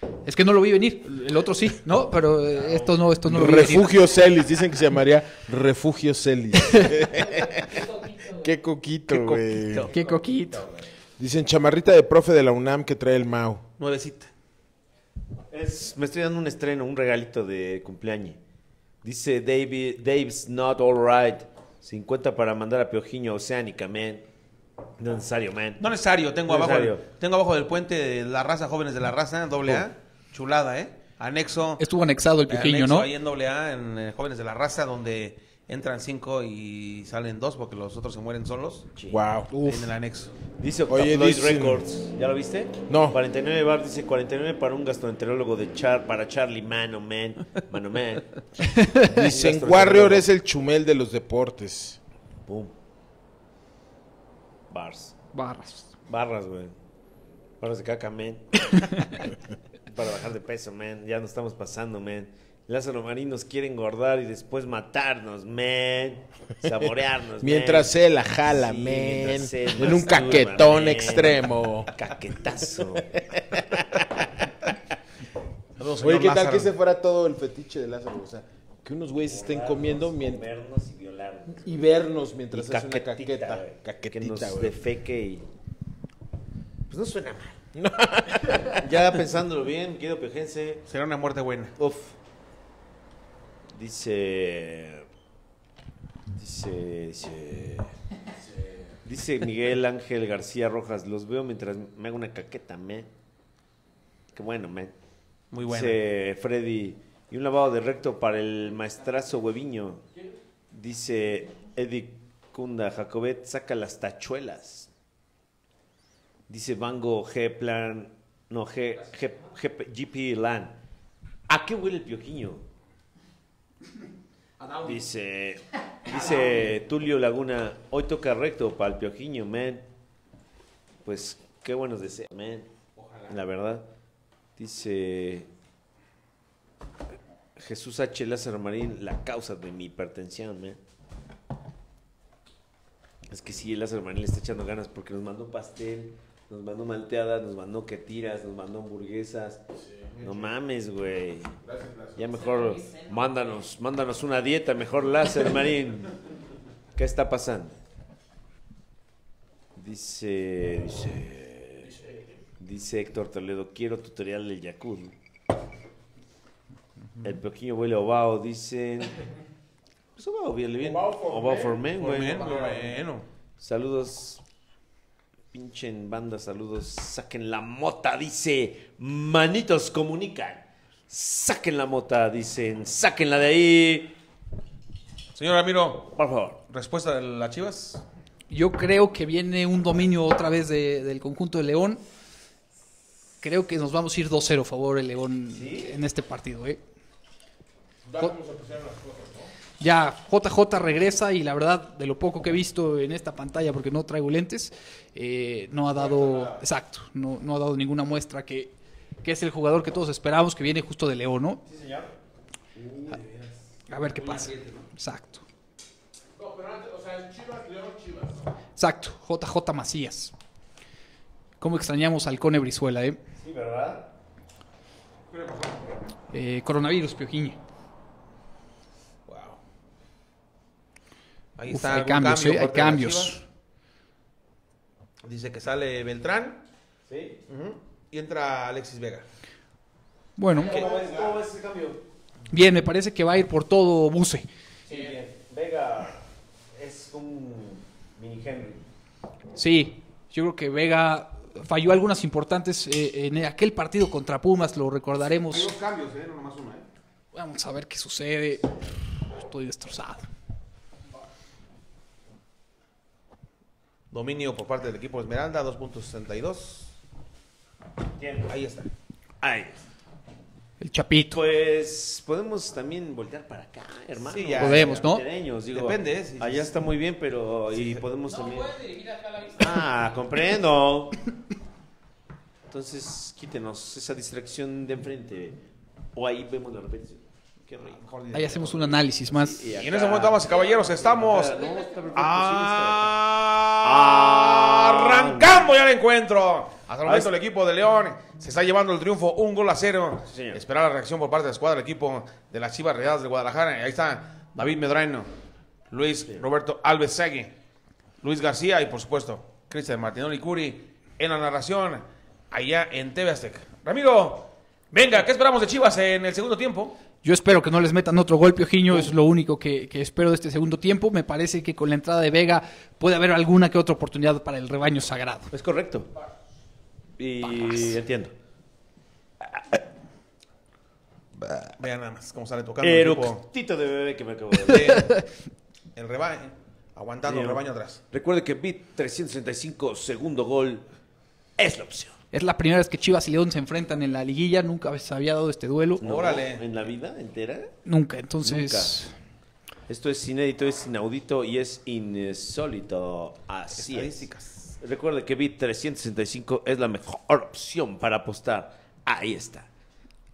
D: uff, Es que no lo vi venir. El otro sí, ¿no? Pero eh, estos no, estos no lo vi venir.
C: Refugio Celis, dicen que se llamaría Refugio Celis. Qué coquito, güey.
D: Qué coquito.
C: Dicen chamarrita de profe de la UNAM que trae el Mao.
H: Nuevecita.
A: Es- me estoy dando un estreno, un regalito de cumpleaños. Dice David, Dave's not alright. 50 para mandar a Piojiño a Oceánica, man. No necesario, man.
H: No necesario, tengo
A: No
H: abajo,
A: necesario.
H: tengo abajo del puente de la raza, jóvenes de la raza, doble A, chulada, ¿eh? Anexo.
D: Estuvo anexado el Piojiño,
H: anexo
D: ¿no?
H: Ahí en doble A, en eh, jóvenes de la raza, donde entran cinco y salen dos porque los otros se mueren solos.
C: Wow.
H: Ahí En el anexo.
A: Dice
C: Oye,
A: Oye, Floyd
C: dicen-
A: Records. ¿Ya lo viste?
C: No.
A: 49 bar dice 49 para un gastroenterólogo de Char para Charlie Mano Man. Mano Man.
C: Dicen Warrior es el chumel de los deportes.
A: Boom. Bars.
D: Barras.
A: Barras, güey. Barras de caca, man. para bajar de peso, man. Ya nos estamos pasando, man. Lázaro Marín nos quiere engordar y después matarnos, man. Saborearnos,
C: Mientras
A: man.
C: él la jala,
A: Sí,
C: men.
A: mientras él
C: En un
A: masturba,
C: caquetón
A: men.
C: extremo.
A: Caquetazo.
H: Saludos,
C: Oye,
H: señor
C: ¿qué tal
H: Lázaro.
C: que ese fuera todo el fetiche de Lázaro? O sea, que unos güeyes estén comiendo mientras...
A: Comernos y violarnos.
C: y vernos mientras
A: Y
C: hace una
A: caquetita,
C: caqueta.
A: güey. que
C: Caquetita,
A: nos
C: güey.
A: defeque y... Pues no suena mal. ya pensándolo bien, Guido Piojense,
H: Será una muerte buena.
A: uf. Dice... Dice... Dice... Dice Miguel Ángel García Rojas, los veo mientras me hago una caqueta, me. Qué bueno, me.
H: Muy buena.
A: Dice Freddy, y un lavado de recto para el maestrazo hueviño. Dice Eddie Kunda, Jacobet, saca las tachuelas. Dice Bango G Plan, no, G, G, G- GP Lan. ¿A qué huele el piojiño? Dice, dice Tulio Laguna, hoy toca recto para el piojiño, man. Pues qué buenos deseos, man. La verdad. Dice Jesús H. Lázaro Marín, la causa de mi hipertensión, ¿eh? man. Es que sí, Lázaro Marín le está echando ganas porque nos mandó pastel, nos mandó malteadas, nos mandó que tiras, nos mandó hamburguesas. No mames, güey. Ya mejor mándanos, mándanos una dieta, mejor Lázaro Marín. ¿Qué está pasando? Dice, dice, dice Héctor Toledo, quiero tutorial del Yakul. El pequeño huele a Obao, dicen. Pues Obao, bien, bien. Obao for men,
H: Muy
A: güey.
H: bien, muy bueno.
A: Saludos. Pinche en banda, saludos. Saquen la mota, dice. Manitos comunican. Saquen la mota, dicen. Sáquenla de ahí.
H: Señor Ramiro,
A: Por favor.
H: respuesta de las chivas.
D: Yo creo que viene un dominio otra vez de- del conjunto de León. Creo que nos vamos a ir 2-0 a favor el León en este partido, ¿eh? Ya, JJ regresa y la verdad, de lo poco que he visto en esta pantalla, porque no traigo lentes, eh, no ha dado, exacto, no, no ha dado ninguna muestra que, que es el jugador que todos esperamos, que viene justo de León, ¿no? Sí, señor. A, a ver qué pasa. Exacto. Exacto, JJ Macías. Cómo extrañamos al Cone Brizuela, ¿eh? Sí, ¿verdad? Eh, coronavirus, Piojiño.
H: Ahí
D: Uf,
H: está.
D: hay
H: algún
D: cambios,
H: cambio
D: ¿eh?
H: por
D: Hay
H: parte de las
D: cambios.
H: Chivas. Dice que sale Beltrán.
A: ¿Sí?
H: Y entra Alexis Vega.
D: Bueno,
A: ¿Cómo ves, ¿Cómo ves ese cambio?
D: bien, me parece que va a ir por todo Buse.
A: Sí, bien. Vega es un mini Henry.
D: Sí, yo creo que Vega falló algunas importantes eh, en aquel partido contra Pumas, lo
F: Hay
D: recordaremos.
F: dos cambios, ¿eh? No nomás uno, ¿eh?
D: Vamos a ver qué sucede. Estoy destrozado.
H: Dominio por parte del equipo de Esmeralda, 2.62. Ahí está.
A: Ay.
D: El Chapito.
A: Pues podemos también voltear para acá, hermano.
H: Sí, ya.
D: Podemos, ¿no?
A: Monterreños, digo,
H: Depende, ¿eh? Sí, sí,
A: allá
H: sí.
A: está muy bien, pero y podemos
E: No,
A: también.
E: puedes dirigir acá la vista.
A: Ah, comprendo. Entonces, quítenos esa distracción de enfrente. O ahí vemos la repetición. Qué rico.
D: Ahí hacemos un análisis más.
H: Ah, Y en ese momento, Ah. damas y caballeros, estamos
A: Ah, No, está perfecto, sí, está.
H: Arrancando ya el encuentro. Ah. Hasta el momento
A: Ahí-
H: el equipo de León se está llevando el triunfo, un gol a cero.
A: Sí, señor.
H: Esperar la reacción por parte de la escuadra, el equipo de las Chivas Reales de Guadalajara. Ahí está David Medrano, Luis Roberto Alves Segui, Luis García y por supuesto Cristian Martinoli Curi en la narración allá en TV Azteca. Ramiro, venga, ¿qué esperamos de Chivas en el segundo tiempo?
D: Yo espero que no les metan otro gol, Piojiño. Es lo único que, que espero de este segundo tiempo. Me parece que con la entrada de Vega puede haber alguna que otra oportunidad para el rebaño sagrado.
A: Es correcto. Y entiendo.
H: Vean nada más cómo sale tocando el equipo
A: Eructito de bebé que me acabo de
H: de- el rebaño, aguantando
A: Sí.
H: el rebaño atrás.
A: Recuerde que BIT 365, segundo gol, es la opción.
D: Es la primera vez que Chivas y León se enfrentan en la liguilla. Nunca se había dado este duelo.
A: No,
H: Órale.
A: En la vida entera.
D: Nunca. Entonces,
A: Esto es inédito, es inaudito y es insólito. Así es. Recuerde que BIT 365 es la mejor opción para apostar. Ahí está.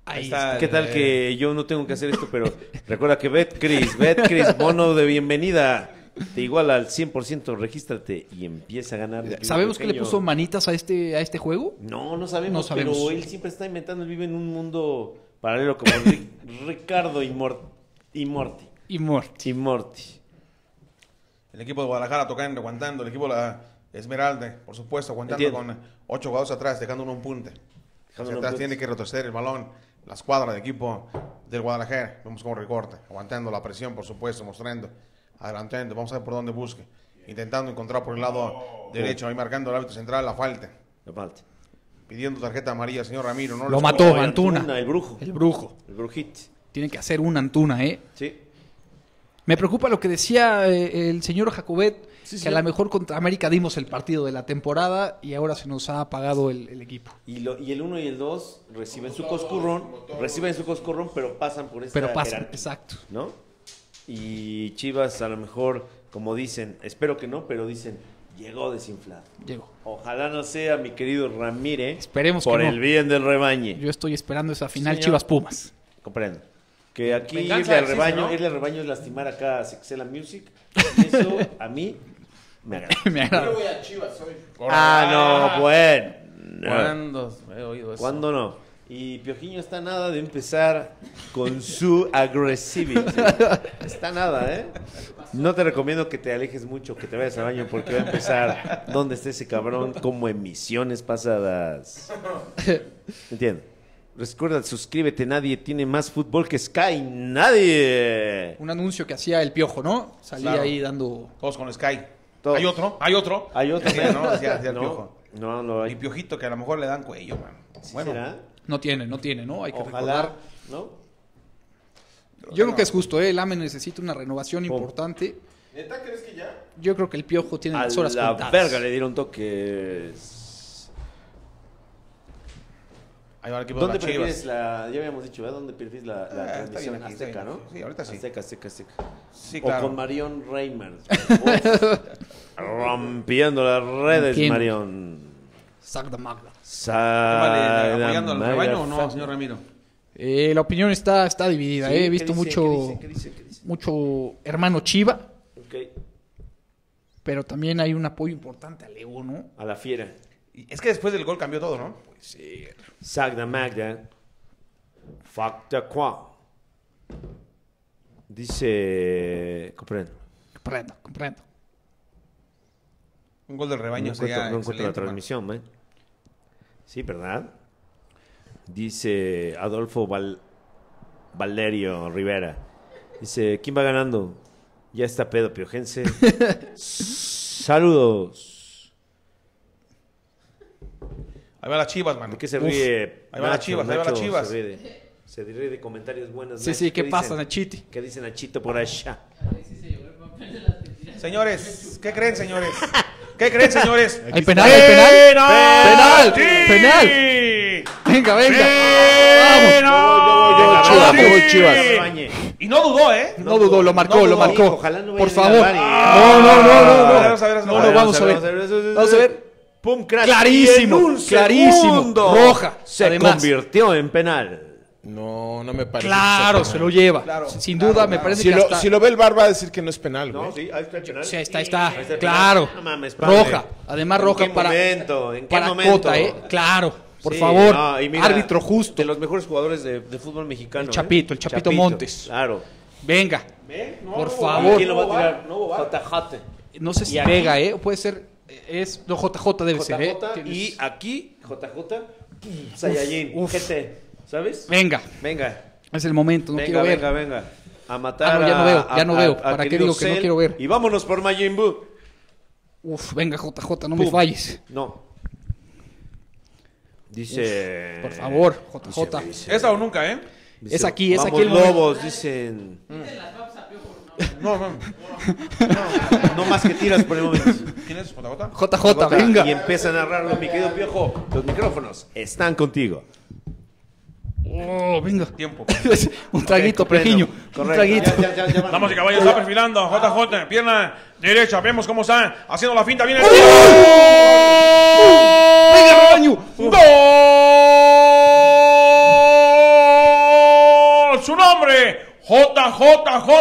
D: ahí
H: está. eh,
A: ¿Qué tal que yo no tengo que hacer esto, pero recuerda que BetCris, BetCris, bono de bienvenida, te iguala al 100%, regístrate y empieza a ganar.
D: está. ¿Sabemos que le
A: Pequeño.
D: puso manitas a este, a este juego?
A: No, no sabemos,
D: No sabemos.
A: pero él siempre está inventando, él vive en un mundo paralelo como Ri- Ricardo y, Mor- y Morty.
D: Y muerto.
A: Y Morty.
H: El equipo de Guadalajara tocando, aguantando. El equipo de la Esmeralda, por supuesto, aguantando
A: Entiendo.
H: con ocho jugadores atrás, dejando uno un punte.
A: Dejando
H: Hacia
A: uno
H: atrás
A: un punte.
H: tiene que retroceder el balón. La escuadra del equipo del Guadalajara. Vemos cómo recorta, aguantando la presión, por supuesto, mostrando, adelantando. Vamos a ver por dónde busque. Intentando encontrar por el
A: Oh.
H: lado derecho, ahí marcando el árbitro central la falta.
A: La falta.
H: Pidiendo tarjeta amarilla, señor Ramiro. No
D: Lo
H: escucha.
D: mató
A: Oye,
D: Antuna.
A: Antuna, el brujo.
D: El brujo.
A: El brujit.
D: Tiene que hacer una Antuna, ¿eh?
A: Sí.
D: Me preocupa lo que decía eh, el señor Jacobet, que a lo mejor contra América dimos el partido de la temporada y ahora se nos ha apagado el, el equipo.
A: Y, lo- y el 1 y el 2 reciben su coscurrón, reciben su coscurrón, pero pasan por esta
D: Pero pasa,
A: jerarquía.
D: exacto.
A: ¿no? Y Chivas a lo mejor, como dicen, espero que no, pero dicen, llegó desinflado.
D: Llegó.
A: Ojalá no sea, mi querido Ramírez.
D: Esperemos que
A: Por
D: no.
A: el bien del rebaño.
D: Yo estoy esperando esa final
A: Señor.
D: Chivas Pumas.
A: Comprendo. Que aquí irle
H: Venganza
A: al
H: existe,
A: rebaño,
H: ¿no?
A: irle al rebaño es lastimar acá a Sexela Music. Eso a mí me agrada.
D: Me agrada.
B: voy a Chivas hoy.
A: ah, no, bueno. No.
H: ¿Cuándo he oído eso?
A: ¿Cuándo no? Y Piojiño está nada de empezar con su agresividad. Está nada, ¿eh? No te recomiendo que te alejes mucho, que te vayas al baño, porque va a empezar donde esté ese cabrón, como en misiones pasadas. Entiendo. Recuerda, suscríbete, nadie tiene más fútbol que Sky, nadie.
D: Un anuncio que hacía el piojo, ¿no? Salía
H: Claro.
D: ahí dando.
H: Todos con Sky.
A: Todos.
H: Hay otro, hay otro.
A: Hay otro,
H: Sí, ¿no? Hacia- hacia el
A: no,
H: piojo.
A: no, no
H: Y
A: hay.
H: piojito que a lo mejor le dan cuello, mano.
A: ¿Sí
H: Bueno,
A: será?
D: No tiene, no tiene, ¿no? Hay que
A: Ojalá,
D: recordar.
A: ¿no?
D: Yo creo que es justo, ¿eh? El AME necesita una renovación importante.
B: ¿Neta crees que ya?
D: Yo creo que el piojo tiene
A: A
D: las horas
A: la
D: contadas.
A: verga le dieron toques.
H: Ahí va el equipo de
A: ¿Dónde
H: las Chivas.
A: prefieres la, ya habíamos dicho, ¿verdad? ¿Dónde prefieres la, la
H: Ah, está bien
A: transmisión
H: aquí, está
A: azteca,
H: bien
A: no?
H: aquí. Sí, ahorita sí.
A: Azteca, azteca, azteca.
H: Sí,
A: o
H: claro.
A: con Marión Reimers. Uf, Rompiendo las redes,
D: ¿Quién?
A: Marión.
D: Sagda Magda.
A: Sa-
H: Vale, ¿Apoyando al
A: Maya
H: rebaño o no,
A: Fa-
H: señor Ramiro?
D: Eh, la opinión está, está dividida,
A: Sí,
D: ¿eh? He
A: ¿qué
D: visto
A: dice?
D: mucho,
A: ¿Qué dice? ¿Qué dice?
D: mucho hermano Chiva.
A: ¿Qué dice? Ok,
D: pero también hay un apoyo importante a León, ¿no?
A: A la fiera.
H: Y Es que después del gol cambió todo, ¿no?
A: Sagda Magda. Fuck the qua. Dice. Comprendo.
D: Comprendo, comprendo.
H: Un gol del
A: No
H: rebaño
A: encuentro,
H: sería
A: no encuentro la
H: excelente, mano.
A: transmisión, ¿eh? Sí, ¿verdad? Dice Adolfo Val- Valerio Rivera. Dice, ¿quién va ganando? Ya está pedo piojense. Saludos.
H: Ahí va las chivas, mano.
A: ¿De qué se ríe?
H: ahí van las chivas, ahí van las chivas.
A: Se ríe, de, se ríe de comentarios buenos.
D: Sí,
A: Nacho.
D: sí, ¿qué pasa,
A: dicen?
D: Nachiti?
A: ¿Qué dicen a Chito por allá?
H: Señores, ¿qué creen, señores? ¿Qué creen, señores?
D: Hay penal, hay penal. Penal, penal.
H: ¡Sí!
D: Venga, venga.
A: Yo voy,
D: yo voy,
A: Chivas,
D: Chivas, yo voy, Chivas.
H: Y no dudó, ¿eh?
D: Vamos. No dudó, lo marcó, lo marcó.
A: Ojalá no vaya
D: Por
A: a ir a
D: favor.
A: Bari.
D: No, no, no, no, no.
H: Vamos a ver, vamos a ver.
D: No, no, vamos a ver. Vamos a ver.
A: Pum, crash.
D: Clarísimo,
A: Y en un
D: clarísimo.
A: segundo
D: Roja,
A: Se
D: además.
A: convirtió en penal.
C: No, no me parece. que sea
D: Claro,
C: penal.
D: se lo lleva.
H: Claro,
D: Sin
H: claro,
D: duda, me
H: claro.
D: parece
C: Si
D: que
C: lo,
D: hasta...
C: si lo ve el bar va a decir que no es penal, güey.
A: sí, ahí está el penal.
D: Sí, ahí está, ahí está.
A: Ahí está el penal.
D: Claro.
A: No mames, padre.
D: roja. Además, roja
A: qué
D: para.
A: momento? ¿En qué
D: para
A: momento?
D: Cota, ¿eh? Claro. Por
A: Sí,
D: favor.
A: no, y mira,
D: árbitro justo.
A: De los mejores jugadores de, de fútbol mexicano.
D: El
A: ¿eh?
D: Chapito, el Chapito Montes.
A: Claro.
D: Venga. Por
A: ¿Y
D: favor.
A: ¿Quién lo va a tirar? Jatajate.
D: No sé si
A: Y aquí-
D: pega, ¿eh? Puede ser. Es. No, JJ debe ser, ¿eh?
A: JJ
D: Tienes-
A: y aquí JJ Saiyajin, GT, ¿sabes?
D: Venga.
A: Venga,
D: Es el momento. No
A: venga,
D: quiero ver.
A: venga, venga. A matar
D: Ah, no, ya no
A: a-
D: veo, ya no
A: a-
D: veo.
A: a- a
D: ¿Para qué
A: querido
D: digo que no
A: Cell.
D: quiero ver?
A: Y vámonos por Majin Buu.
D: Uf, venga, JJ, no me
A: Pum.
D: falles.
A: No. Dice.
D: Por favor, JJ.
H: Esta o nunca, ¿eh?
A: Dice,
D: Es aquí, es
A: "Vamos,
D: aquí el momento".
A: lobos, dicen. No, no. No más que tiras por el momento.
H: ¿Quién es? ¿JJ?
D: JJ, venga.
A: Y empieza a narrarlo, mi querido piojo. Los micrófonos están contigo.
D: Oh, venga.
H: Tiempo.
D: Un traguito,
A: Ok, comprendo.
D: pequeño. Un
A: Correcto.
D: traguito.
A: Ya, ya, ya, ya van.
H: Damas y caballos, está perfilando. JJ, pierna derecha. Vemos cómo está haciendo la finta. Viene.
D: ¡Venga, rebaño!
H: ¡Gol! Su nombre, JJJ.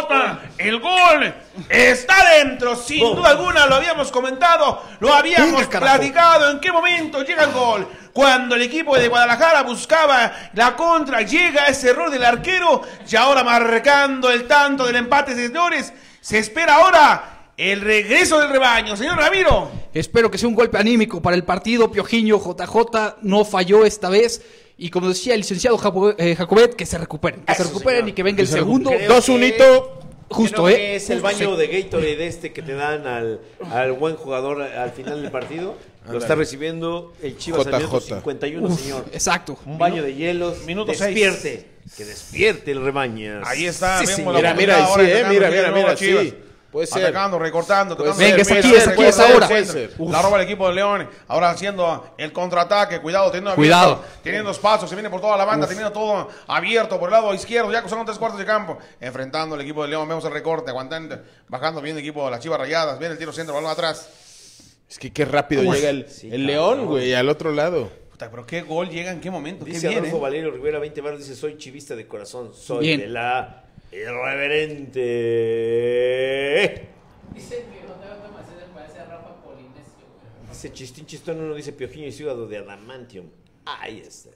H: El gol está dentro, sin duda alguna. Lo habíamos comentado, lo habíamos
D: Venga, carajo.
H: platicado. ¿En qué momento llega el gol? Cuando el equipo de Guadalajara buscaba la contra, llega ese error del arquero. Y ahora marcando el tanto del empate, señores. Se espera ahora el regreso del rebaño. Señor Ramiro.
D: Espero que sea un golpe anímico para el partido. Piojiño, JJ no falló esta vez. Y como decía el licenciado Japo- eh, Jacobet, que se recuperen. Que se recuperen y que venga el segundo.
A: recuperen.
C: Dos
A: Creo que-
C: unito.
D: Justo,
A: Creo
D: ¿eh?
A: que es el
D: Justo,
A: baño
D: sí.
A: de Gatorade este que te dan al, al buen jugador al final del partido. Lo está recibiendo el Chivas al minuto
C: JJ.
A: 51,
D: Uf,
A: señor.
D: Exacto.
A: Un baño de hielos.
H: Minuto seis.
A: Despierte. Que despierte el rebaño.
H: Ahí está, vemos la
C: Mira, mira,
H: oportunidad
C: sí,
H: ahora
C: eh,
H: atacando,
C: mira, mira,
H: sigue de nuevo
C: mira,
H: Chivas.
C: sí. Puede ser.
H: Atacando, recortando,
C: Puede
H: tocando de
D: ser,
H: media,
D: puede ser,
H: se
D: puede
H: recorta,
D: ser,
H: el
D: puede
H: centro.
C: ser.
H: La roba el equipo de León. Ahora haciendo el contraataque. Cuidado, teniendo abierto,
D: Cuidado.
H: Teniendo espacio, se viene por toda la banda, teniendo todo abierto por el lado izquierdo. Ya cruzaron tres cuartos de campo. Enfrentando el equipo de León. Vemos el recorte, aguantando, bajando bien el equipo de las Chivas Rayadas. Viene el tiro centro, balón atrás.
C: Es que qué rápido llega el,
A: Sí,
C: el
A: cabrón.
C: león, güey, al otro lado.
H: Puta, pero qué gol llega, en qué momento. Qué
A: Dice
H: bien,
A: Adolfo
H: ¿eh?
A: Valerio Rivera 20 varos, dice, soy chivista de corazón, soy
D: Bien.
A: de la irreverente.
E: Dicen que Otavio Tomasés se parece a Rafa Polinesio.
A: Dice Chistín Chistón, uno dice Piojiño y Ciudad de Adamantium. Ahí está.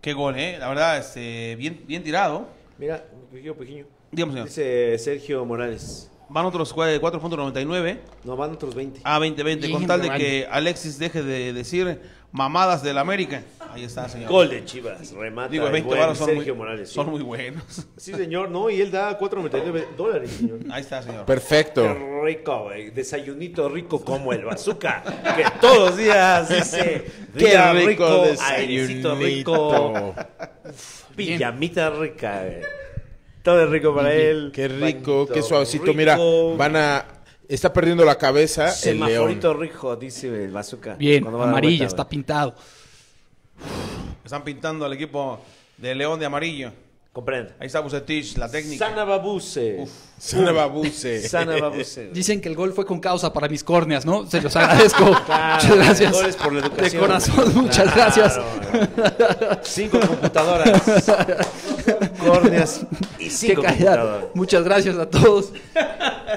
H: Qué gol, ¿eh? La verdad, este, bien, bien tirado.
A: Mira, Piojiño, Piojiño.
H: Dígame, señor.
A: Dice Sergio Morales.
H: Van otros cua- 4.99.
A: No, van otros 20.
H: a 2020, con
D: Bien,
H: tal de
D: Giovanni.
H: que Alexis deje de decir mamadas del América. Ahí está, señor.
A: Gol de Chivas, remata
H: Digo,
A: el
H: 20
A: buen
H: varos son,
A: Sergio
H: muy-
A: Morales. sí.
H: son muy buenos.
A: Sí, señor, no, y él da 4.99 dólares, señor.
H: Ahí está, señor.
A: Qué
C: Perfecto.
A: rico, güey. desayunito rico como el bazooka, que todos los días dice, día rico, airecito rico, pijamita rica, güey. todo es rico para él.
C: Qué rico,
A: Panto
C: qué suavecito. Mira,
A: rico,
C: van a. Está perdiendo la cabeza el león.
A: Semaforito rico, dice el bazooka.
D: Bien,
A: cuando va a dar
D: amarilla,
A: vuelta,
D: está pintado.
H: Están pintando al equipo de León de amarillo.
A: güey. Comprende.
H: Ahí está Bucetich, la técnica.
A: Sana babuse.
C: Sana babuse.
A: Sana babuse.
D: Dicen que el gol fue con causa para mis córneas, ¿no? Se los agradezco.
A: Claro,
D: muchas gracias.
A: goles por la educación.
D: De corazón,
A: Claro.
D: muchas gracias.
A: Cinco computadoras. Córneas y
D: Qué
A: cinco computadoras.
D: callar. Muchas gracias a todos.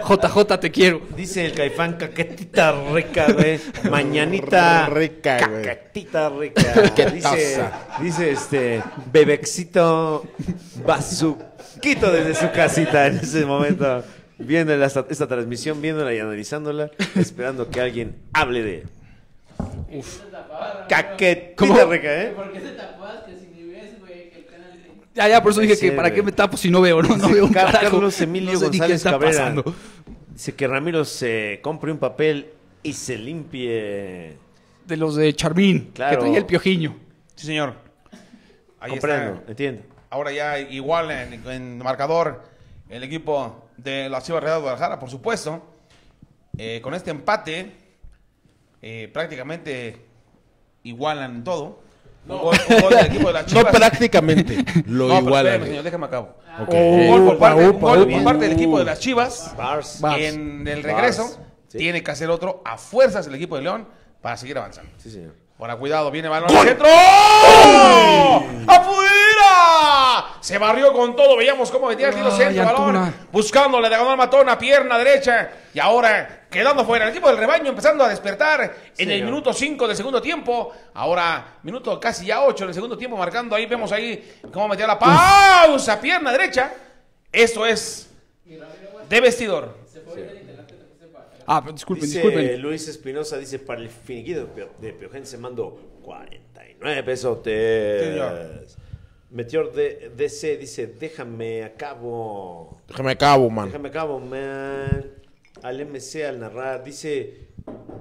D: JJ, te quiero.
A: Dice el caifán, caquetita rica, güey. Mañanita
C: Rica, güey.
A: Caquetita rica.
C: Qué
A: dice,
C: tosa.
A: dice este, bebexito bazuquito desde su casita en ese momento. Viendo la- esta, esta transmisión, viéndola y analizándola, esperando que alguien hable de
D: Uf.
A: Caquetita
D: ¿Cómo?
A: rica, ¿eh?
E: ¿Por qué te tapas? Que si ni ves, güey, que el canal de-
D: Ya, ya, por eso dije
A: Sí,
D: que para
A: güey.
D: qué me tapo si no veo, no, no
A: Dice
D: veo un
A: Car-
D: carajo.
A: Carlos Emilio
D: no sé ni qué
A: González
D: está
A: Cabrera.
D: pasando.
A: Dice que Ramiro se compre un papel y se limpie.
D: De los de Charmín,
A: Claro.
D: que traía el piojiño.
H: Sí, señor. Ahí
A: Comprendo,
H: está.
A: entiendo.
H: Ahora ya igual en, en marcador el equipo de la Chivas Real de Guadalajara, por supuesto. Eh, con este empate, eh, prácticamente igualan todo. Un gol, un gol del equipo de las
C: No
H: Chivas.
C: prácticamente, lo eh.
H: No, pero
C: igual.
H: espérame, señor, déjame acabo.
C: Ok.
D: Uh,
H: Un gol por
D: Upa,
H: parte, un
D: upa,
H: gol por
D: upa.
H: parte del equipo de las Chivas.
A: Bars.
D: Vas.
H: En el regreso,
A: Sí.
H: tiene que hacer otro a fuerzas el equipo de León para seguir avanzando.
A: Sí, señor.
H: Ahora, cuidado, viene balón al centro. ¡Apudera! Se barrió con todo. Veíamos cómo metía el tiro
D: Ay,
H: centro, balón.
D: Antuna.
H: Buscando la diagonal matona, pierna derecha. Y ahora quedando fuera. El equipo del rebaño empezando a despertar en el
A: Señor.
H: minuto 5 del segundo tiempo. Ahora, minuto casi ya 8 del segundo tiempo, marcando ahí. Vemos ahí cómo metía la pausa, pierna derecha. Esto es de vestidor.
D: Ah, pero disculpen,
A: Dice
D: disculpen.
A: Luis Espinosa, dice, para el finiquito de, Pio- de Piojen se mando 49 pesotes. Meteor de DC dice, déjame a cabo.
C: Déjame acabo, man.
A: Déjame a cabo, man. Al MC al narrar, dice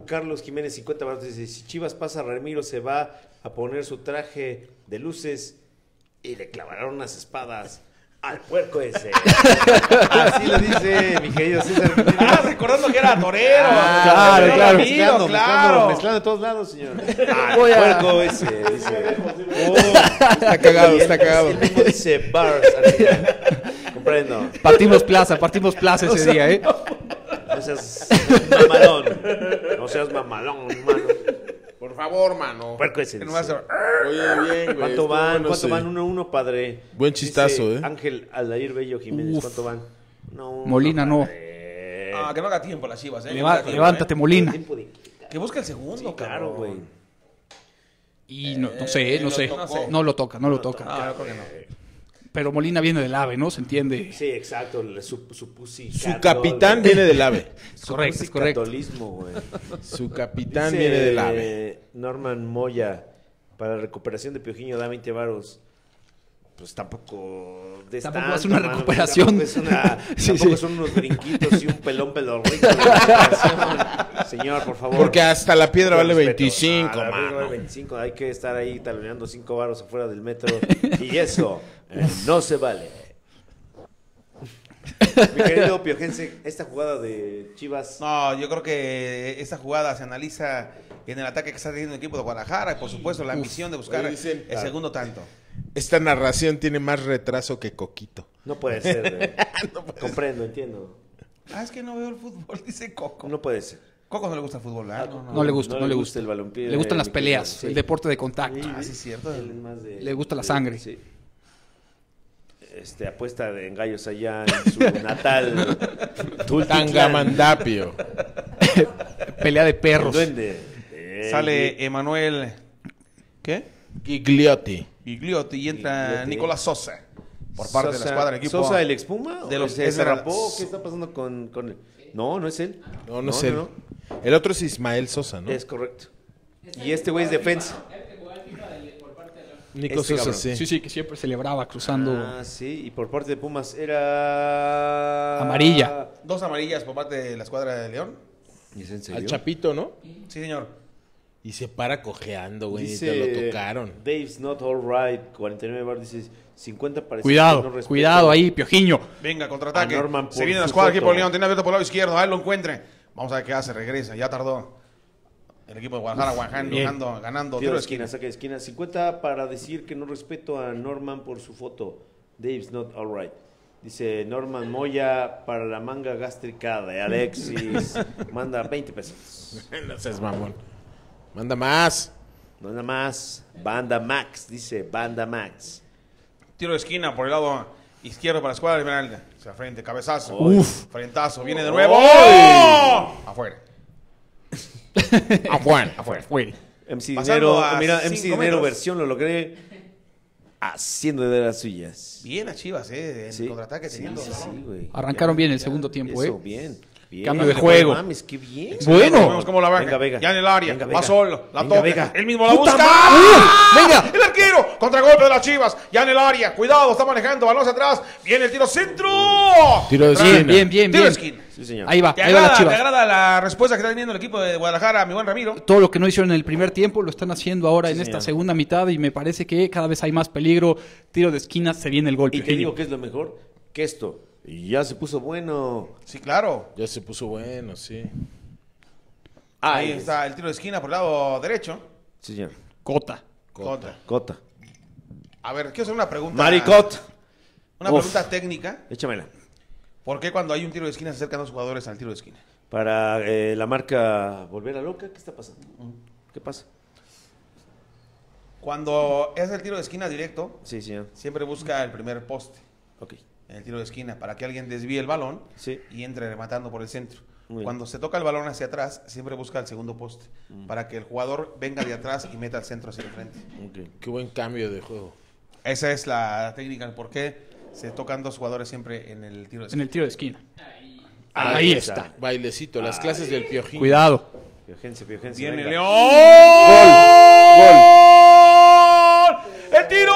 A: Carlos Jiménez 50 baros, dice, si Chivas pasa, Ramiro se va a poner su traje de luces y le clavarán unas espadas al puerco ese. Así lo dice mi querido César. Jiménez.
H: Ah, recordando que era torero.
A: Ah,
H: Era
A: claro,
H: amigo,
A: mezclando,
H: claro.
A: mezclando, mezclando de todos lados, señor.
D: Voy a-
A: Puerco ese, dice. está
C: cagado, está cagado.
A: Dice bars. así. Comprendo.
D: Partimos plaza, partimos plaza ese día, ¿eh?
A: No seas mamalón. No seas mamalón, hermano.
H: Por favor, mano.
A: Puerco ese.
H: Que no
A: dice.
H: vas a-
C: Oye, bien, güey.
A: ¿Cuánto
C: estuvo
A: van?
C: bueno,
A: ¿Cuánto
C: sí.
A: van? 1-1, uno, a uno, padre.
C: Buen
A: Dice
C: chistazo, ¿eh?
A: Ángel Aldair Bello Jiménez,
D: Uf.
A: ¿cuánto van? No, uno,
D: Molina, no.
A: padre.
H: Ah, que no haga tiempo las chivas,
D: Leva-
H: eh. Que no haga tiempo,
D: levántate, Molina.
A: Tiempo de-
H: eh. Que busque el segundo,
A: Claro,
H: cabrón.
A: güey.
D: Y no, no sé, no
H: Eh, lo
D: sé.
H: tocó.
D: No lo toca, no lo toca.
H: No, yo creo que no.
D: Pero Molina viene del AVE, ¿no? Se entiende.
A: Sí, exacto. le- Su, su, pussy
C: Su
A: catol-
C: capitán viene del AVE.
A: su
D: Correcto,
A: pussy
D: correcto.
A: catolismo, güey.
C: Su capitán
A: Dice,
C: viene del AVE.
A: eh, Norman Moya, para la recuperación de Piojiño da 20 varos. Pues tampoco... de
D: Tampoco
A: tanto,
D: es una
A: mano,
D: recuperación.
A: Tampoco, es una-
D: Sí,
A: tampoco
D: sí.
A: son unos brinquitos y un pelón pelorrico. de recuperación. Señor, por favor.
C: Porque hasta la piedra
A: Con
C: vale
A: respeto.
C: 25,
A: Ah, la piedra
C: mano.
A: vale 25. Hay que estar ahí taloneando 5 varos afuera del metro. y eso eh, no se vale. Mi querido Piojense, esta jugada de Chivas...
H: No, yo creo que esta jugada se analiza en el ataque que está teniendo el equipo de Guadalajara y por supuesto la ambición de buscar
C: Oye, dicen-
H: el segundo tanto.
C: Esta narración tiene más retraso que Coquito.
A: No puede ser. güey. Comprendo, entiendo.
H: Ah, es que no veo el fútbol, dice Coco.
A: No puede ser.
H: Coco no le gusta el fútbol,
A: Ah,
H: ¿verdad? Ah, No, no.
D: No le gusta, no, le gusta.
A: el balompié.
D: Le gustan
A: de
D: las
A: mi
D: peleas,
A: querido, sí.
D: el deporte de contacto.
H: Ah, sí, es cierto.
A: Él es más de-
D: Le gusta la
A: de-
D: sangre.
A: sí. Este, apuesta de gallos allá en su natal. Tultitlán.
C: Tangamandapio.
D: Pelea de
A: El
D: perros.
A: duende. Eh,
H: Sale Emanuel. ¿Qué?
C: Gigliotti.
H: Gigliotti y entra
A: Gigliotti.
H: Nicolás Sosa por parte de la
A: Sosa-
H: escuadra del equipo.
A: ¿Sosa el expuma?
H: de
A: ¿De
H: los-
A: los
H: es
A: se
H: de la-
A: rapó? ¿Qué está pasando con, con él? No, no es él.
C: No, no, es él.
A: no.
C: El otro es Ismael Sosa, ¿no?
A: Es correcto. Y este güey es defensa.
C: Nico
A: este
C: Sosa,
A: cabrón.
C: sí.
D: Sí, sí, que siempre celebraba cruzando.
A: Ah, sí, y por parte de Pumas era.
D: Amarilla.
H: Dos amarillas por parte de la escuadra de León.
A: ¿Es en
C: Al Chapito, ¿no?
H: Sí, señor.
C: Y se para cojeando, güey. Y
A: Dice,
C: te lo tocaron.
A: Dave's not alright. 49 bar dice 50 parece que
D: Cuidado,
A: no respeta
D: cuidado ahí, Piojiño.
H: Venga, contraataque.
A: A Norman
H: Se
A: por
H: viene la
A: su
H: escuadra
A: foto.
H: del equipo de León. Tiene abierto por el lado izquierdo. Ahí lo encuentre. Vamos a ver qué hace. Regresa. Ya tardó. El equipo de Guadalajara Guaján,
D: bien.
H: ganando,
A: Tiro
H: ganando. Tiro
A: de
H: de
A: esquina, saque de esquina. 50 para decir que no respeto a Norman por su foto. Dave's not alright. Dice Norman Moya para la manga gástrica de Alexis. Manda 20 pesos.
C: no seas mamón. Manda más.
A: Nada más. Banda Max. Dice Banda Max.
H: Tiro de esquina por el lado izquierdo para la escuadra de Esmeralda. O sea, frente, cabezazo.
C: Uf.
H: Frentazo. Viene de nuevo. Afuera.
C: Afuera.
H: Afuera.
D: Güey.
A: MC
H: Pasando
A: Dinero. eh,
H: a
A: Mira, MC
H: cinco
A: Dinero
H: metros.
A: versión lo logré haciendo de las suyas.
H: Bien a Chivas, ¿eh? En
A: Sí.
H: contraataque
A: Sí,
H: teniendo.
A: sí,
H: el balón.
A: sí, güey.
D: Arrancaron bien el segundo tiempo,
A: eso,
D: ¿eh?
A: bien. Bien.
D: Cambio de juego.
A: No mames, qué bien.
D: Bueno.
H: Vemos cómo la va.
A: Venga, Vega.
H: Ya en el área.
A: Venga,
H: va
A: Vega.
H: solo. La
A: Venga,
H: toca.
A: Vega.
H: Él mismo la
A: ¡Puta ¡Ah!
H: busca. ¡Ah!
D: madre! ¡Venga!
H: El arquero. Contragolpe de las Chivas. Ya en el área. Cuidado. Está manejando. Balón hacia atrás. Viene el tiro centro.
C: Tiro de
H: Tras-
C: esquina.
D: Pues Bien, bien, bien,
H: Tiro de
D: bien.
H: esquina.
A: Sí, señor.
D: Ahí va,
H: ¿Te
D: Ah, ahí va
H: agrada,
D: la
H: ¿Te
D: Chivas.
H: agrada la respuesta que está teniendo el equipo de Guadalajara, mi buen Ramiro?
D: Todo lo que no hicieron en el primer tiempo lo están haciendo ahora en esta
A: señor.
D: segunda mitad y me parece que cada vez hay más peligro. Tiro de esquina, se viene el golpe.
A: Y te digo que es lo mejor que esto. Ya se puso bueno.
H: Sí, claro.
C: Ya se puso bueno, sí.
A: Ah,
H: Ahí está el tiro de esquina por el lado derecho.
A: Sí, señor.
D: Cota.
H: Contra.
A: Cota.
H: A ver, quiero hacer una pregunta.
A: Maricot.
H: Una
A: Uf.
H: pregunta técnica.
A: Échamela.
H: ¿Por qué cuando hay un tiro de esquina se acercan los jugadores al tiro de esquina?
A: Para eh, la marca Volver a Loca, ¿qué está pasando?
H: Mm.
A: ¿Qué pasa?
H: Cuando es el tiro de esquina directo,
A: Sí, señor.
H: siempre busca el primer poste
A: Ok.
H: en el tiro de esquina para que alguien desvíe el balón
A: Sí.
H: y entre rematando por el centro.
A: Muy bien. Mm.
H: Cuando se toca el balón hacia atrás, siempre busca el segundo poste para que el jugador venga de atrás y meta el centro hacia el frente.
A: okay.
C: Qué buen cambio de juego.
H: Esa es la técnica, el por qué se tocan dos jugadores siempre en el tiro de
D: En
H: esquina.
D: el tiro de esquina.
A: Ahí
D: Ahí
A: está.
D: está.
C: Bailecito, las clases del piojín.
D: Cuidado.
A: Piojense, piojense.
H: Viene
A: venga.
H: León. ¡Gol! ¡El tiro!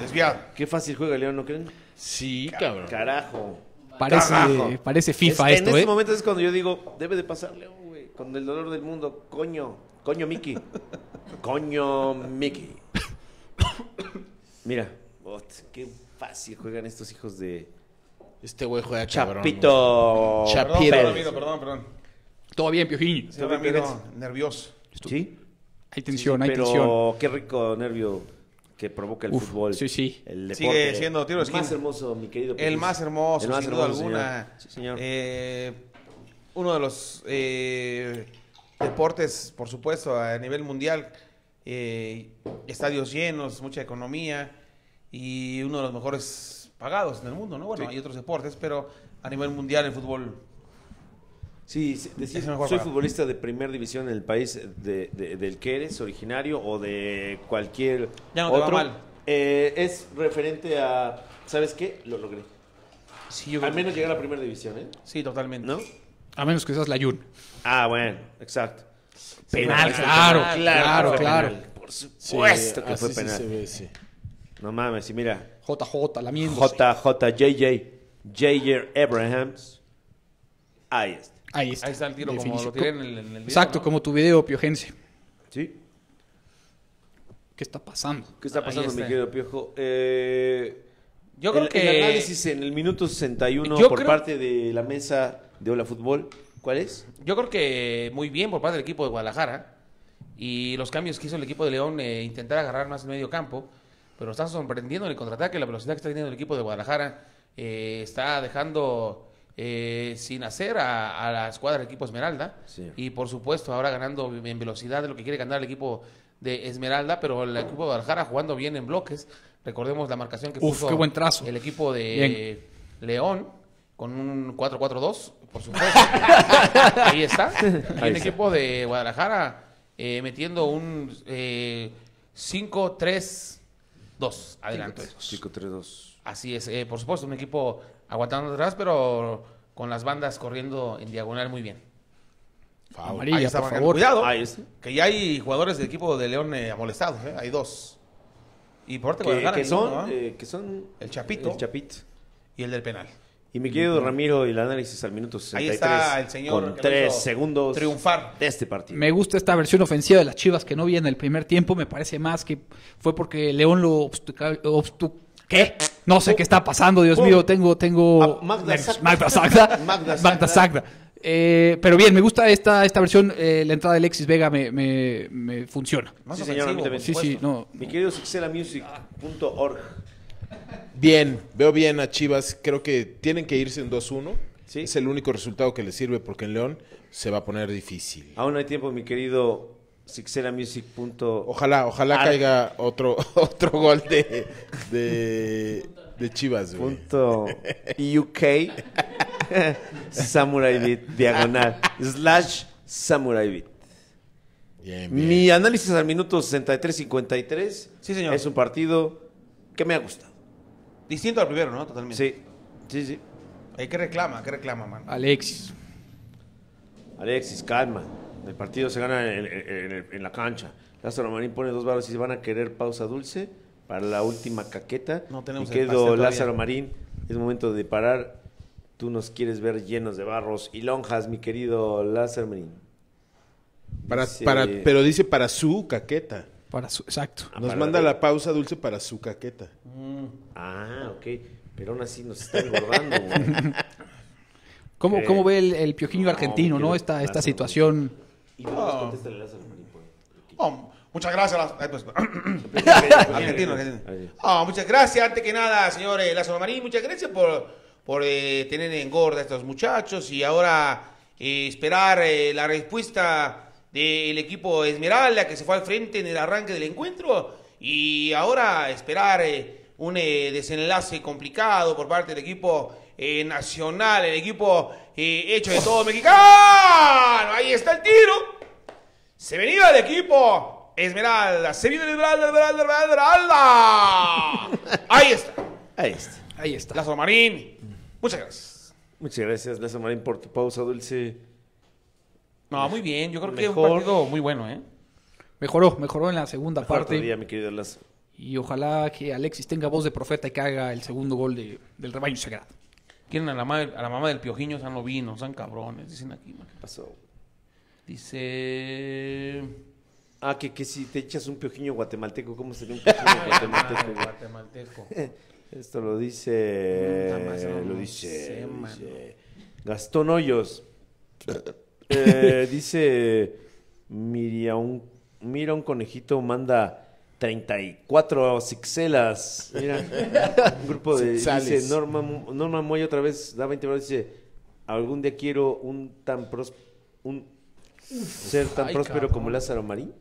H: Desviado.
A: Qué fácil juega León, ¿no creen?
C: Sí, cabrón.
A: Carajo.
D: Parece,
H: Carajo.
D: parece
A: Es-
D: FIFA
A: En
D: esto,
A: este
D: ¿eh?
A: momento es cuando yo digo, debe de pasar León, güey. Con el dolor del mundo. Coño. Coño, Mickey. Coño, Mickey. Mira. ot, qué fácil juegan estos hijos de...
C: Este güey juega cabrón.
A: Chapito.
C: Chapito.
H: Perdón,
A: Pérez.
H: Ramiro, perdón, perdón.
D: Todo bien, Piojín.
H: Sí, Ramiro, nervioso.
A: Sí,
D: Hay tensión, hay tensión.
A: pero qué rico nervio que provoca el
D: Uf,
A: fútbol.
D: sí, sí.
A: El deporte.
H: Sigue siendo tiro de
A: El más
H: esquina.
A: hermoso, mi querido.
H: El
A: Pérez.
H: más hermoso,
A: El más
H: sin duda
A: hermoso,
H: alguna.
A: señor. Sí, señor.
H: Eh, uno de los eh, deportes, por supuesto, a nivel mundial. eh, estadios llenos, mucha economía y uno de los mejores pagados en el mundo, ¿no? Bueno, hay otros deportes, pero a nivel mundial el fútbol
A: Sí, sí, decir,
H: Es el mejor
A: soy
H: jugador.
A: futbolista de primer división en el país de- de- del que eres originario o de cualquier
H: Ya no te va
A: otro.
H: mal.
A: Eh, es referente a, ¿sabes qué? Lo logré.
H: sí, yo creo
A: Al
H: que-
A: menos llegar a primera división, ¿eh?
H: sí, totalmente.
A: ¿No?
D: A menos que seas la Jun.
A: Ah, bueno, exacto.
D: Penal, claro, claro,
A: fue
D: claro.
A: penal, Por
C: Sí,
A: supuesto que
C: así
A: fue
C: sí
A: penal.
C: se ve, sí.
A: No mames, y mira,
D: JJ, la
A: JJJJ, JJ Abrahams. Ahí está.
D: Ahí está.
H: Ahí está el tiro como
D: Definición.
H: lo tiré en el, en el video,
D: Exacto,
H: ¿no?
D: como tu video, Piojense.
A: ¿Sí?
D: ¿Qué está pasando?
A: ¿Qué está
H: Ahí
A: pasando,
H: está.
A: mi querido Piojo? Eh,
H: Yo creo
A: el,
H: que-
A: El análisis en el minuto 61
H: Yo
A: por
H: creo-
A: parte de la mesa de Hola Fútbol. ¿Cuál es?
H: Yo creo que muy bien por parte del equipo de Guadalajara y los cambios que hizo el equipo de León, eh, intentar agarrar más el medio campo, pero está sorprendiendo en el contraataque, la velocidad que está teniendo el equipo de Guadalajara eh, está dejando eh, sin hacer a, a la escuadra del equipo Esmeralda
A: Sí.
H: y por supuesto ahora ganando en velocidad de lo que quiere ganar el equipo de Esmeralda, pero el equipo de Guadalajara jugando bien en bloques, recordemos la marcación que
D: Uf,
H: puso
D: qué buen trazo.
H: el equipo de León con un 4-4-2, por supuesto. Ahí está. Y el equipo de Guadalajara eh, metiendo un eh, 5-3-2 adelante.
A: 532.
H: Así es, eh, por supuesto, un equipo aguantando atrás, pero con las bandas corriendo en diagonal muy bien.
D: Amarilla,
H: Ahí está,
D: por
H: Juan.
D: favor.
H: Cuidado,
A: Ah, Ahí está.
H: que ya hay jugadores del equipo de León eh, molestados, ¿eh? hay dos. Y por parte de
A: Que,
H: Guadalajara,
A: que
H: ninguno,
A: son,
H: ¿eh?
A: eh, que son
H: El Chapito.
A: El Chapito.
H: y el del penal.
A: Y mi querido Ramiro, el análisis al minuto 63.
H: Ahí está el señor
A: Con
H: que lo
A: tres
H: hizo
A: segundos.
H: triunfar.
A: De este partido.
D: Me gusta esta versión ofensiva de las Chivas que no vi en el primer tiempo. Me parece más que fue porque León lo obstuca- obstu- ¿Qué? No sé qué está pasando, Dios
A: Oh.
D: mío. Tengo, tengo.
A: Ah, Magda
D: nervios.
A: Sagda.
D: Magda Sagda.
A: Magda
D: Magda
A: Sagda.
D: Sagda. Eh, pero bien, me gusta esta, esta versión. eh, la entrada de Alexis Vega me, me- me funciona.
H: Más
A: Sí, señor, a mí también.
H: ofensivo, por
D: Sí, sí,
H: supuesto.
D: no.
A: Mi querido succelamusic.org.
C: Bien, veo bien a Chivas. Creo que tienen que irse en 2-1.
A: Sí.
C: Es el único resultado que les sirve porque en León se va a poner difícil.
A: Aún no hay tiempo, mi querido sixelamusic.
C: Ojalá, ojalá
A: Ar-
C: caiga otro, otro gol de, de, de Chivas, güey.
A: punto UK Samurai Beat diagonal slash Samurai Beat.
C: Bien, bien.
A: Mi análisis al minuto 63-53
H: Sí, señor.
A: es un partido que me ha gustado.
H: Distinto al primero, ¿no? Totalmente.
A: Sí, sí, sí.
H: Ey, ¿Qué reclama? ¿Qué reclama, man?
D: Alexis.
A: Alexis, calma. El partido se gana en, en- en- en la cancha. Lázaro Marín pone dos barras y se van a querer pausa dulce para la última caqueta.
H: No tenemos
A: y
H: el pastel
A: quedo
H: todavía.
A: Lázaro Marín. Es momento de parar. Tú nos quieres ver llenos de barros y lonjas, mi querido Lázaro Marín.
C: Para,
A: Sí.
C: para, pero dice para su caqueta.
D: Para su- exacto.
A: Ah,
C: Nos
A: para
C: manda
A: de-
C: la pausa dulce para su caqueta.
A: Ah, ok. Pero aún así nos está engordando. güey.
D: ¿Cómo,
A: Eh,
D: cómo ve el, el piojiño
A: no,
D: argentino,
A: me
D: no?
A: quiero
D: Esta, esta
A: pasar.
D: situación.
A: y vamos, contéstale a Lázaro Marín. por
H: Oh, muchas gracias. las- ay, pues,
A: favor.
H: Argentino,
A: Ah, sí.
H: argentino. Ah, muchas gracias, antes que nada, señor eh, Lázaro Marín, muchas gracias por, por eh, tener en gorda a estos muchachos y ahora eh, esperar eh, la respuesta del equipo Esmeralda que se fue al frente en el arranque del encuentro y ahora esperar eh, un eh, desenlace complicado por parte del equipo eh, nacional, el equipo eh, hecho de todo mexicano. Ahí está el tiro. Se venía el equipo. Esmeralda. Se viene el Esmeralda, Esmeralda, Esmeralda, Esmeralda. Ahí está.
A: Ahí está.
D: Ahí está.
H: Lazo Marín. Muchas gracias.
A: Muchas gracias, Lázaro Marín, por tu pausa dulce.
H: No, muy bien. Yo creo que
A: Mejor.
H: un partido muy bueno, ¿eh?
D: Mejoró, mejoró en la segunda
A: Cuarto
D: parte.
A: día, mi querido Lázaro.
D: Y ojalá que Alexis tenga voz de profeta y que haga el segundo gol de- del rebaño sagrado.
H: Quieren a la, ma- a la mamá del piojiño, sean lobinos, sean cabrones, dicen aquí. man.
A: Pasó.
H: Dice...
A: Ah, que, que si te echas un piojiño guatemalteco, ¿cómo sería un piojiño guatemalteco? güey?
H: Guatemalteco.
A: Esto lo dice.
H: Puta madre, no
A: lo
H: sé,
A: dice. lo
H: mano.
A: dice Gastón Hoyos. Eh, dice. Mira un, mira un conejito, manda 34 sixelas. Mira. Un grupo de. Dice
C: Sixales.
A: Norma, Mu- Norma Moy otra vez da 20 dólares. Dice: Algún día quiero un tan pros, un ser tan
D: ay,
A: próspero
D: cabrón. Ah,
A: como Lázaro Marín.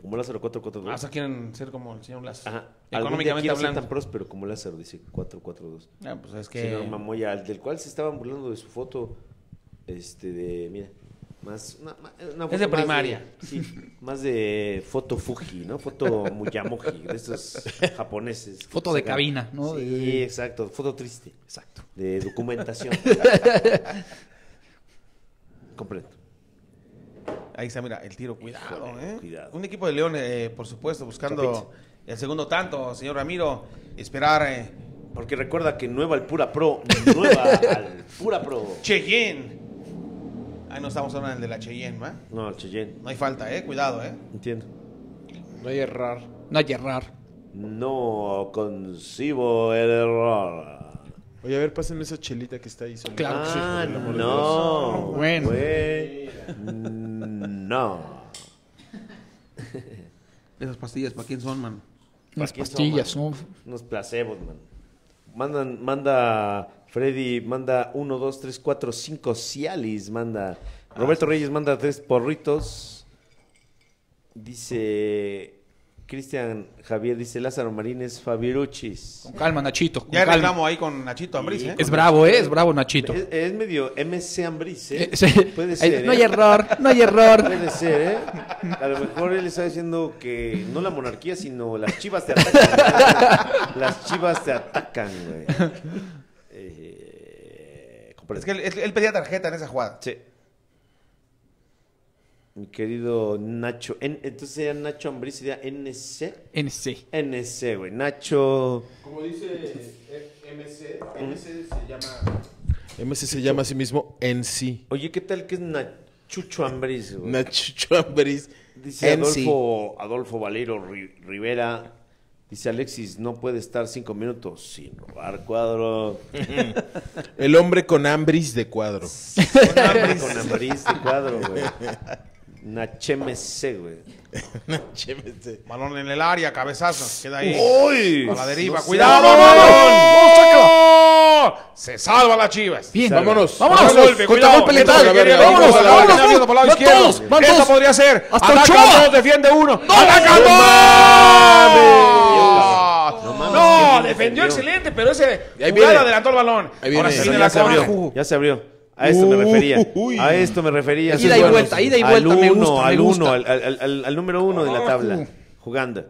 A: Como Lázaro 442.
H: Hasta Ah, quieren ser como el señor Lazo.
A: Ajá. Algún día
H: Económicamente
A: quiero ser
H: hablando.
A: tan próspero como Lázaro, dice 442.
H: Ah, pues es
A: Sí,
H: que...
A: Norma Moya, al del cual se estaban burlando de su foto, este, de, mira, más, una, ma- una foto
H: de
A: más
H: primaria.
A: sí, más de foto Fuji, ¿no? Foto Muyamoji, de estos japoneses. que
D: Foto de
A: sacan.
D: cabina, ¿no?
A: Sí,
D: De-
A: exacto, foto triste,
D: Exacto.
A: de documentación. Comprendo.
H: Ahí está, mira, el tiro, cuidado,
A: Híjole,
H: ¿eh?
A: cuidado.
H: Un equipo de León, eh, por supuesto, buscando
A: Chapito.
H: el segundo tanto, señor Ramiro. Esperar eh,
A: Porque recuerda que nueva al Pura Pro, nueva al Pura Pro.
H: Cheyenne. Ahí no estamos hablando del de la Cheyenne, ¿va?
A: No, Cheyenne,
H: No hay falta, ¿eh? Cuidado, ¿eh?
A: entiendo.
C: No hay errar.
D: No hay errar.
A: No concibo el error.
C: Oye, a ver, pásenme esa chelita que está ahí. solita.
D: Claro que sí.
A: Ah,
C: por el amor de
A: no.
D: Dios. Bueno.
A: Güey. Mm, No.
H: Esas pastillas, ¿para quién son, man?
D: Unas
A: Aquí son,
D: pastillas,
A: man.
D: ¿no?
A: Unos placebos, man. Mandan, manda Freddy, manda 1, 2, 3, 4, 5 Cialis, manda. Roberto
D: Ah.
A: Reyes manda tres porritos. Dice Cristian Javier, dice Lázaro Marínez Fabiruchis.
D: Con calma, Nachito. con
H: Ya
D: calma.
H: reclamo ahí con Nachito Ambriz, ¿eh?
D: Es bravo, ¿eh? Es bravo, Nachito.
A: Es, es medio MC Ambris, ¿eh?
D: Eh, sí.
A: Puede
D: Ay,
A: ser.
D: No
A: ¿eh?
D: hay error, no hay error.
A: Puede ser, ¿eh? A lo mejor él está diciendo que no la monarquía, sino las chivas te atacan. las chivas te atacan, güey. Eh,
H: Es que él, él- él pedía tarjeta en esa jugada.
A: Sí. Mi querido Nacho. en- entonces sería Nacho Ambriz, sería NC.
D: NC.
A: NC, güey. Nacho.
C: Como dice eh, MC, MC se llama... MC se llama a sí mismo en sí.
A: Oye, ¿qué tal que es Nachucho Ambriz, güey?
C: Nacho Ambriz.
A: Dice
C: en sí.
A: Adolfo, Adolfo Valero Ri- Rivera. Dice Alexis, no puede estar cinco minutos sin robar cuadro.
C: El hombre con Ambris de cuadro.
A: Con Ambriz. Con Ambriz de cuadro, güey. Nachemese, güey.
C: Chévete.
H: Balón en el área, cabezazo. Queda ahí.
A: ¡Uy!
H: A la deriva,
A: No sé.
H: cuidado. Se salva la Chivas.
D: Bien.
A: Salva.
C: Vámonos.
D: Vámonos.
H: Vámonos, golpe,
D: Contragolpe
H: cuidado.
D: letal.
H: Lo que quería el
D: Vámonos,
H: equipo de la
D: vámonos,
H: América,
D: vámonos.
H: por el lado
D: Van
H: izquierdo.
D: todos, van
H: Esta
D: todos.
H: podría ser.
D: Hasta
H: Ataca
D: Ochoa.
H: dos, defiende uno. ¡Ataca
A: ¡No
H: dos!
A: mames! No mames, qué
H: No,
A: bien
H: defendió
A: defendió.
H: excelente, pero ese
C: ahí
H: jugada
C: viene.
H: adelantó el balón.
C: Ahí
H: Ahora
C: viene.
H: sí
A: Pero
H: viene
A: ya
H: la
A: se
H: contra.
A: abrió. Ya se abrió. A esto me refería.
C: Uy.
A: A esto me refería.
D: Ida y vuelta, ida y vuelta,
A: Al
D: me
A: uno,
D: gusta, me
A: al
D: gusta.
A: uno, al, al- al- al número uno de la tabla. Jugando.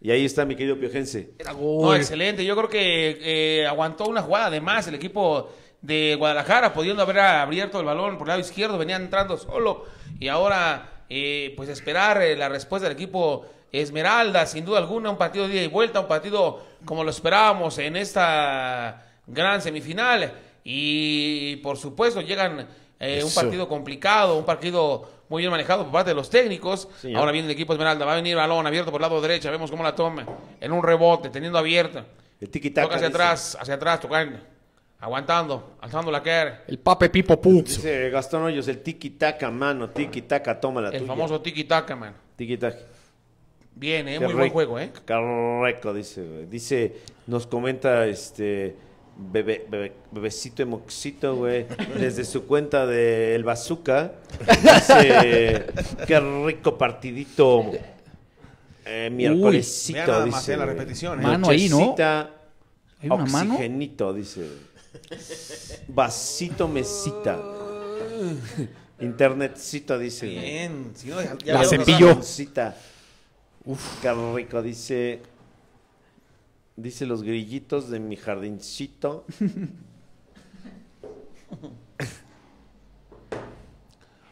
A: Y ahí está mi querido Piojense.
D: Era
F: No,
D: gol.
F: excelente. Yo creo que eh, aguantó una jugada de más el equipo de Guadalajara, pudiendo haber abierto el balón por el lado izquierdo, venía entrando solo. Y ahora, eh, pues esperar eh, la respuesta del equipo Esmeralda, sin duda alguna, un partido de ida y vuelta, un partido como lo esperábamos en esta gran semifinal. Y por supuesto, llegan eh, un
A: Eso.
F: partido complicado, un partido muy bien manejado por parte de los técnicos.
A: Señor.
F: Ahora viene el equipo Esmeralda, va a venir balón abierto por el lado derecho, vemos cómo la toma, en un rebote, teniendo abierta.
A: El tiki
F: Toca hacia atrás, hacia atrás, tocando, aguantando, alzando la cara.
D: El pape pipo pu.
A: Dice Gastón Hoyos, el tiki taka, mano, tiki taka, toma la
F: El
A: tuya.
F: famoso tiki-taka, man.
A: tiki taka.
F: Bien, ¿eh?
A: Qué
F: Muy buen
A: rico.
F: juego, ¿eh?
A: Correcto, dice, güey. Dice, nos comenta este bebé, bebé- bebecito emoxito, güey, desde su cuenta de El Bazooka. Dice, qué rico partidito. Eh, miércolesito,
H: Vean nada
A: dice.
H: más, eh, la
A: güey.
H: repetición, eh.
D: Mano ahí, ¿no?
A: Nochecita,
D: ¿Hay una mano?
A: Oxigenito, dice. Vasito mesita. Internetcito, dice. güey.
H: Bien, si no, ya- ya
D: La
H: veo-
D: cepillo.
A: Cita. Uf, qué rico, dice. Dice los grillitos de mi jardincito.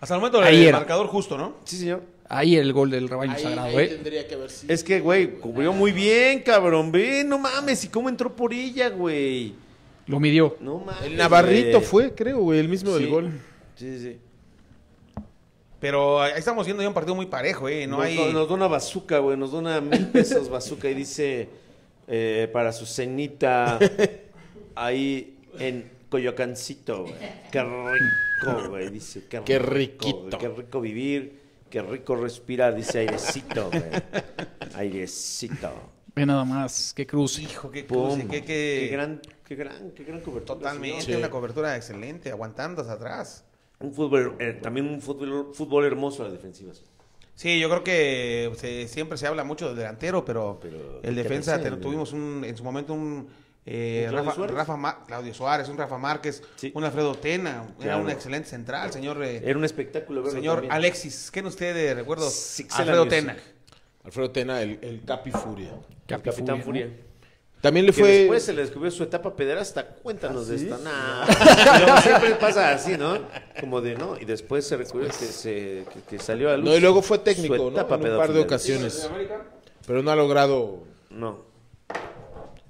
H: Hasta el momento
D: Ahí
H: el
D: era.
H: marcador justo, ¿no?
A: Sí, señor.
D: Ahí el gol del rebaño
J: Ahí,
D: sagrado,
J: ahí
D: ¿eh?
J: tendría que haber sido.
A: Es que, güey, cubrió muy bien, cabrón. Ve, no mames, ¿y cómo entró por ella, güey?
D: Lo midió.
A: No mames.
C: El Navarrito
A: güey.
C: fue, creo, güey, el mismo del
A: Sí.
C: gol.
A: Sí, sí.
H: Pero ahí estamos viendo ya un partido muy parejo, ¿eh? No
A: nos,
H: hay...
A: do- nos da una bazooka, güey. Nos da una mil pesos bazooka y dice eh, para su cenita ahí en Coyocancito, güey. Qué rico, güey. Dice, qué,
J: Qué
A: rico, güey,
J: riquito.
A: Qué rico vivir, qué rico respirar. Dice airecito, güey. Airecito.
D: Ve nada más. Qué cruz.
H: Hijo, qué,
A: Pum.
H: cruce, qué, qué-
A: Qué gran, qué gran, qué gran cobertura.
H: Totalmente,
A: señor.
H: una cobertura excelente, aguantando hasta atrás.
A: Un fútbol, eh, también un fútbol, fútbol hermoso a las defensivas.
H: Sí, yo creo que se- siempre se habla mucho del delantero, pero,
A: Pero,
H: el
A: ¿qué
H: defensa,
A: defensa?
H: te- tuvimos un, en su momento un, eh,
A: ¿Un Claudio
H: Rafa,
A: Suárez?
H: Rafa Ma- Claudio Suárez, un Rafa Márquez,
A: Sí.
H: un Alfredo Tena, era
A: Claro.
H: un excelente central, señor, eh,
A: Era un espectáculo, verlo
H: señor
A: también.
H: Alexis. ¿Qué en usted de recuerdo?
A: Sixela
H: Alfredo
A: Music.
H: Tena.
C: Alfredo Tena, el, el Capi Furia.
A: El Capitán Furia.
C: También le
A: Que
C: fue...
A: después se le descubrió su etapa pederasta. Cuéntanos de esta. Nah. Pero Ah, siempre pasa así, ¿no? Como de no. Y después se descubrió que, se, que, que salió a luz.
C: No, y luego fue
A: su
C: técnico, ¿no?
A: etapa
C: En un par de
A: pedófila.
C: ocasiones. Pero no ha logrado
A: No.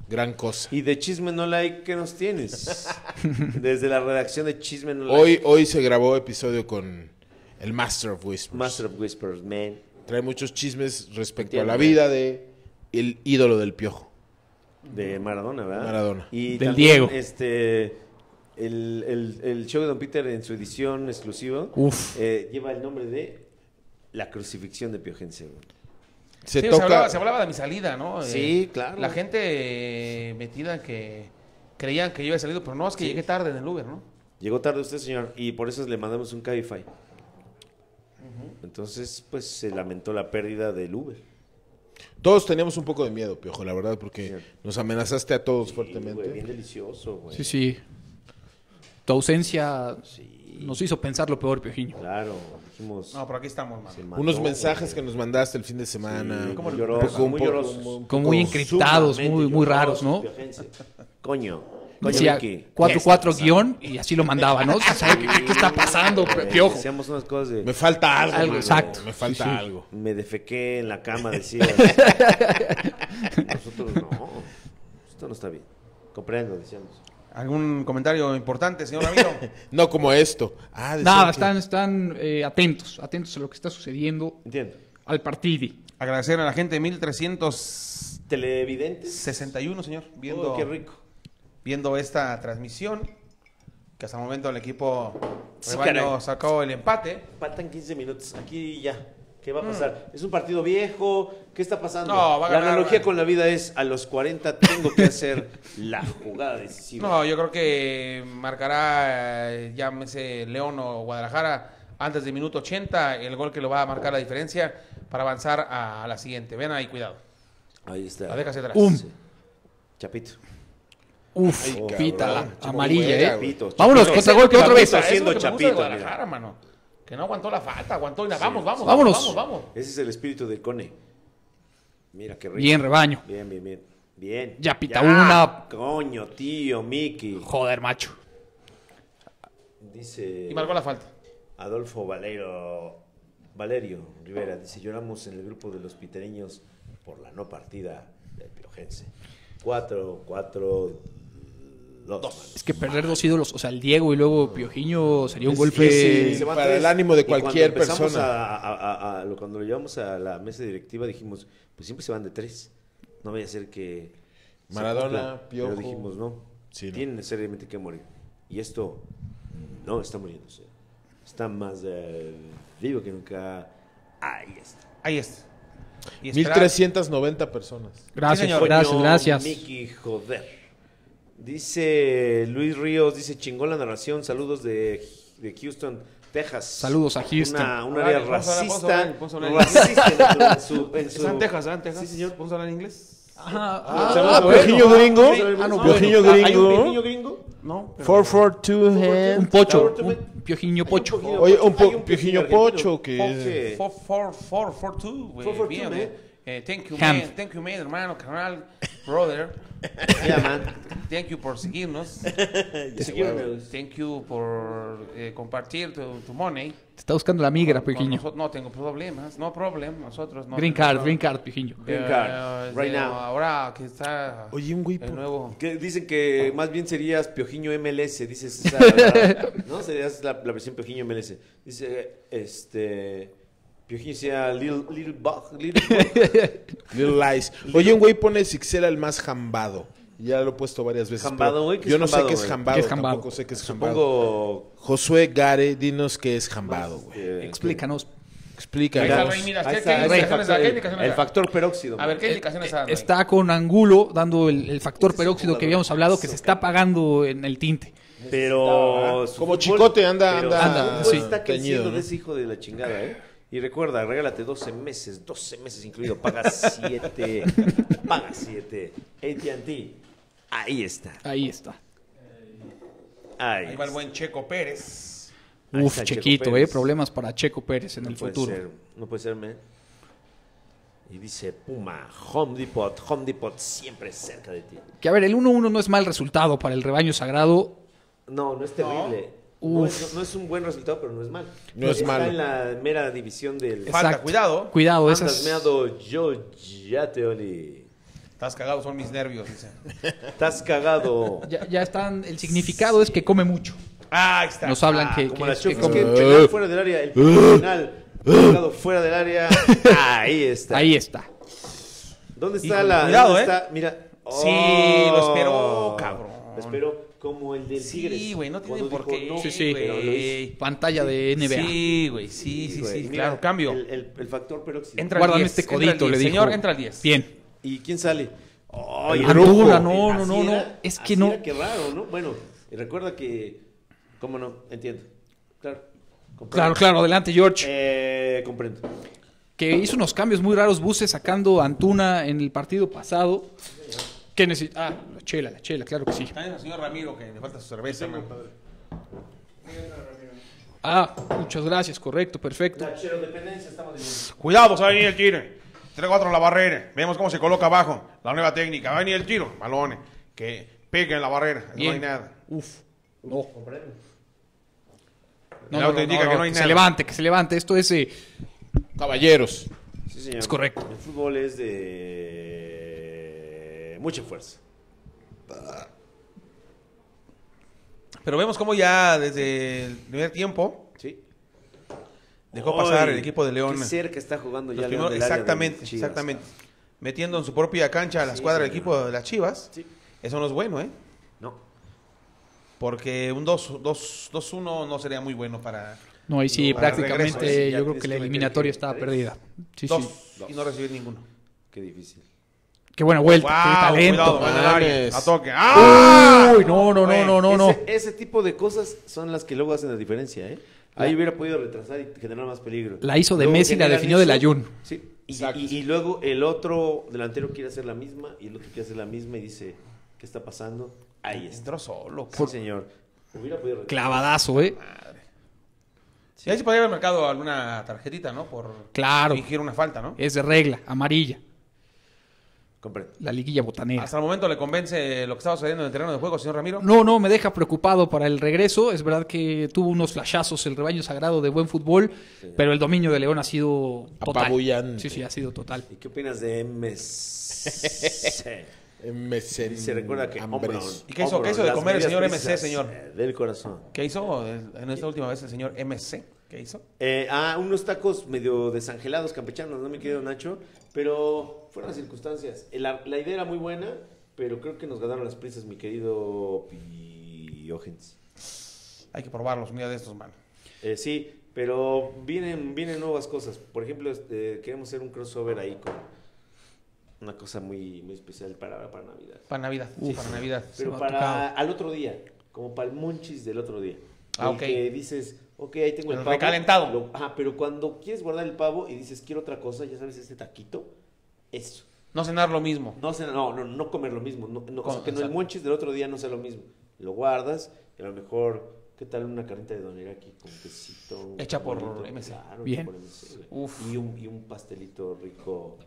C: gran cosa.
A: Y de Chisme No Like, ¿qué nos tienes? Desde la redacción de Chisme No Like.
C: Hoy, hoy se grabó episodio con el Master of Whispers.
A: Master of Whispers, man.
C: Trae muchos chismes respecto
A: Entiendo.
C: a la vida de el ídolo del piojo.
A: De Maradona, ¿verdad?
C: Maradona.
A: Y
D: Del
A: también,
D: Diego.
A: Este, el, el- el show de Don Peter en su edición exclusiva
D: Uf.
A: eh, lleva el nombre de La Crucifixión de Piojense. güey.
C: Se
F: Sí, se,
C: toca.
F: hablaba, se hablaba de mi salida, ¿no? Eh,
A: Sí, claro.
F: La gente eh, metida que creían que yo había salido, pero no, es que llegué tarde en el Uber, ¿no?
A: Llegó tarde usted, señor, y por eso le mandamos un Cabify. Entonces, pues se lamentó la pérdida del Uber.
C: Todos teníamos un poco de miedo, piojo, la verdad, porque
A: Cierto.
C: nos amenazaste a todos
A: Y, güey, bien
C: fuertemente.
A: delicioso, güey.
D: Sí, sí. Tu ausencia
A: Sí,
D: nos hizo pensar lo peor, Piojiño.
A: Claro, dijimos.
H: No, pero aquí estamos, mano.
A: se mandó,
C: Unos mensajes que
A: güey.
C: nos mandaste el fin de semana.
A: Sí,
C: Un poco-
A: llorosos,
C: un
A: muy
C: poco-
A: llorosos.
C: un
D: Como muy
C: poco-
D: encriptados,
A: Sumamente
D: muy, muy
A: llorosos,
D: raros, ¿no?
A: piojense. Coño. Coño,
D: Decía
A: Vicky, ¿qué
D: 4-4
A: está
D: guión y así lo mandaba, ¿no? O sea, "Ah, ¿qué, qué está pasando,
A: pasando, güey?
D: Piojo?
A: Decíamos unas cosas de.
C: Me falta algo.
D: Algo,
C: mano,
D: exacto.
C: Me falta
D: Sí, sí.
C: algo.
A: Me defequé en la cama, decía. Nosotros no. Esto no está bien. Comprendo, decíamos.
H: ¿Algún comentario importante, señor Ramiro?
C: No como esto. Ah, decía
D: Nada,
C: que-
D: están, están eh, atentos, atentos a lo que está sucediendo
A: Entiendo.
D: al partido.
H: Agradecer a la gente, 1361,
A: Televidentes.
H: señor, viendo...
A: Viendo. qué rico.
H: viendo esta transmisión, que hasta el momento el equipo
A: Sí,
H: rebaño
A: caray.
H: sacó el empate.
A: Faltan 15 minutos. Aquí ya. ¿Qué
D: Mm.
A: va a pasar? Es un partido viejo. ¿Qué está pasando?
H: No, va a
A: la
H: ganar,
A: analogía
H: va.
A: con la vida es a los 40 tengo que hacer la jugada decisiva.
H: No, yo creo que marcará, eh, llámese León o Guadalajara, antes del minuto 80, el gol que lo va a marcar la diferencia para avanzar a la siguiente. Ven ahí, cuidado.
A: Ahí está.
H: La deja hacia atrás.
D: Um.
A: Sí. Chapito.
D: Uf,
A: Ay,
D: pita
A: cabrón,
D: la amarilla,
A: Chapito,
D: ¿eh?
A: Chapito,
D: Vámonos,
A: Chapito.
D: contragolpe otra vez.
A: Está haciendo
H: Eso es lo que me gusta de
A: chapito,
H: Guadalajara, mano. Que no aguantó la falta, aguantó y la-
A: Sí,
H: vamos, vamos,
D: Vámonos.
H: vamos, vamos.
A: Ese es el espíritu del Cone. Mira qué rico.
D: Bien rebaño.
A: Bien, bien, bien. Bien.
D: Ya pita una.
A: Coño, tío, Miki.
D: Joder, macho.
A: Dice
H: Y marcó la falta.
A: Adolfo Valero, Valerio Rivera. Dice, lloramos en el grupo de los pitereños por la no partida del Piojense. Cuatro, cuatro, dos.
D: Es que perder dos ídolos, o sea, el Diego y luego Piojiño sería un
C: Es
D: golpe.
C: que sí.
A: Se van
C: Para el ánimo de
A: Y cuando
C: cualquier
A: empezamos
C: persona.
A: a- a- a- a- lo- cuando lo llevamos a la mesa directiva dijimos, pues siempre se van de tres. No vaya a ser que... se
C: Maradona,
A: cumpla.
C: Piojo.
A: Pero dijimos, no,
C: Sí, no.
A: tienen necesariamente que morir. Y esto no está muriéndose. Está más eh, vivo que nunca. Ahí está.
H: Ahí está. Y esperar.
C: 1390 personas.
D: Gracias,
H: Sí, señor.
D: gracias,
A: Coño,
D: gracias.
A: Miki, joder. Dice Luis Ríos, dice chingón la narración, saludos de, de Houston, Texas.
D: Saludos a Houston.
A: Una, un
H: Ahora,
A: área
H: vamos a hablar, vamos a
A: racista.
H: hablar, vamos a hablar.
A: Racista en su- en su-
H: ¿Está en Texas? ¿Está en Texas?
A: Sí, señor.
H: ¿Podemos hablar en inglés?
D: Ajá,
A: Ah,
C: Ah,
A: bueno.
C: Piojiño gringo.
A: Sí. Ah, no,
C: Piojiño
A: bueno. Ah, ¿Hay un
C: gringo.
A: piojiño gringo?
H: No. pero-
C: 442
D: ah, un
C: hand.
D: pocho,
A: Roberto,
D: un piojiño pocho.
A: Piojiño
C: Oye, un
A: Hay
C: po-
A: piojiño
C: piojiño
A: argentino.
C: pocho que-
A: Poche.
H: Four, four, four, four, two, güey.
A: Eh. Four, four, two,
H: Bien,
A: man.
H: güey. Eh, thank you,
D: Ham.
H: man. Thank you, man, hermano, carnal, brother.
A: Ya, man.
H: Thank you por seguirnos. Thank you por eh, compartir tu, tu money.
D: Te está buscando la migra,
H: Con
D: Piojiño.
H: noso- No tengo problemas, no problem. Nosotros no.
D: pues, Green
H: tenemos
D: card,
H: problema.
D: green card, Piojiño.
A: Green
H: Eh,
A: card, right
H: eh,
A: now.
H: Ahora que está
C: Oye, un güey.
H: el nuevo.
A: Que dicen que más bien serías Piojiño MLS, dices. esa, la- no, serías la, la versión Piojiño MLS. Dice, este. Piojiño sea Little, little Bug. Little Bug.
C: Little Lies. Oye, un güey pone Sixera el más jambado. Ya lo he puesto varias veces.
A: Jambado,
C: pero
A: güey, ¿qué
C: Yo
A: es
C: no
A: jambado,
C: sé qué es
A: güey?
C: jambado.
D: ¿Qué es jambado?
C: Tampoco sé qué es jambado.
A: Supongo.
C: Josué Gare, dinos qué es jambado, güey.
A: eh,
D: Explícanos.
C: Explica.
H: Ahí está,
C: güey.
H: güey, mira,
A: ahí
H: ¿qué,
A: está,
H: qué
A: el
H: indicaciones da?
A: Ah, factor-
H: ¿Qué
A: el,
H: indicaciones da?
A: factor peróxido.
H: A ver, ¿qué
D: Eh,
H: indicaciones
D: eh,
H: da?
D: Está con Angulo dando el, el factor
A: Este es un
D: peróxido que
A: jugador.
D: habíamos hablado que se está pagando en el tinte.
A: Pero. su
C: Como chicote anda-
A: pero
C: anda-
A: su
D: anda,
A: fútbol
D: sí,
A: está
C: teñido,
A: creciendo
C: ¿no?
A: de ese hijo de la chingada, ¿eh? Y recuerda, regálate 12 meses, 12 meses incluido. Paga 7. paga 7. ATT. Ahí está.
D: Ahí está.
A: Ahí,
H: Ahí va el
A: está.
H: buen Checo Pérez.
A: Ahí
D: Uf,
A: está Checo
D: Chequito, eh.
A: Pérez.
D: Problemas para Checo Pérez en
A: No
D: el
A: puede
D: futuro.
A: ser, no puede ser, man. Y dice Puma, Home Depot, Home Depot siempre cerca de ti.
D: Que a ver, el 1-1 no es mal resultado para el rebaño sagrado.
A: No, no es terrible. No,
D: Uf.
A: es, no- no es un buen resultado, pero no es mal.
C: No es
A: Está
C: malo.
A: en la mera división del...
H: Falta, cuidado.
D: Cuidado,
A: Andas
D: esas.
A: meado, yo ya te olí.
H: Estás cagado, son mis nervios. Dice.
A: Estás cagado.
D: Ya, ya están. El significado es que come mucho.
H: Ah, ahí está.
D: Nos hablan que,
A: Como
D: que-
A: la
D: que
A: chupa,
D: come
A: que
D: mucho.
A: penal fuera del área, el penal colocado fuera del área. Ahí está.
D: Ahí está.
A: ¿Dónde está
H: Híjole,
A: la.
H: cuidado,
A: dónde
H: ¿eh?
A: está? Mira. Oh,
H: Sí, lo esperó, cabrón.
A: Lo esperó como el del
H: Sí,
A: Tigres.
H: güey, no tiene
A: cuando
H: por
A: dijo
H: qué,
A: no,
D: Sí, sí.
A: pero lo hizo.
H: güey.
D: Pantalla de NBA.
H: Sí, güey, sí, sí,
A: güey.
H: sí,
A: Mira,
H: claro, cambio.
A: El, el- el factor peróxido.
H: Entra al
D: Guárdame
H: 10,
D: este
H: entra al
D: codito,
H: 10.
D: le dijo.
H: Señor, entra al 10.
D: Bien.
A: ¿Y quién sale? Ay,
D: El Antuna, no, no, no, no. Es que no.
A: Qué raro, ¿no? Bueno, y recuerda que. ¿Cómo no? Entiendo. Claro. comprendo.
D: Claro, claro, adelante, George.
A: Eh, comprendo.
D: que hizo unos cambios muy raros, Buses sacando a Antuna en el partido pasado. ¿Qué necesita? Ah, la chela, la chela, claro que sí.
H: También al señor Ramiro, que le falta su cerveza, man.
D: Ah, muchas gracias, correcto, perfecto.
H: Cuidado, se va a venir el tiro. 3-4 la barrera. Vemos cómo se coloca abajo. La nueva técnica. Va a venir el tiro. Balones. Que peguen la barrera. No
D: Bien.
H: hay nada.
D: Uf, no. No,
H: El
D: no,
H: auto
D: no,
H: indica
D: no,
H: que no
D: no,
H: hay
D: que
H: nada.
D: se levante, que se levante. Esto es eh,
C: Caballeros.
A: Sí, señor.
D: Es correcto.
A: El fútbol es de. mucha fuerza.
H: Pero vemos cómo ya desde el primer tiempo
A: Sí.
H: dejó pasar
A: Ay,
H: el equipo de León.
A: Qué cerca está jugando
H: Los
A: ya
H: primeros-
A: León del área de
H: exactamente,
A: Chivas.
H: exactamente. Metiendo en su propia cancha a la
A: Sí,
H: escuadra del
A: señor.
H: equipo de las Chivas.
A: Sí.
H: Eso no es bueno, ¿eh?
A: No.
H: Porque un 2-1 dos, dos, uno no sería muy bueno para...
D: No, ahí sí,
H: No,
D: prácticamente
A: regreso, ahí sí ya
D: yo creo
A: tienes
D: que la
A: que meter
D: eliminatoria
A: el
D: estaba
A: tres.
D: perdida. Sí,
H: dos,
D: sí.
H: y no recibir ninguno.
A: Qué difícil.
D: Qué buena vuelta, qué
H: Guau,
D: talento.
H: cuidado, va en el área,
C: mames.
H: a toque. ¡Ah!
D: Uy, no, no, no, no, no, no.
A: Ese, ese tipo de cosas son las que luego hacen la diferencia, ¿eh? Ahí hubiera podido retrasar y generar más peligro.
D: La hizo de
A: Luego
D: Messi, la
A: generan
D: definió de la
A: eso,
D: Jun.
A: Sí. Y, y- y luego el otro delantero quiere hacer la misma y el otro quiere hacer la misma y dice, ¿qué está pasando? Ahí está.
H: Entró solo.
A: Sí, señor. Hubiera podido retrasar.
D: Clavadazo, ¿eh?
H: Sí, ahí se podría haber marcado alguna tarjetita, ¿no? Por
D: Claro. Eh,
H: fingir una falta, ¿no?
D: Es de regla, amarilla.
A: Comprendo.
D: la liguilla botanera.
H: ¿Hasta el momento le convence lo que estaba sucediendo en el terreno de juego, señor Ramiro?
D: No, no, me deja preocupado para el regreso. Es verdad que tuvo unos flashazos el rebaño sagrado de buen fútbol, pero el dominio de León ha sido total.
C: Apabullante.
D: Sí, sí, ha sido total.
A: ¿Y qué opinas de MC? Se recuerda que hombros.
H: ¿Y qué hizo- qué hizo de
A: las
H: comer el
A: medias
H: señor MC,
A: precisas,
H: señor?
A: eh, Del corazón.
H: ¿Qué hizo en esta última vez el señor MC? ¿Qué hizo?
A: Eh, ah, unos tacos medio desangelados, campechanos, no me querido Nacho, pero fueron las circunstancias. El ar- la idea era muy buena, pero creo que nos ganaron las prisas, mi querido Piojens.
H: Hay que probarlos un día de estos, man.
A: Eh, sí, pero vienen, vienen nuevas cosas. Por ejemplo, este, queremos hacer un crossover ahí con una cosa muy, muy especial para, para Navidad.
H: Para Navidad. sí, para Navidad.
A: Pero
D: va
A: para
D: tocado.
A: al otro día, como para el monchis del otro día.
H: Ah,
A: El
H: ok.
A: que dices, ok, ahí tengo el
H: El
A: pavo.
H: recalentado.
A: Lo- ajá, pero cuando quieres guardar el pavo y dices, quiero otra cosa, ya sabes, este taquito, eso.
H: No cenar lo mismo.
A: No, se- no, no, no comer lo mismo. No, no, o sea,
H: Con-
A: que no, el
H: exacto.
A: monchis del otro día no sea lo mismo. Lo guardas y a lo mejor, ¿qué tal una carnita de donera aquí con quesito? un
H: Hecha por
A: bonito,
H: MC.
A: claro,
D: Bien.
A: hecha por MC, güey.
H: Uf.
A: Y, un, y un pastelito rico,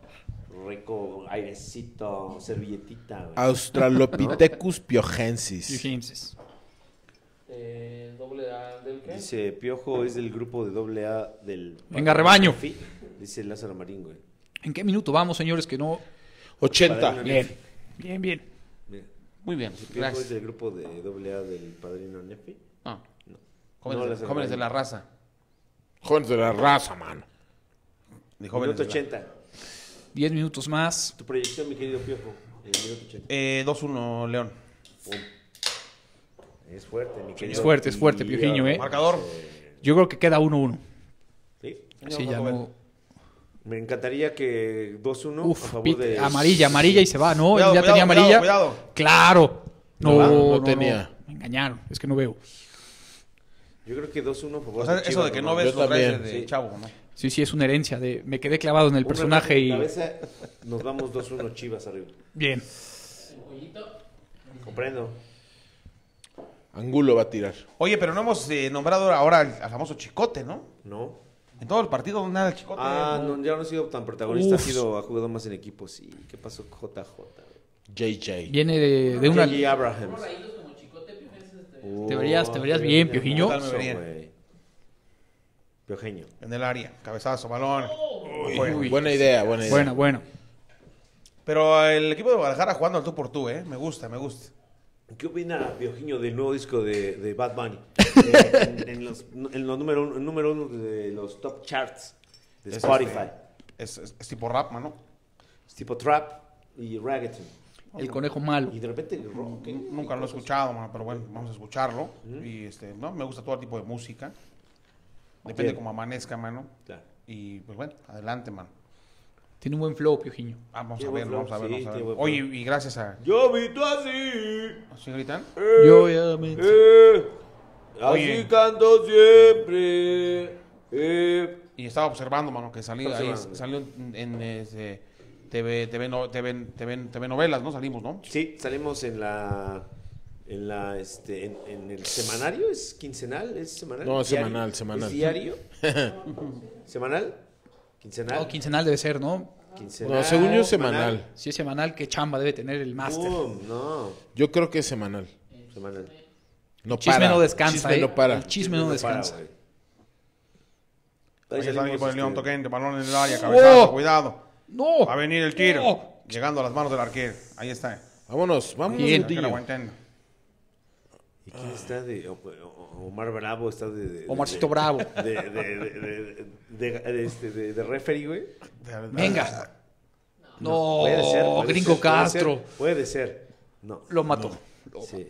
A: rico, airecito, servilletita.
C: Ah,
A: güey.
C: Australopithecus piogensis.
D: James.
F: Eh, doble A, ¿del qué?
A: Dice, Piojo es del grupo de doble A del...
D: Venga, rebaño.
A: Sí, Dice Lázaro Marín, güey.
D: ¿En qué minuto vamos, señores? Que no.
C: 80.
A: Padrino Nefi.
D: Bien, bien, bien.
A: Mira,
H: Muy bien.
A: dice, Piojo es
H: Gracias.
A: del grupo de doble A del padrino Nefi.
D: Ah.
A: No.
H: No.
A: No,
H: Jóvenes,
A: Lázaro
H: jóvenes de
A: Marín.
H: la raza.
C: Jóvenes de la raza, mano.
H: De jóvenes
A: Minuto
H: de la-
A: 80.
D: Diez minutos más.
A: Tu proyección, mi querido Piojo. El minuto 80.
H: Eh, 2-1, León.
A: Es fuerte, mi querido.
D: fuerte, es fuerte,
A: Piojo.
D: Piojiño, ¿eh?
H: Marcador.
D: Yo creo que queda 1-1.
A: Sí.
D: Sí, ya no.
A: Me encantaría que 2-1 a
D: Uf,
A: favor
D: pit-
A: de...
D: amarilla, amarilla y se va, ¿no?
H: Cuidado,
D: Él ya
H: cuidado,
D: tenía amarilla.
H: cuidado, cuidado.
D: Claro. No,
C: No,
D: no,
C: no
D: no.
C: tenía.
D: Me engañaron, es que no veo.
A: Yo creo que 2-1 a favor
H: O sea,
A: de
H: eso de que no ves
C: Yo
H: los
C: también,
H: reyes de
A: sí.
H: Chavo, ¿no?
D: Sí, sí, es una herencia. De... Me quedé clavado en el personaje y.
A: Cabeza, nos vamos 2-1 Chivas arriba.
D: Bien.
A: Comprendo.
C: Angulo va a tirar.
H: Oye, pero no hemos eh, nombrado ahora al, al famoso Chicote, ¿no?
A: ¿No?
H: En todo el partido, nada, el Chicote.
A: Ah,
H: no.
A: no, ya no ha sido tan protagonista,
D: Uf.
A: ha sido ha jugado más en equipos. ¿Y qué pasó con JJ?
C: JJ.
D: Viene de, de una.
A: KJ Abrahams. Uh,
F: Rayitos como chicote, piojenses, este.
D: Te verías- te verías bien, Piojiño.
A: hermoso,
H: Tal me vería.
A: güey. Piojeño.
H: En el área. Cabezazo, balón. Fue.
C: Buena idea, buena idea.
D: Buena, buena.
H: Pero el equipo de Guadalajara jugando al tú por tú, ¿eh? Me gusta, me gusta.
A: ¿Qué opina Piojiño del nuevo disco de, de Bad Bunny? Eh, en, en los, en los número, uno, número uno de los top charts de
H: Es
A: Spotify.
H: Es, es- es tipo rap, mano.
A: Es tipo trap y reggaeton.
D: El conejo malo.
A: Y de repente rock. ¿eh? ¿qué?
H: Nunca lo he escuchado, mano, pero bueno, vamos a escucharlo. Y este, no, me gusta todo tipo de música. Depende
A: Bien.
H: cómo amanezca, mano.
A: Claro.
H: Y pues bueno, adelante, mano. Ah,
D: Tiene un buen flow, Piojiño.
H: Vamos a
A: Tiene
H: ver,
A: buen
H: vamos a
A: flow,
H: ver,
A: sí,
H: vamos a
A: tiene
H: ver.
A: buen
H: Oye,
A: flow.
H: y gracias a.
A: Yo visto así.
H: ¿Sí gritan?
D: Yo ya me.
A: Eh,
H: Oye.
A: así canto siempre. Eh.
H: Y estaba observando, mano, que salí,
A: Estaba
H: ahí
A: observando.
H: salió en, en, este, TV, TV, no- TV, TV, TV novelas, ¿no? Salimos, ¿no?
A: Sí, salimos en la. En la. Este, en, en el semanario, ¿es quincenal? ¿Es semanal?
C: No,
A: ¿Es
C: semanal,
A: diario?
C: semanal.
A: ¿Es diario? ¿Semanal? ¿Quincenal?
D: No, quincenal debe ser, ¿no?
A: quincenal.
C: No, según yo semanal.
D: Si es semanal, qué chamba debe tener el máster.
A: Boom, no,
C: Yo creo que es semanal.
A: semanal.
C: No
D: chisme
C: para.
D: no descansa,
C: Chisme
D: ¿eh?
C: no para.
D: El chisme no descansa.
A: Para, güey.
H: Ahí
A: Ahí
H: está el
A: salimos,
H: equipo de León,
A: este,
H: toquen, balón en el área, cabezazo,
D: ¡Oh!
H: cuidado.
D: No.
H: Va a venir el tiro.
D: No.
H: Llegando a las manos del arquero. Ahí está.
C: Vámonos, vámonos.
D: Bien.
H: Que
C: Gudiño.
H: lo aguanten.
A: ¿Y quién está de O- O- Omar Bravo? Está de. de-
D: Omarcito
A: de-
D: Bravo.
A: De, de, de, de, de- de- este, de- de referee, güey.
D: Venga. No,
A: Puede ser, puede
D: Gringo
A: ser, puede ser,
D: Castro.
A: Puede ser. No.
D: Lo mató.
A: Sí.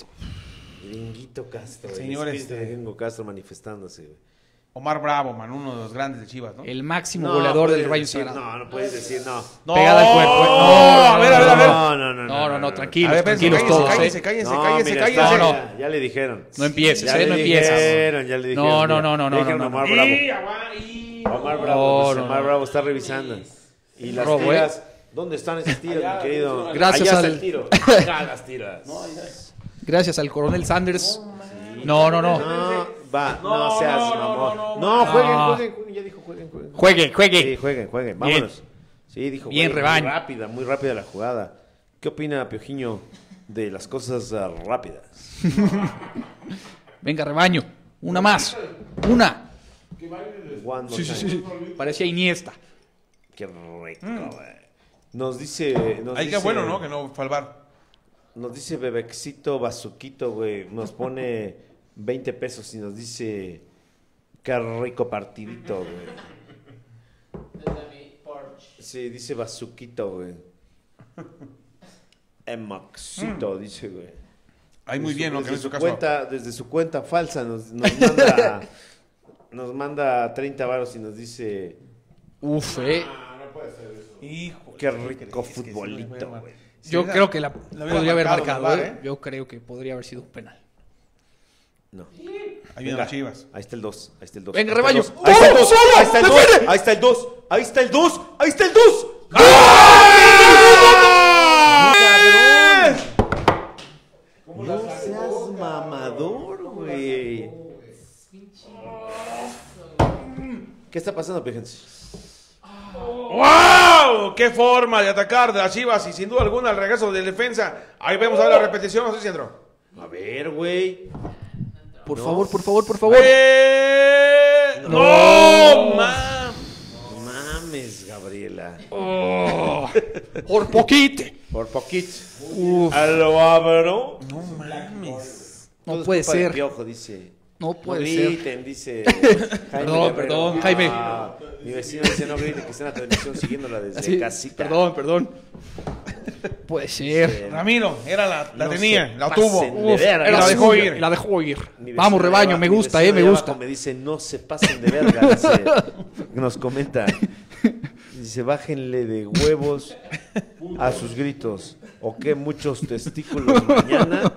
A: Gringuito Castro.
H: Señor,
A: Señores.
H: este-
A: Gringo Castro manifestándose, güey.
H: Omar Bravo, man, uno de los grandes de Chivas, ¿no?
D: El máximo
A: No,
D: goleador
A: puedes
D: del Rayo
A: decir-
D: Sagrado.
A: No, no puedes decir, no.
H: No,
D: Pegada al cuerpo. ¿eh? No,
H: a ver, a ver, a ver.
A: No, no, no.
D: No, no, no,
H: A
D: tranquilos,
H: ver, espérense,
D: tranquilos
H: cállense,
D: todos.
H: cállense,
D: ¿eh?
H: cállense,
A: No,
H: cállense,
A: mira,
H: cállense.
A: está,
D: No,
A: ya, ya le dijeron.
D: No empieces,
A: ya
D: eh,
A: le
D: no empiezas.
A: Dijeron, ya le dijeron.
D: No, no,
A: ya.
D: no, no,
A: Le
D: no,
A: dijeron
D: no,
A: Omar
D: no.
A: Bravo.
H: Y aguanta, y-
A: Omar Bravo, dice,
D: no,
A: Omar
D: no.
A: Bravo está revisando. Y las
D: Robo, ¿eh?
A: tiras, ¿dónde están esas tiras, mi querido?
D: Gracias
A: Allá está
D: al-
A: el tiro. Acá las tiras.
D: Gracias al coronel Sanders. No, no, no.
A: No, va, no,
H: No,
A: seas
H: no, no,
A: mamón.
H: no,
A: No,
H: no,
A: jueguen,
D: no.
A: jueguen, jueguen, ya dijo jueguen, jueguen.
D: Juegue,
A: Sí,
D: Ah. juegue.
A: jueguen, jueguen,
D: Bien.
A: vámonos. Sí, dijo
D: Bien,
A: jueguen,
D: rebaño.
A: Muy rápida, muy rápida la jugada. ¿Qué opina Piojiño de las cosas ah, rápidas?
D: Venga, rebaño. Una más. Una.
A: One more
D: Sí, sí,
A: time.
D: sí. Parecía Iniesta.
A: Qué rico, güey. Nos dice. Nos
H: Mm. Ay, qué
A: dice-
H: bueno, ¿no? Que no fue al bar.
A: Nos dice Bebexito Bazuquito, güey. Nos pone 20 pesos y nos dice. Qué rico partidito, güey.
K: Desde mi porch.
A: Sí, dice Bazuquito, güey. Emoxito, dice, güey.
H: Ahí Mm.
A: Desde
H: muy
A: su-
H: bien, ¿no? Que
A: Desde
H: no hizo
A: su,
H: caso.
A: cuenta, desde su cuenta falsa nos, nos manda. nos manda 30 varos y nos dice.
D: Uf, eh.
H: Hijo.
A: Qué rico futbolito, güey.
D: Yo creo que la
H: hubiera
D: podría haber
H: marcado,
D: marcado,
H: ¿verdad,
D: ¿eh?
H: eh?
D: Yo creo que podría haber sido un penal.
A: No.
H: Ahí vienen
A: Venga.
H: las chivas.
A: Ahí está el 2, ahí está el 2.
D: Venga,
A: ahí
D: rebaño.
A: Está el
D: ¡Oh,
A: dos,
D: solo!
A: ahí está el 2,
D: ¡Defiende!
A: ahí está el 2, ahí está el 2, ahí está el 2. No seas mamador, güey. ¿Qué está pasando, fíjense?
H: ¡Wow! ¡Qué forma de atacar de las chivas! Y sin duda alguna el regreso de defensa. Ahí vemos a la repetición, no sé si entró.
A: A ver, güey.
D: Por favor, por favor, por favor.
H: ¡Eh! ¡No! ¡Mam!
A: No Mames, Gabriela.
D: Oh. Por poquito.
A: Por poquito.
D: Uf,
A: A lo abro.
D: no
A: Todo
D: puede
A: es culpa del
D: ser.
A: Piojo, dice.
D: No puede
A: no
D: ser.
A: griten, dice.
D: Perdón,
A: Guerrero.
D: perdón, Jaime.
A: Ah, mi vecino dice no griten que está en la transmisión siguiéndola desde
D: Así,
A: casita.
D: Perdón, perdón. Puede ser.
A: Eh,
H: Ramiro, era la, la
A: No
H: tenía,
A: se
H: la
A: pasen
H: tuvo.
A: de
D: Uf,
A: verga.
D: era
H: La dejó
D: suya,
H: ir.
D: La dejó ir.
A: Mi vecino
D: Vamos,
A: de
D: rebaño,
A: abajo-
D: me
A: mi
D: gusta,
A: vecino
D: eh, me
A: de
D: gusta.
A: abajo Me dice, no se pasen de verga, dice. Nos comenta. Dice, bájenle de huevos a sus gritos. O que muchos testículos mañana.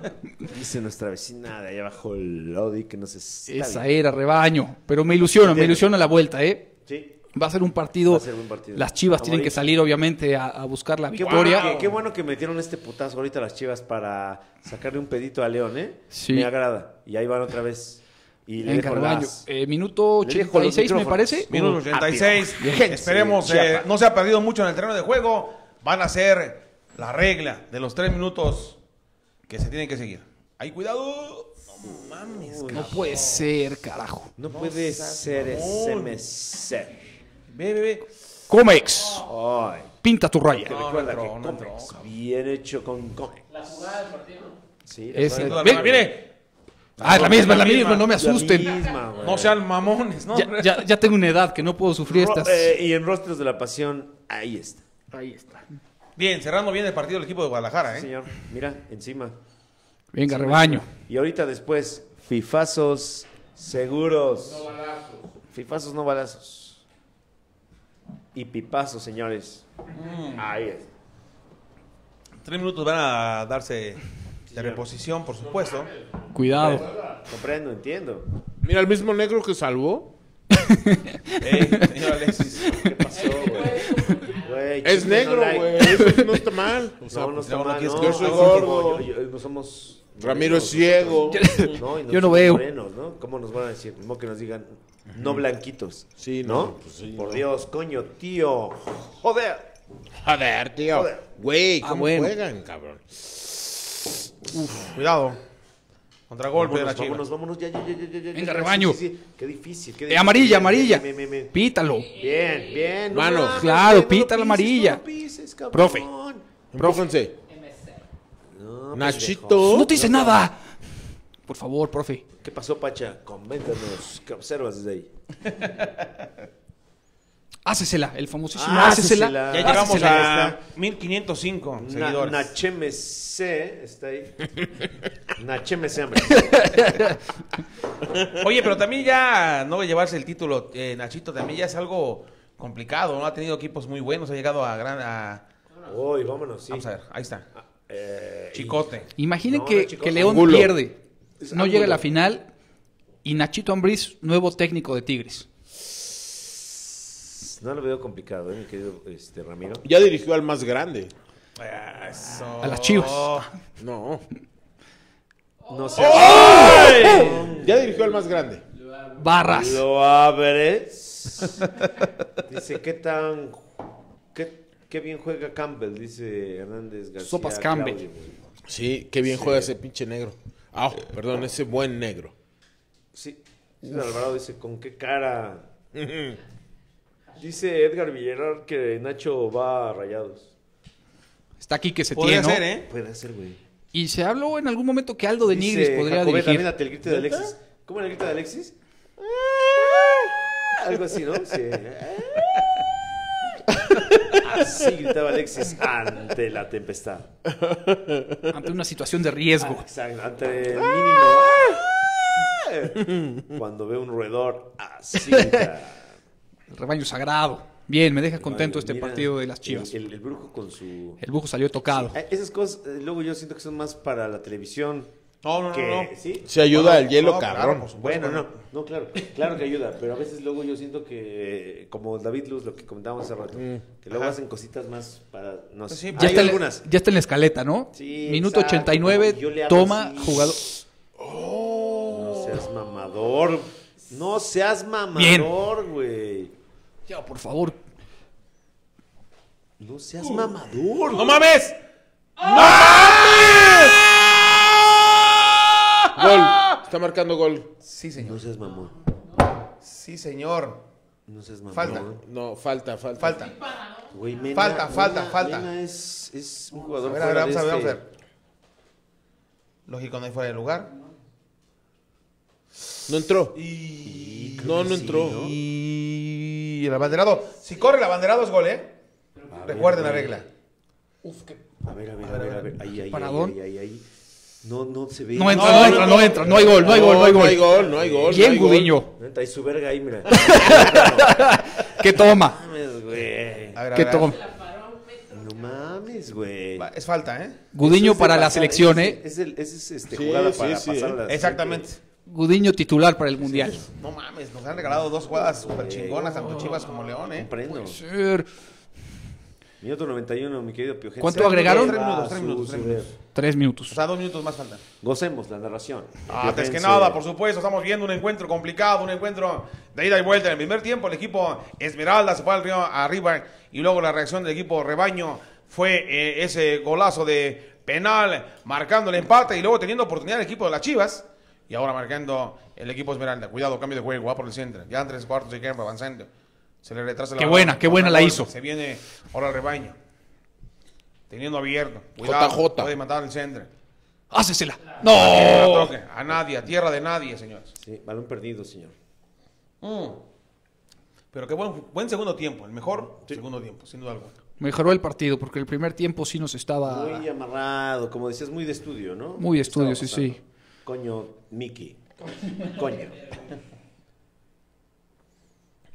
A: Dice nuestra vecina de allá abajo, Lodi, que no se
D: Esa era, rebaño. Pero me ilusiona, me
A: Entiendo.
D: ilusiona la vuelta, eh.
A: Sí.
D: Va a ser un partido.
A: Va a ser buen partido.
D: Las chivas
A: A
D: tienen
A: morir.
D: que salir, obviamente, a, a buscar la
A: Qué bueno,
D: victoria.
A: que, qué bueno que metieron este putazo ahorita a las chivas para sacarle un pedito a León, ¿eh?
D: Sí.
A: Me agrada. Y ahí van otra vez. Y le
D: Venga,
A: dejo
D: Rebaño.
A: las-
D: Eh, minuto
A: Le dejo los
D: 86, me
A: micrófonos.
D: parece. ah,
H: Minuto
A: Uh,
H: 86.
A: apio. Gente,
H: Esperemos, eh,
A: Chiapas.
H: no se ha perdido mucho en el terreno de juego. Van a ser la regla de los tres minutos que se tienen que seguir. Ahí, cuidado.
D: No puede ser, carajo.
A: No puede ser ese meser.
H: Ve, ve, ve.
D: Comex,
A: Ay,
D: pinta tu raya.
A: que recuerda que Comex, bien hecho con Comex.
K: La jugada del partido.
A: Sí, la
D: Ese-
A: verdad,
D: Ve-
H: Mire, mire,
D: Ah, es la misma, es la misma, no me
A: la
D: asusten.
A: misma, güey.
H: no sean mamones, ¿no?
D: Ya, ya- ya tengo una edad que no puedo sufrir
A: Ro-
D: estas.
A: eh, y en Rostros de la Pasión, ahí está.
D: Ahí está.
H: Bien, cerrando bien el partido del equipo de Guadalajara, ¿eh?
A: Señor, mira, encima.
D: Venga, rebaño.
A: Y ahorita después, fifazos seguros. No balazos. Fifazos no balazos. Y pipazos, señores.
K: Mm.
A: Ahí está.
H: Tres minutos van a darse de reposición, por supuesto.
D: Cuidado.
A: Comprendo, entiendo.
C: Mira, el mismo negro que salvó.
H: Ey, señor Alexis.
A: ¿Qué pasó, güey? Güey,
C: Es
A: chiste, no
C: negro,
A: like.
C: güey. Eso no está mal. O sea,
A: No, no está
H: no,
A: mal,
H: aquí es-
A: no.
C: yo soy
A: No,
C: gordo.
A: yo- yo- yo- no somos...
C: Ramiro es
A: morenos,
C: ciego.
A: nosotros. No, y
D: Yo no
A: somos
D: veo.
A: morenos, ¿no? ¿Cómo nos van a decir? No que nos digan, no blanquitos.
C: Sí,
A: ¿no?
C: no, pues sí,
A: Por
C: no.
A: Dios, coño, tío. Joder.
C: Joder, tío. Güey,
D: Ah,
C: ¿cómo
D: bueno.
C: juegan, cabrón?
H: Cuidado. Contragolpe de la
A: Vámonos,
H: chiva.
A: vámonos, vámonos, ya, ya, ya, ya, ya, ya,
D: Venga,
A: ya,
D: rebaño.
A: sí, sí, sí. Qué difícil, qué
D: Eh,
A: difícil.
D: amarilla,
A: Bien,
D: amarilla.
A: bien, bien, bien.
D: Pítalo.
A: Bien, bien.
C: Mano.
D: Claro,
A: güey,
D: pita la amarilla.
A: No pises, cabrón.
D: Profe.
C: Empújense.
A: No,
C: Nachito.
D: No te dice nada. Por favor, profe.
A: ¿Qué pasó, Pacha? Coméntanos. ¿Qué observas desde ahí?
D: Hácesela, el famosísimo
A: Ah,
D: hácesela.
A: hácesela.
H: Ya llegamos
A: Hácesela,
H: a 1505
A: Na,
H: seguidores.
A: Nachmc está ahí. Nachmc, hombre.
H: Oye, pero también ya no llevarse el título, eh, Nachito, también ya es algo complicado, ¿no? Ha tenido equipos muy buenos, ha llegado a gran... a-
A: Uy, vámonos, sí.
H: Vamos a ver, ahí está.
A: Eh,
H: Chicote.
D: Imaginen
A: No, no,
D: que,
A: chicos,
D: que León
C: ángulo.
D: pierde,
A: Es
D: no
A: ángulo.
D: llega a la final y Nachito Ambriz, nuevo técnico de Tigres.
A: No lo veo complicado, ¿eh, mi querido este, Ramiro.
C: Ya dirigió al más grande.
H: Eso.
A: Oh.
D: A las Chivas.
C: No.
A: No sé.
C: Ya dirigió al más grande.
D: Barras.
A: Lo abres. Dice, ¿qué tan. ¿Qué, Qué bien juega Campbell, dice Hernández García.
D: Sopas Campbell.
A: Claudio, güey.
C: Sí, qué bien juega ese pinche negro. Ah, perdón, ese buen negro.
A: Sí. César Alvarado dice, ¿con qué cara? dice Edgar Villarreal que Nacho va a rayados.
D: Está aquí que se
F: Podría
D: tiene, ¿no?
F: ser, ¿eh?
A: Puede ser, güey.
D: Y se habló en algún momento que Aldo de
A: Dice
D: Nigris Pues podría
A: Jacobet,
D: dirigir.
A: también ante el grito de Alexis. ¿Cómo era el grito de Alexis? Algo así, ¿no? Sí. Así gritaba Alexis ante la tempestad.
D: Ante una situación de riesgo.
A: Exacto, ante el mínimo. Cuando ve un roedor, así grita.
D: El rebaño sagrado. Bien, me deja contento este
A: Mira,
D: partido de las Chivas.
A: El, el- el brujo con su...
D: El bujo salió tocado.
A: Eh, Esas cosas, eh, luego yo siento que son más para la televisión.
F: No, no, no,
A: que,
F: no.
A: ¿sí?
C: Se ayuda al hielo,
F: no, claro,
C: cabrón.
F: por supuesto.
A: Bueno, no, no, claro, claro que ayuda, pero a veces luego yo siento que, como David Luz, lo que comentábamos hace rato,
C: Mm.
A: que luego hacen cositas más para, no sé,
F: sí,
A: hay
D: Ya está, en-
A: algunas.
D: ya está en la escaleta, ¿no?
A: Sí,
D: Minuto
A: exacto,
D: 89,
A: como yo le hago
D: toma
A: así.
D: jugador.
A: No seas mamador, no seas
D: Bien.
A: mamador, güey.
D: Ya, por favor.
A: No seas mamador.
F: ¡No mames!
C: Gol. Está marcando gol.
H: Sí,
A: No
H: señor.
A: seas mamón.
H: Sí, señor.
A: No seas mamón.
H: Falta.
C: No, falta, falta.
H: Falta.
A: Güey, Mena-
H: Falta, falta,
A: Mena-
H: falta.
A: Mena es, es un
H: A
A: jugador
H: ver, a ver,
A: fuera
H: vamos
A: de
H: a ver, vamos
A: este-
H: a ver. Lógico, no hay fuera de lugar.
C: No entró. No, no entró.
H: Y el abanderado. Si corre el abanderado es gol, ¿eh? Recuerden la regla.
A: A ver, a ver, a ver, a ver. Ahí, ahí,
D: Paradón.
A: ahí, ahí, ahí. No, no se ve.
D: No entra, no, entra, no, entra. No hay gol, no hay gol, no hay gol.
C: No hay gol, no hay gol. no
D: Bien,
C: hay gol.
D: Gudiño.
A: No entra, y su verga ahí, mira.
D: ¿Qué toma?
A: No mames, güey.
H: A ver, a
D: ¿Qué
H: ver, a
D: toma?
H: ver.
A: No mames, güey.
H: Va, Es falta, ¿eh?
D: Gudiño
A: Ese
D: para la
A: pasar-
D: selección,
A: ese-
D: ¿eh?
A: ese Es, el- ese es este,
C: Sí,
A: jugada
C: sí,
A: para
C: sí,
A: pasar
C: ¿eh?
A: la-
H: Exactamente.
D: Gudiño titular para el Mundial.
H: No mames, nos han regalado dos jugadas súper chingonas, tanto Chivas como León, ¿eh?
A: Comprendo.
D: Ser
A: Minuto 91, mi querido Piojet.
D: ¿Cuánto
A: Tres
D: agregaron?
A: minutos,
H: Tres minutos,
A: ah, su-
H: tres minutos,
A: su
H: tres
A: ver.
D: Tres
H: O
D: minutos.
H: sea, dos minutos más faltan.
A: Gocemos la narración.
H: Ah,
F: Antes que
A: Piojense.
F: nada, por supuesto, estamos viendo un encuentro complicado, un encuentro de ida y vuelta. En el primer tiempo, el equipo Esmeralda se fue al río arriba y luego la reacción del equipo Rebaño fue eh, ese golazo de penal, marcando el empate y luego teniendo oportunidad el equipo de las Chivas. Y ahora marcando el equipo Esmeralda. Cuidado, cambio de juego, va por el centro. Ya en tres cuartos de tiempo avanzando. Se le retrasa la
D: Qué
F: bola.
D: buena, qué buena la
F: Gol.
D: hizo.
F: Se viene ahora el Rebaño. Teniendo abierto.
C: JJ.
F: Puede matar el centro.
D: Hácesela.
F: Que no la
D: ¡No!
F: toque. A nadie, a tierra de nadie, señores.
A: Sí, balón perdido, señor.
F: Mm. Pero qué buen, buen segundo tiempo, el mejor segundo tiempo, sin duda alguna.
D: Mejoró el partido porque el primer tiempo sí nos
J: Ah.
D: estaba.
A: Muy amarrado, como decías, muy de estudio, ¿no?
D: Muy de estudio,
A: Estaba
D: sí,
A: pasando. Coño, Mickey. Coño.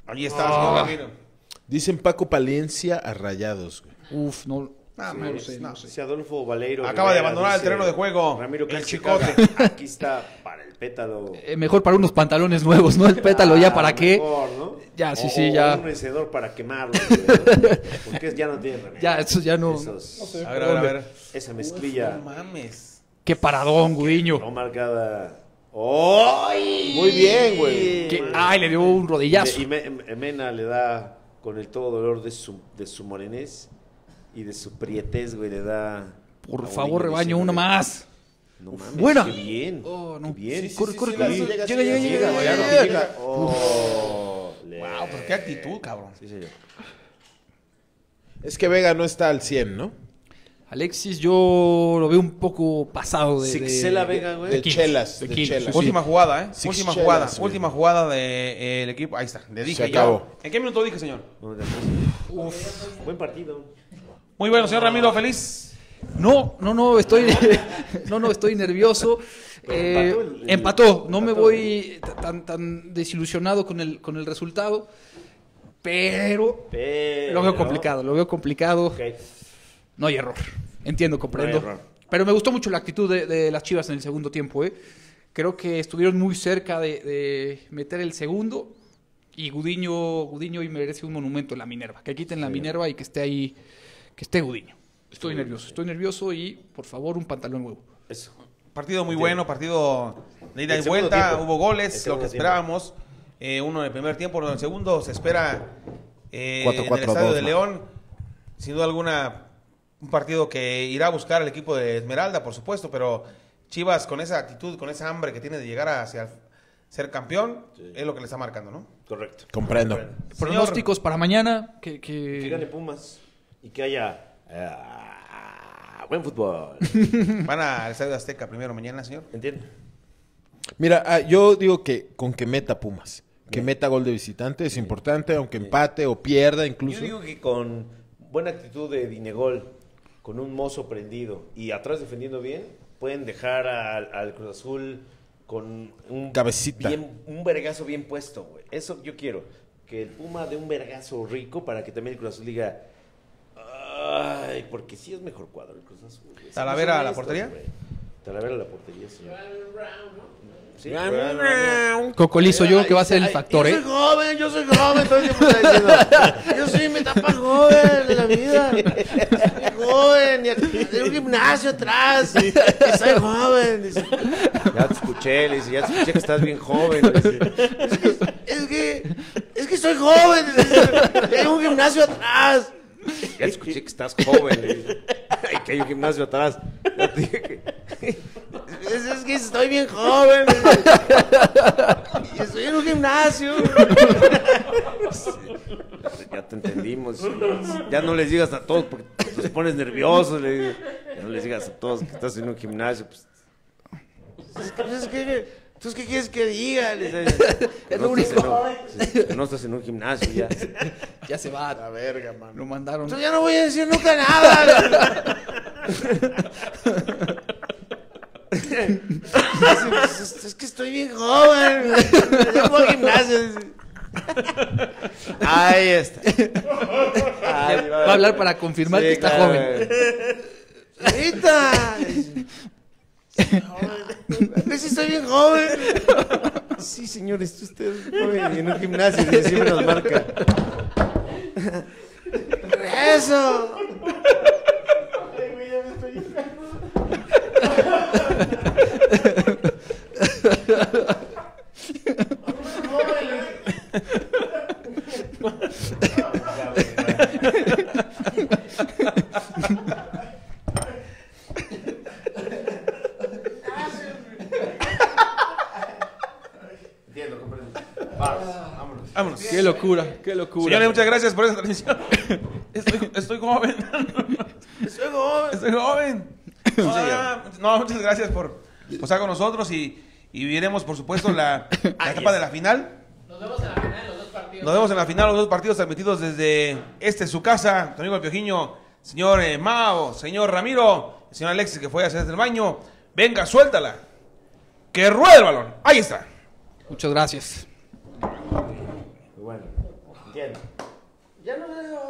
F: Ahí está, señor Ramiro.
C: Dicen Paco Palencia a rayados, güey.
D: Uf, no.
F: Nah,
D: no
F: man,
D: lo sé, no
F: nah.
D: sé.
A: Si Adolfo Valero.
F: Acaba de
A: Rivera
F: abandonar el
A: dice,
F: terreno de juego,
A: Ramiro
F: el
A: casi
F: chicote.
A: caga. Aquí está para el pétalo.
D: Eh, mejor para unos pantalones nuevos, ¿no? El pétalo ya para
A: Ah,
D: qué.
A: mejor, ¿no?
D: Ya, sí,
A: O-
D: sí,
A: o
D: ya.
A: Un encendedor para quemarlo. güey. Porque ya no tiene remedio.
D: Ya, eso Ah, ya no.
A: Esos-
F: A ver, a ver, a ver.
A: Esa mezclilla
F: No mames.
D: Qué paradón, Gudiño.
A: no marcada. ¡Ay!
C: Muy bien, güey.
D: Qué- Ay, le dio un rodillazo.
A: Y Me- y Me- Mena le da con el todo dolor de su, de su morenés y de su prietez, güey, le da. a
D: Por
A: un
D: favor,
A: niño
D: rebaño,
A: diciéndole,
D: uno más.
A: No mames,
D: Buena.
A: qué bien.
D: Oh, no.
A: qué bien.
D: Corre, corre, corre.
C: sí,
D: Llega,
C: llega,
D: llega,
C: llega,
D: llega.
C: llega,
D: llega.
A: Claro, llega. Oh, le-
F: Wow, pero qué actitud, cabrón.
A: Sí, señor.
C: Es que Vega no está al 100, ¿no?
D: Alexis, yo lo veo un poco pasado de.
A: Sixela
D: de-
A: Vega, güey.
C: De
D: Kilos,
C: chelas,
D: de
C: de
D: kilos,
C: chelas.
D: sí, sí.
F: Última jugada, ¿eh?
C: Six
F: última
C: chelas,
F: jugada,
C: güey.
F: última jugada del de, eh, el equipo. Ahí está, le dije.
C: Se
F: ya.
C: acabó.
F: ¿En qué minuto dije, señor?
A: Uf, buen partido.
F: Muy bueno, señor Ramiro, feliz.
D: No, no, no, estoy, no, no, estoy nervioso. Eh,
A: empató
D: empató,
A: el-
D: no me
A: empató.
D: voy t- tan, tan desilusionado con el, con el resultado, pero
A: Pero-
D: lo veo complicado, lo veo complicado.
A: Ok.
D: No hay error, entiendo, comprendo.
A: No hay error.
D: Pero me gustó mucho la actitud de, de las Chivas en el segundo tiempo. ¿eh? Creo que estuvieron muy cerca de, de meter el segundo y Gudiño, Gudiño y merece un monumento en la Minerva. Que quiten la Minerva y que esté ahí, que esté Gudiño. Estoy nervioso, estoy nervioso y por favor un pantalón nuevo.
A: Eso.
F: Partido muy bueno, partido de ida
A: El
F: y
A: segundo
F: vuelta,
A: tiempo.
F: hubo
A: El
F: goles, lo
A: segundo
F: que
A: tiempo.
F: esperábamos. Eh, uno en el primer tiempo, uno en el segundo. Se espera eh,
C: Cuatro,
F: en el
C: cuatro,
F: estadio
C: dos,
F: de
C: ¿no?
F: León
H: sin duda alguna, un partido que irá a buscar el equipo de Esmeralda, por supuesto, pero Chivas con esa actitud, con esa hambre que tiene de llegar hacia el- ser campeón, es lo que le está marcando, ¿no?
A: Correcto.
C: Comprendo.
D: Pronósticos para mañana. Ah, Que, que-
A: Que gane Pumas y que haya ah, buen fútbol.
H: Van al Estadio Azteca primero mañana, señor.
A: ¿Entiendes?
C: Mira, ah, yo digo que con que meta Pumas. Que meta gol de visitante es importante, aunque empate o pierda
A: Yo
C: incluso.
A: digo que con buena actitud de Dinegol, con un mozo prendido y atrás defendiendo bien, pueden dejar al, al Cruz Azul con un
C: Cabecita.
A: bien- un vergazo bien puesto, güey. Eso yo quiero. Que el Puma dé un vergazo rico para que también el Cruz Azul diga. Ay, porque sí es mejor cuadro el Cruz Azul. güey. Seamos
H: ¿Talavera a la
A: honestos,
H: portería?
A: güey. Talavera a la portería, señor. Sí.
D: Cocolizo, yo creo que va a ser el
A: Ay,
D: factor,
A: yo
D: ¿eh?
A: soy joven, yo soy joven, todo el tiempo está diciendo. Yo soy mi etapa joven de la vida. Soy joven, y tengo un gimnasio atrás. Y, y soy joven. dice. Ya te escuché, le dice, ya te escuché que estás bien joven. le dice. Es que, es que soy joven, le dice, tengo un gimnasio atrás. Ya te escuché que estás joven, le dice. Ay, que hay un gimnasio atrás. Ya te dije que- Es, es que estoy bien joven. le dice. Y estoy en un gimnasio. ya te entendimos. Ya no les digas a todos porque te pones nervioso. le digo. Ya no les digas a todos que estás en un gimnasio. Pues. Es que- pues, es que- ¿Tú qué quieres que diga? Les- que
D: Es lo
A: no estás
D: único.
A: en un- sí, que no estás en un gimnasio ya.
D: Ya se va. La verga, man. Lo mandaron.
A: Entonces ya no voy a decir nunca nada. es, es- es que estoy bien joven. Yo voy al gimnasio. Ahí está. Ahí
D: Va a hablar para confirmar que está joven.
A: Ahorita. Sí, estoy bien joven. Sí, señores, usted es joven y en un gimnasio y siempre nos marca. ¡Eso!
H: Vámonos.
D: Qué locura, qué locura.
H: Señores, muchas gracias por esa transmisión. Estoy, estoy joven. Estoy joven. Estoy joven. Ah, No, muchas gracias por por estar con nosotros y, y veremos, por supuesto, la, la etapa de la final.
E: Nos vemos en la final de los dos partidos.
H: Nos vemos en la final, los dos partidos transmitidos desde este, su casa. Tu amigo el Piojiño, señor eh, Mao, señor Ramiro, el señor Alexis que fue a hacer el baño. Venga, suéltala. Que ruede el balón. Ahí está.
D: Muchas gracias.
A: Bueno, entiendo. Ya no veo.